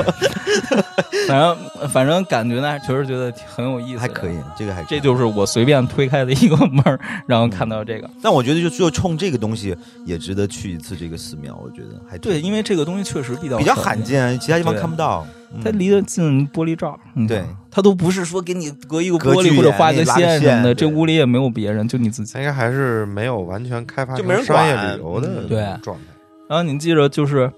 [SPEAKER 1] 反正反正感觉呢，确实觉得挺很有意思，
[SPEAKER 6] 还可以。，这个还可以
[SPEAKER 1] 这。就是我随便推开的一个门儿，然后看到这个。
[SPEAKER 6] 但我觉得就就冲这个东西也值得去一次这个寺庙，我觉得还挺
[SPEAKER 1] 对，因为这个东西确实比较
[SPEAKER 6] 比较
[SPEAKER 1] 少
[SPEAKER 6] 罕
[SPEAKER 1] 见，
[SPEAKER 6] 见，其他地方
[SPEAKER 1] 对
[SPEAKER 6] 看不到。
[SPEAKER 1] 它
[SPEAKER 6] 嗯
[SPEAKER 1] 离得近玻璃罩，嗯你知道
[SPEAKER 6] 对
[SPEAKER 1] 吗，它都不是说给你隔一个
[SPEAKER 6] 隔
[SPEAKER 1] 玻
[SPEAKER 6] 距
[SPEAKER 1] 璃或者
[SPEAKER 6] 远
[SPEAKER 1] 画
[SPEAKER 6] 那
[SPEAKER 1] 个
[SPEAKER 6] 拉个
[SPEAKER 1] 线什
[SPEAKER 6] 线
[SPEAKER 1] 么的，
[SPEAKER 6] 对哎
[SPEAKER 1] 这屋里也没有别人，就你自己
[SPEAKER 3] 它。应该还是没有完全开发
[SPEAKER 6] 就
[SPEAKER 3] 成
[SPEAKER 6] 没人
[SPEAKER 3] 商业
[SPEAKER 6] 管
[SPEAKER 3] 旅游
[SPEAKER 6] 嗯
[SPEAKER 1] 对
[SPEAKER 3] 的状态。
[SPEAKER 1] 然后你记着，就是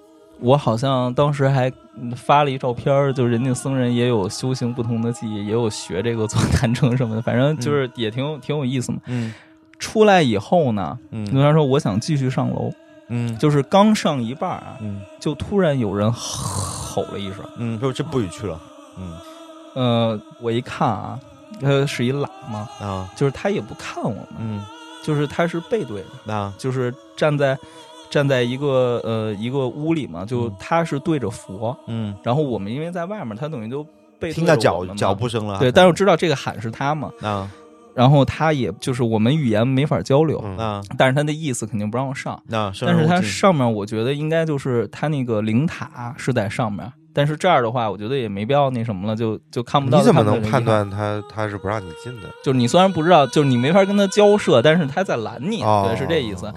[SPEAKER 1] 我好像当时还发了一照片儿，就人家僧人也有修行不同的技艺，也有学这个做 坛城什么的，反正就是也挺有挺有意思嘛。
[SPEAKER 6] 嗯
[SPEAKER 1] 出来以后呢，
[SPEAKER 6] 嗯
[SPEAKER 1] 刘川说我想继续上楼，
[SPEAKER 6] 嗯
[SPEAKER 1] 就是刚上一半儿啊，
[SPEAKER 6] 嗯
[SPEAKER 1] 就突然有人吼了一声。
[SPEAKER 6] 嗯，说这不许去了。嗯
[SPEAKER 1] 呃，我一看啊，他是一喇嘛，
[SPEAKER 6] 啊
[SPEAKER 1] 就是他也不看我们，
[SPEAKER 6] 嗯
[SPEAKER 1] 就是他是背对着，
[SPEAKER 6] 那
[SPEAKER 1] 就是站在站在一个呃一个屋里嘛，就
[SPEAKER 6] 嗯
[SPEAKER 1] 他是对着佛，
[SPEAKER 6] 嗯，
[SPEAKER 1] 然后我们因为在外面，他等于就背对
[SPEAKER 6] 听到
[SPEAKER 1] 着我
[SPEAKER 6] 脚
[SPEAKER 1] 们嘛
[SPEAKER 6] 脚。步声啊了。
[SPEAKER 1] 对，但是我知道这个喊是他嘛，
[SPEAKER 6] 啊
[SPEAKER 1] 然后他也就是我们语言没法交流，
[SPEAKER 3] 嗯，
[SPEAKER 6] 那
[SPEAKER 1] 但是他的意思肯定不让我上，
[SPEAKER 6] 那生
[SPEAKER 1] 但是
[SPEAKER 6] 人勿
[SPEAKER 1] 它
[SPEAKER 6] 近
[SPEAKER 1] 上面我觉得应该就是它那个灵塔是在上面，但是这儿的话，我觉得也没必要那什么了，就就看不到。
[SPEAKER 3] 你怎么
[SPEAKER 1] 就
[SPEAKER 3] 能
[SPEAKER 1] 不到
[SPEAKER 3] 判
[SPEAKER 1] 这个地方？
[SPEAKER 3] 断它它是不让你进的？
[SPEAKER 1] 就是你虽然不知道，就是你没法跟他交涉，但是他在拦你，
[SPEAKER 3] 哦，
[SPEAKER 1] 对，是这意思，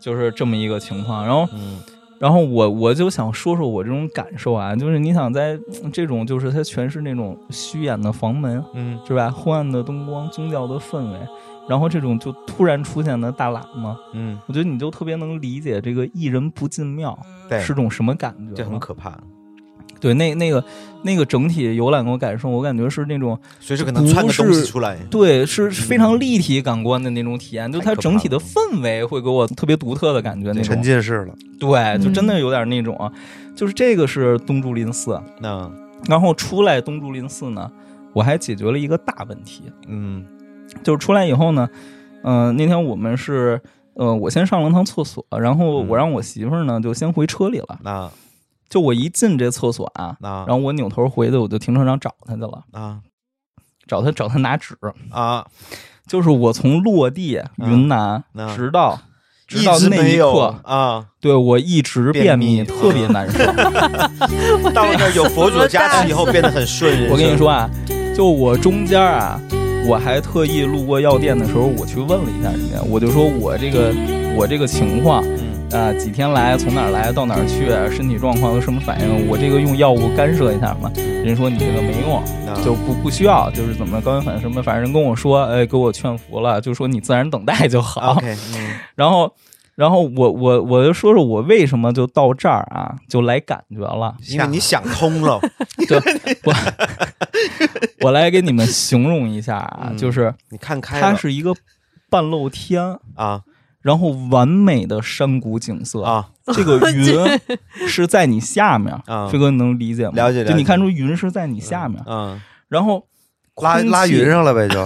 [SPEAKER 1] 就是这么一个情况。然后，
[SPEAKER 6] 嗯
[SPEAKER 1] 然后我我就想说说我这种感受啊，就是你想在嗯这种就是它全是那种虚掩的房门，
[SPEAKER 6] 嗯
[SPEAKER 1] 是吧？昏暗的灯光，宗教的氛围，然后这种就突然出现的大喇嘛，
[SPEAKER 6] 嗯，
[SPEAKER 1] 我觉得你就特别能理解这个一人不进庙。
[SPEAKER 6] 对，
[SPEAKER 1] 是种什么感觉？
[SPEAKER 6] 这很可怕，
[SPEAKER 1] 对，那那个那个整体游览给我感受，我感觉是那种
[SPEAKER 6] 随时可能窜个东西
[SPEAKER 1] 不是
[SPEAKER 6] 出来。
[SPEAKER 1] 对，是非常立体感官的那种体验，就它整体的氛围会给我特别独特的感觉，那
[SPEAKER 3] 沉
[SPEAKER 1] 种
[SPEAKER 3] 浸式了。
[SPEAKER 1] 对，就真的有点那种啊，就是这个是东竹林寺，
[SPEAKER 6] 那
[SPEAKER 1] 然后出来东竹林寺呢，我还解决了一个大问题，
[SPEAKER 6] 嗯
[SPEAKER 1] 就是出来以后呢，嗯、那天我们是。呃，我先上了趟厕所，然后
[SPEAKER 6] 嗯
[SPEAKER 1] 我让我媳妇儿呢就先回车里了。
[SPEAKER 6] 那
[SPEAKER 1] 就我一进这厕所啊，
[SPEAKER 6] 那
[SPEAKER 1] 然后我扭头回的，我就停车场找她去了。
[SPEAKER 6] 啊
[SPEAKER 1] 找他找他拿纸，
[SPEAKER 6] 啊
[SPEAKER 1] 就是我从落地云南、
[SPEAKER 6] 嗯
[SPEAKER 1] 直到直
[SPEAKER 6] 一
[SPEAKER 1] 到
[SPEAKER 6] 直
[SPEAKER 1] 那
[SPEAKER 6] 没
[SPEAKER 1] 一
[SPEAKER 6] 有
[SPEAKER 1] 刻，
[SPEAKER 6] 啊，
[SPEAKER 1] 对我一直便秘，
[SPEAKER 6] 便秘
[SPEAKER 1] 特别 难受。
[SPEAKER 6] 到了那儿有佛祖加持以后变得很顺人生。
[SPEAKER 1] 我跟你说啊，就我中间啊，我还特意路过药店的时候，我去问了一下人家，我就说我这个我这个情况。
[SPEAKER 6] 嗯，
[SPEAKER 1] 啊、几天来，从哪儿来到哪儿去，身体状况有什么反应？我这个用药物干涉一下嘛？
[SPEAKER 6] 嗯
[SPEAKER 1] 人说你这个没用，
[SPEAKER 6] 那
[SPEAKER 1] 就不不需要，就是怎么高原反应什么，反正人跟我说，哎，给我劝服了，就说你自然等待就好。
[SPEAKER 6] OK，嗯
[SPEAKER 1] 然后，然后我我我就说说我为什么就到这儿啊，就来感觉了。
[SPEAKER 6] 因为你想通了，
[SPEAKER 1] 我来给你们形容一下啊，
[SPEAKER 6] 嗯
[SPEAKER 1] 就是
[SPEAKER 6] 你看开
[SPEAKER 1] 它
[SPEAKER 6] 了
[SPEAKER 1] 是一个半露天，
[SPEAKER 6] 啊，
[SPEAKER 1] 然后完美的山谷景色，
[SPEAKER 6] 啊，
[SPEAKER 1] 这个云是在你下面
[SPEAKER 6] 啊，
[SPEAKER 1] 飞哥你能理解吗？
[SPEAKER 6] 了解了解
[SPEAKER 1] 就你看出云是在你下面，
[SPEAKER 6] 嗯，
[SPEAKER 1] 然后
[SPEAKER 3] 拉
[SPEAKER 1] 空气
[SPEAKER 3] 拉云上了呗，就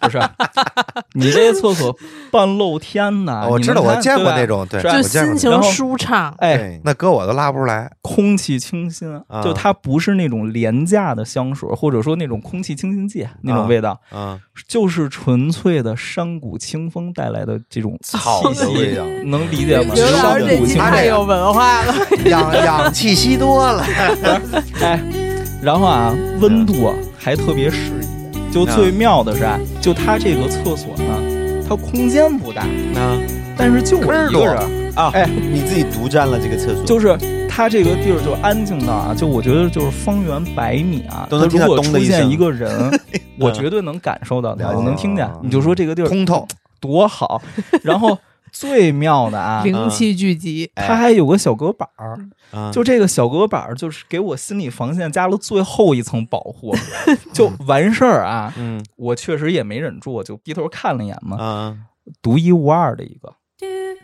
[SPEAKER 1] 不是，你这厕所半露天
[SPEAKER 6] 啊
[SPEAKER 1] 的，
[SPEAKER 6] 哦
[SPEAKER 3] 我
[SPEAKER 1] 你
[SPEAKER 3] 知
[SPEAKER 1] 能
[SPEAKER 3] 道，我
[SPEAKER 1] 看
[SPEAKER 3] 见过
[SPEAKER 1] 对吧
[SPEAKER 3] 那种，对，
[SPEAKER 1] 是
[SPEAKER 3] 我
[SPEAKER 4] 嗯就
[SPEAKER 3] 见过
[SPEAKER 4] 心
[SPEAKER 3] 那种。
[SPEAKER 1] 然
[SPEAKER 4] 情
[SPEAKER 1] 后
[SPEAKER 4] 舒畅。
[SPEAKER 1] 哎，
[SPEAKER 6] 对，
[SPEAKER 3] 那搁我都拉不出来，
[SPEAKER 1] 空气清新，
[SPEAKER 6] 啊
[SPEAKER 1] 就它不是那种廉价的香水，或者说那种空气清新
[SPEAKER 6] 啊
[SPEAKER 1] 剂啊那种味道，
[SPEAKER 6] 嗯，
[SPEAKER 1] 就是纯粹的山谷清风带来的这种
[SPEAKER 6] 草
[SPEAKER 1] 气
[SPEAKER 6] 的味
[SPEAKER 1] 息
[SPEAKER 6] 道，
[SPEAKER 1] 能理解吗？
[SPEAKER 4] 刘老师
[SPEAKER 1] 山
[SPEAKER 4] 这
[SPEAKER 1] 谷
[SPEAKER 4] 期
[SPEAKER 1] 清
[SPEAKER 3] 他
[SPEAKER 1] 风
[SPEAKER 4] 太有文化 了，
[SPEAKER 3] 氧氧气吸多了。
[SPEAKER 1] 哎，然后啊，温度啊还特别适宜。就最妙的是啊，就它这个厕所呢，它空间不大，
[SPEAKER 6] 那
[SPEAKER 1] 但是就我一个
[SPEAKER 3] 多
[SPEAKER 1] 人，
[SPEAKER 6] 你自己独占了这个厕所，
[SPEAKER 1] 就是它这个地儿就安静到啊，就我觉得就是方圆百米啊，
[SPEAKER 6] 都能
[SPEAKER 1] 它
[SPEAKER 6] 听到
[SPEAKER 1] 如果
[SPEAKER 6] 咚的
[SPEAKER 1] 出
[SPEAKER 6] 一声
[SPEAKER 1] 现一个人， 我绝对能感受到的，
[SPEAKER 3] 了解
[SPEAKER 1] 我能听见
[SPEAKER 6] 嗯
[SPEAKER 3] 哦。
[SPEAKER 1] 你就说这个地儿
[SPEAKER 3] 通透，
[SPEAKER 1] 多好，然后最妙的啊，
[SPEAKER 4] 灵气聚集。
[SPEAKER 1] 它还有个小隔板儿，
[SPEAKER 6] 嗯
[SPEAKER 1] 就这个小隔板儿，就是给我心理防线加了最后一层保 护，就完事儿啊。
[SPEAKER 6] 嗯
[SPEAKER 1] 我确实也没忍住，我就低头看了一眼嘛，
[SPEAKER 6] 嗯，
[SPEAKER 1] 独一无二的一 个。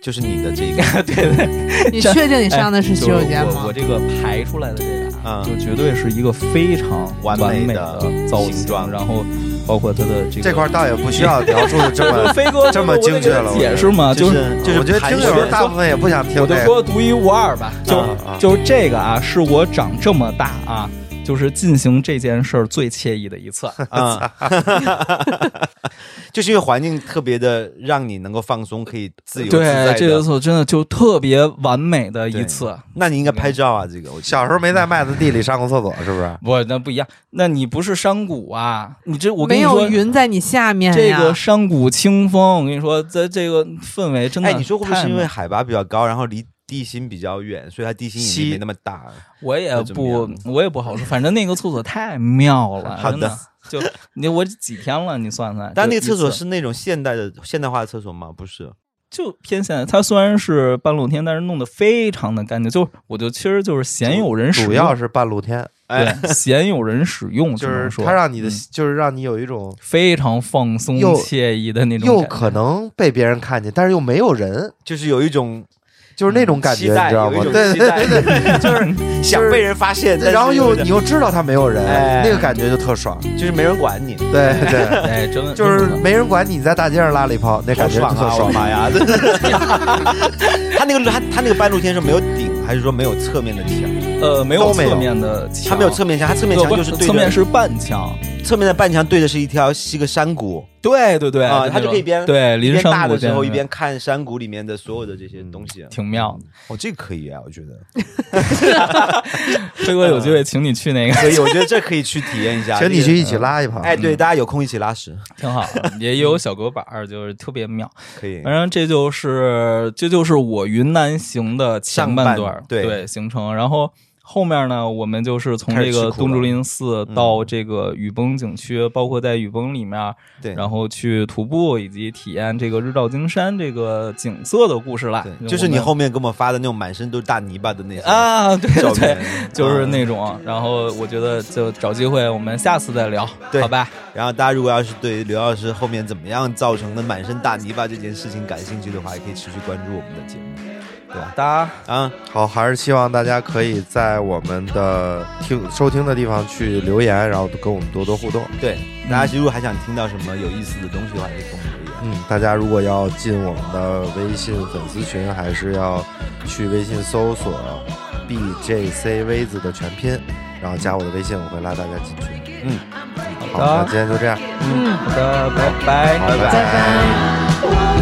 [SPEAKER 6] 就是你的这个，
[SPEAKER 1] 对对，
[SPEAKER 4] 你确定你上的是洗
[SPEAKER 1] 哎就是
[SPEAKER 4] 手间
[SPEAKER 1] 我
[SPEAKER 4] 吗
[SPEAKER 1] 我？这个排出来的这个啊，
[SPEAKER 6] 嗯
[SPEAKER 1] 就绝对是一个非常
[SPEAKER 6] 完
[SPEAKER 1] 美
[SPEAKER 6] 美的
[SPEAKER 1] 的造
[SPEAKER 6] 形状
[SPEAKER 1] 然后包括它的这个。
[SPEAKER 3] 这块儿倒也不需要描述的这 么
[SPEAKER 1] 飞哥
[SPEAKER 3] 这么
[SPEAKER 1] 我得给
[SPEAKER 3] 精确
[SPEAKER 1] 他
[SPEAKER 3] 了我觉
[SPEAKER 1] 解
[SPEAKER 3] 得
[SPEAKER 1] 释嘛，
[SPEAKER 6] 就是是就是
[SPEAKER 3] 我觉得
[SPEAKER 6] 盘
[SPEAKER 3] 听
[SPEAKER 6] 旋
[SPEAKER 3] 友大部分也不想听
[SPEAKER 1] 我就
[SPEAKER 3] 这个。
[SPEAKER 1] 说独一无二吧，就
[SPEAKER 6] 啊
[SPEAKER 3] 啊
[SPEAKER 1] 就是这个啊，是我长这么大啊，就是进行这件事儿最惬意的一次。
[SPEAKER 6] 啊，就是因为环境特别的让你能够放松，可以自由自在
[SPEAKER 1] 对，这
[SPEAKER 6] 的
[SPEAKER 1] 个。错真的就特别完美的一次。
[SPEAKER 6] 那你应该拍照啊，这个我
[SPEAKER 3] 小时候没在麦子地里上过厕所，是不是？
[SPEAKER 1] 不，那不一样，那你不是山谷啊？你这我跟
[SPEAKER 4] 没
[SPEAKER 1] 你
[SPEAKER 4] 有
[SPEAKER 1] 说，
[SPEAKER 4] 云在你下面
[SPEAKER 1] 这
[SPEAKER 4] 哎呀
[SPEAKER 1] 个山谷清风，我跟你说，在这个氛围真的
[SPEAKER 6] 哎，
[SPEAKER 1] 太美。
[SPEAKER 6] 你说会不会是因为海拔比较高，然后离地心比较远，所以它地心引力没那么大？
[SPEAKER 1] 我也
[SPEAKER 6] 会怎么
[SPEAKER 1] 不
[SPEAKER 6] 样，
[SPEAKER 1] 我也不好说，反正那个厕所太妙了，
[SPEAKER 6] 好的
[SPEAKER 1] 真的。就你我几天了，你算算。
[SPEAKER 6] 但那个
[SPEAKER 1] 就一
[SPEAKER 6] 厕所
[SPEAKER 1] 次
[SPEAKER 6] 是那种现代的现代化的厕所吗？不是，
[SPEAKER 1] 就偏现在，它虽然是半露天，但是弄得非常的干净。就我就其实就是鲜有人使用，
[SPEAKER 3] 主要是半露天，
[SPEAKER 6] 哎，
[SPEAKER 1] 对鲜有人使用， 只
[SPEAKER 3] 就
[SPEAKER 1] 能
[SPEAKER 3] 是
[SPEAKER 1] 说
[SPEAKER 3] 它让你的
[SPEAKER 1] 嗯，
[SPEAKER 3] 就是让你有一种
[SPEAKER 1] 非常放松
[SPEAKER 3] 又
[SPEAKER 1] 惬意的那种
[SPEAKER 3] 又
[SPEAKER 1] 感觉
[SPEAKER 3] 可能被别人看见，但是又没有人，
[SPEAKER 6] 就是有一种
[SPEAKER 3] 就是那种感觉，
[SPEAKER 6] 嗯期待
[SPEAKER 3] 你知道吗
[SPEAKER 6] 有一？种
[SPEAKER 3] 对
[SPEAKER 6] 期
[SPEAKER 3] 对
[SPEAKER 6] 待
[SPEAKER 3] 对对对，
[SPEAKER 1] 就是
[SPEAKER 6] 想被人发现，但是
[SPEAKER 3] 然后又
[SPEAKER 6] 觉得
[SPEAKER 3] 你又知道他没有人，
[SPEAKER 6] 哎
[SPEAKER 3] 那个感觉就特爽。
[SPEAKER 6] 就是没人管你，
[SPEAKER 3] 对对，
[SPEAKER 1] 哎，真的
[SPEAKER 3] 就是
[SPEAKER 1] 真的
[SPEAKER 3] 没人管你在大街上拉了一泡，那
[SPEAKER 6] 好
[SPEAKER 3] 感觉
[SPEAKER 6] 爽
[SPEAKER 3] 特
[SPEAKER 6] 啊！我
[SPEAKER 3] 爽
[SPEAKER 6] 的。妈呀！他那个他他那个半露天是没有顶，还是说没有侧面的墙？
[SPEAKER 1] 呃没有
[SPEAKER 3] 都没有
[SPEAKER 1] 侧面的墙，
[SPEAKER 6] 他没有侧面墙，他侧面
[SPEAKER 1] 呃
[SPEAKER 6] 墙
[SPEAKER 1] 不
[SPEAKER 6] 就是对着
[SPEAKER 1] 侧面是半墙，
[SPEAKER 6] 侧面的半墙对着是一条是一个山谷，
[SPEAKER 1] 对对对
[SPEAKER 6] 啊
[SPEAKER 1] 那
[SPEAKER 6] 它就
[SPEAKER 1] 种
[SPEAKER 6] 可以边
[SPEAKER 1] 对
[SPEAKER 6] 一
[SPEAKER 1] 临
[SPEAKER 6] 边
[SPEAKER 1] 山
[SPEAKER 6] 大
[SPEAKER 1] 谷
[SPEAKER 6] 的时候
[SPEAKER 1] 间
[SPEAKER 6] 一边看山谷里面的所有的这些东西。
[SPEAKER 1] 挺妙的。
[SPEAKER 6] 哦，这个可以啊，我觉得
[SPEAKER 1] 飞哥有
[SPEAKER 6] 嗯
[SPEAKER 1] 机会请你去 那个，
[SPEAKER 6] 可以，我觉得这可以去体验一 下。
[SPEAKER 3] 请你
[SPEAKER 6] 这个
[SPEAKER 3] 去一起拉一泡，
[SPEAKER 6] 哎，对，大家有空一起拉屎，
[SPEAKER 1] 挺好的，也有小隔板儿，就是特别妙。
[SPEAKER 6] 可以
[SPEAKER 1] 反。正这就是这就是我云南行的前半段
[SPEAKER 6] 上
[SPEAKER 1] 儿
[SPEAKER 6] 半对
[SPEAKER 1] 行程，然后后面呢，我们就是从
[SPEAKER 6] 开
[SPEAKER 1] 这
[SPEAKER 6] 始吃
[SPEAKER 1] 个
[SPEAKER 6] 苦
[SPEAKER 1] 东
[SPEAKER 6] 了
[SPEAKER 1] 竹林寺
[SPEAKER 6] 嗯
[SPEAKER 1] 到这个雨崩景区，包括在雨崩里面，
[SPEAKER 6] 对，
[SPEAKER 1] 然后去徒步以及体验这个日照金山这个景色的故事啦。
[SPEAKER 6] 对，
[SPEAKER 1] 我
[SPEAKER 6] 就是你
[SPEAKER 1] 们
[SPEAKER 6] 后面给我们发的那种满身都是大泥巴的那些
[SPEAKER 1] 啊，对
[SPEAKER 6] 照
[SPEAKER 1] 对
[SPEAKER 6] 片
[SPEAKER 1] 对，，就是
[SPEAKER 6] 嗯
[SPEAKER 1] 那种。然后我觉得就找机会我们下次再聊，
[SPEAKER 6] 对
[SPEAKER 1] 好吧？
[SPEAKER 6] 然后大家如果要是对刘老师后面怎么样造成的满身大泥巴这件事情感兴趣的话，也可以持续关注我们的节目，对吧？
[SPEAKER 1] 大家
[SPEAKER 6] 啊，
[SPEAKER 3] 好，还是希望大家可以在我们的听收听的地方去留言，然后跟我们多多互动。
[SPEAKER 6] 对，大家如果还想听到什么有意思的东西的话，也可以跟我们留言。
[SPEAKER 3] 嗯，大家如果要进我们的微信粉丝群，还是要去微信搜索 BJCV 字的全拼，然后加我的微信，我会拉大家进群。好，那
[SPEAKER 1] 嗯好
[SPEAKER 3] 今天就这样，
[SPEAKER 1] 好的，拜拜。
[SPEAKER 3] 拜拜
[SPEAKER 4] 拜拜。
[SPEAKER 7] 我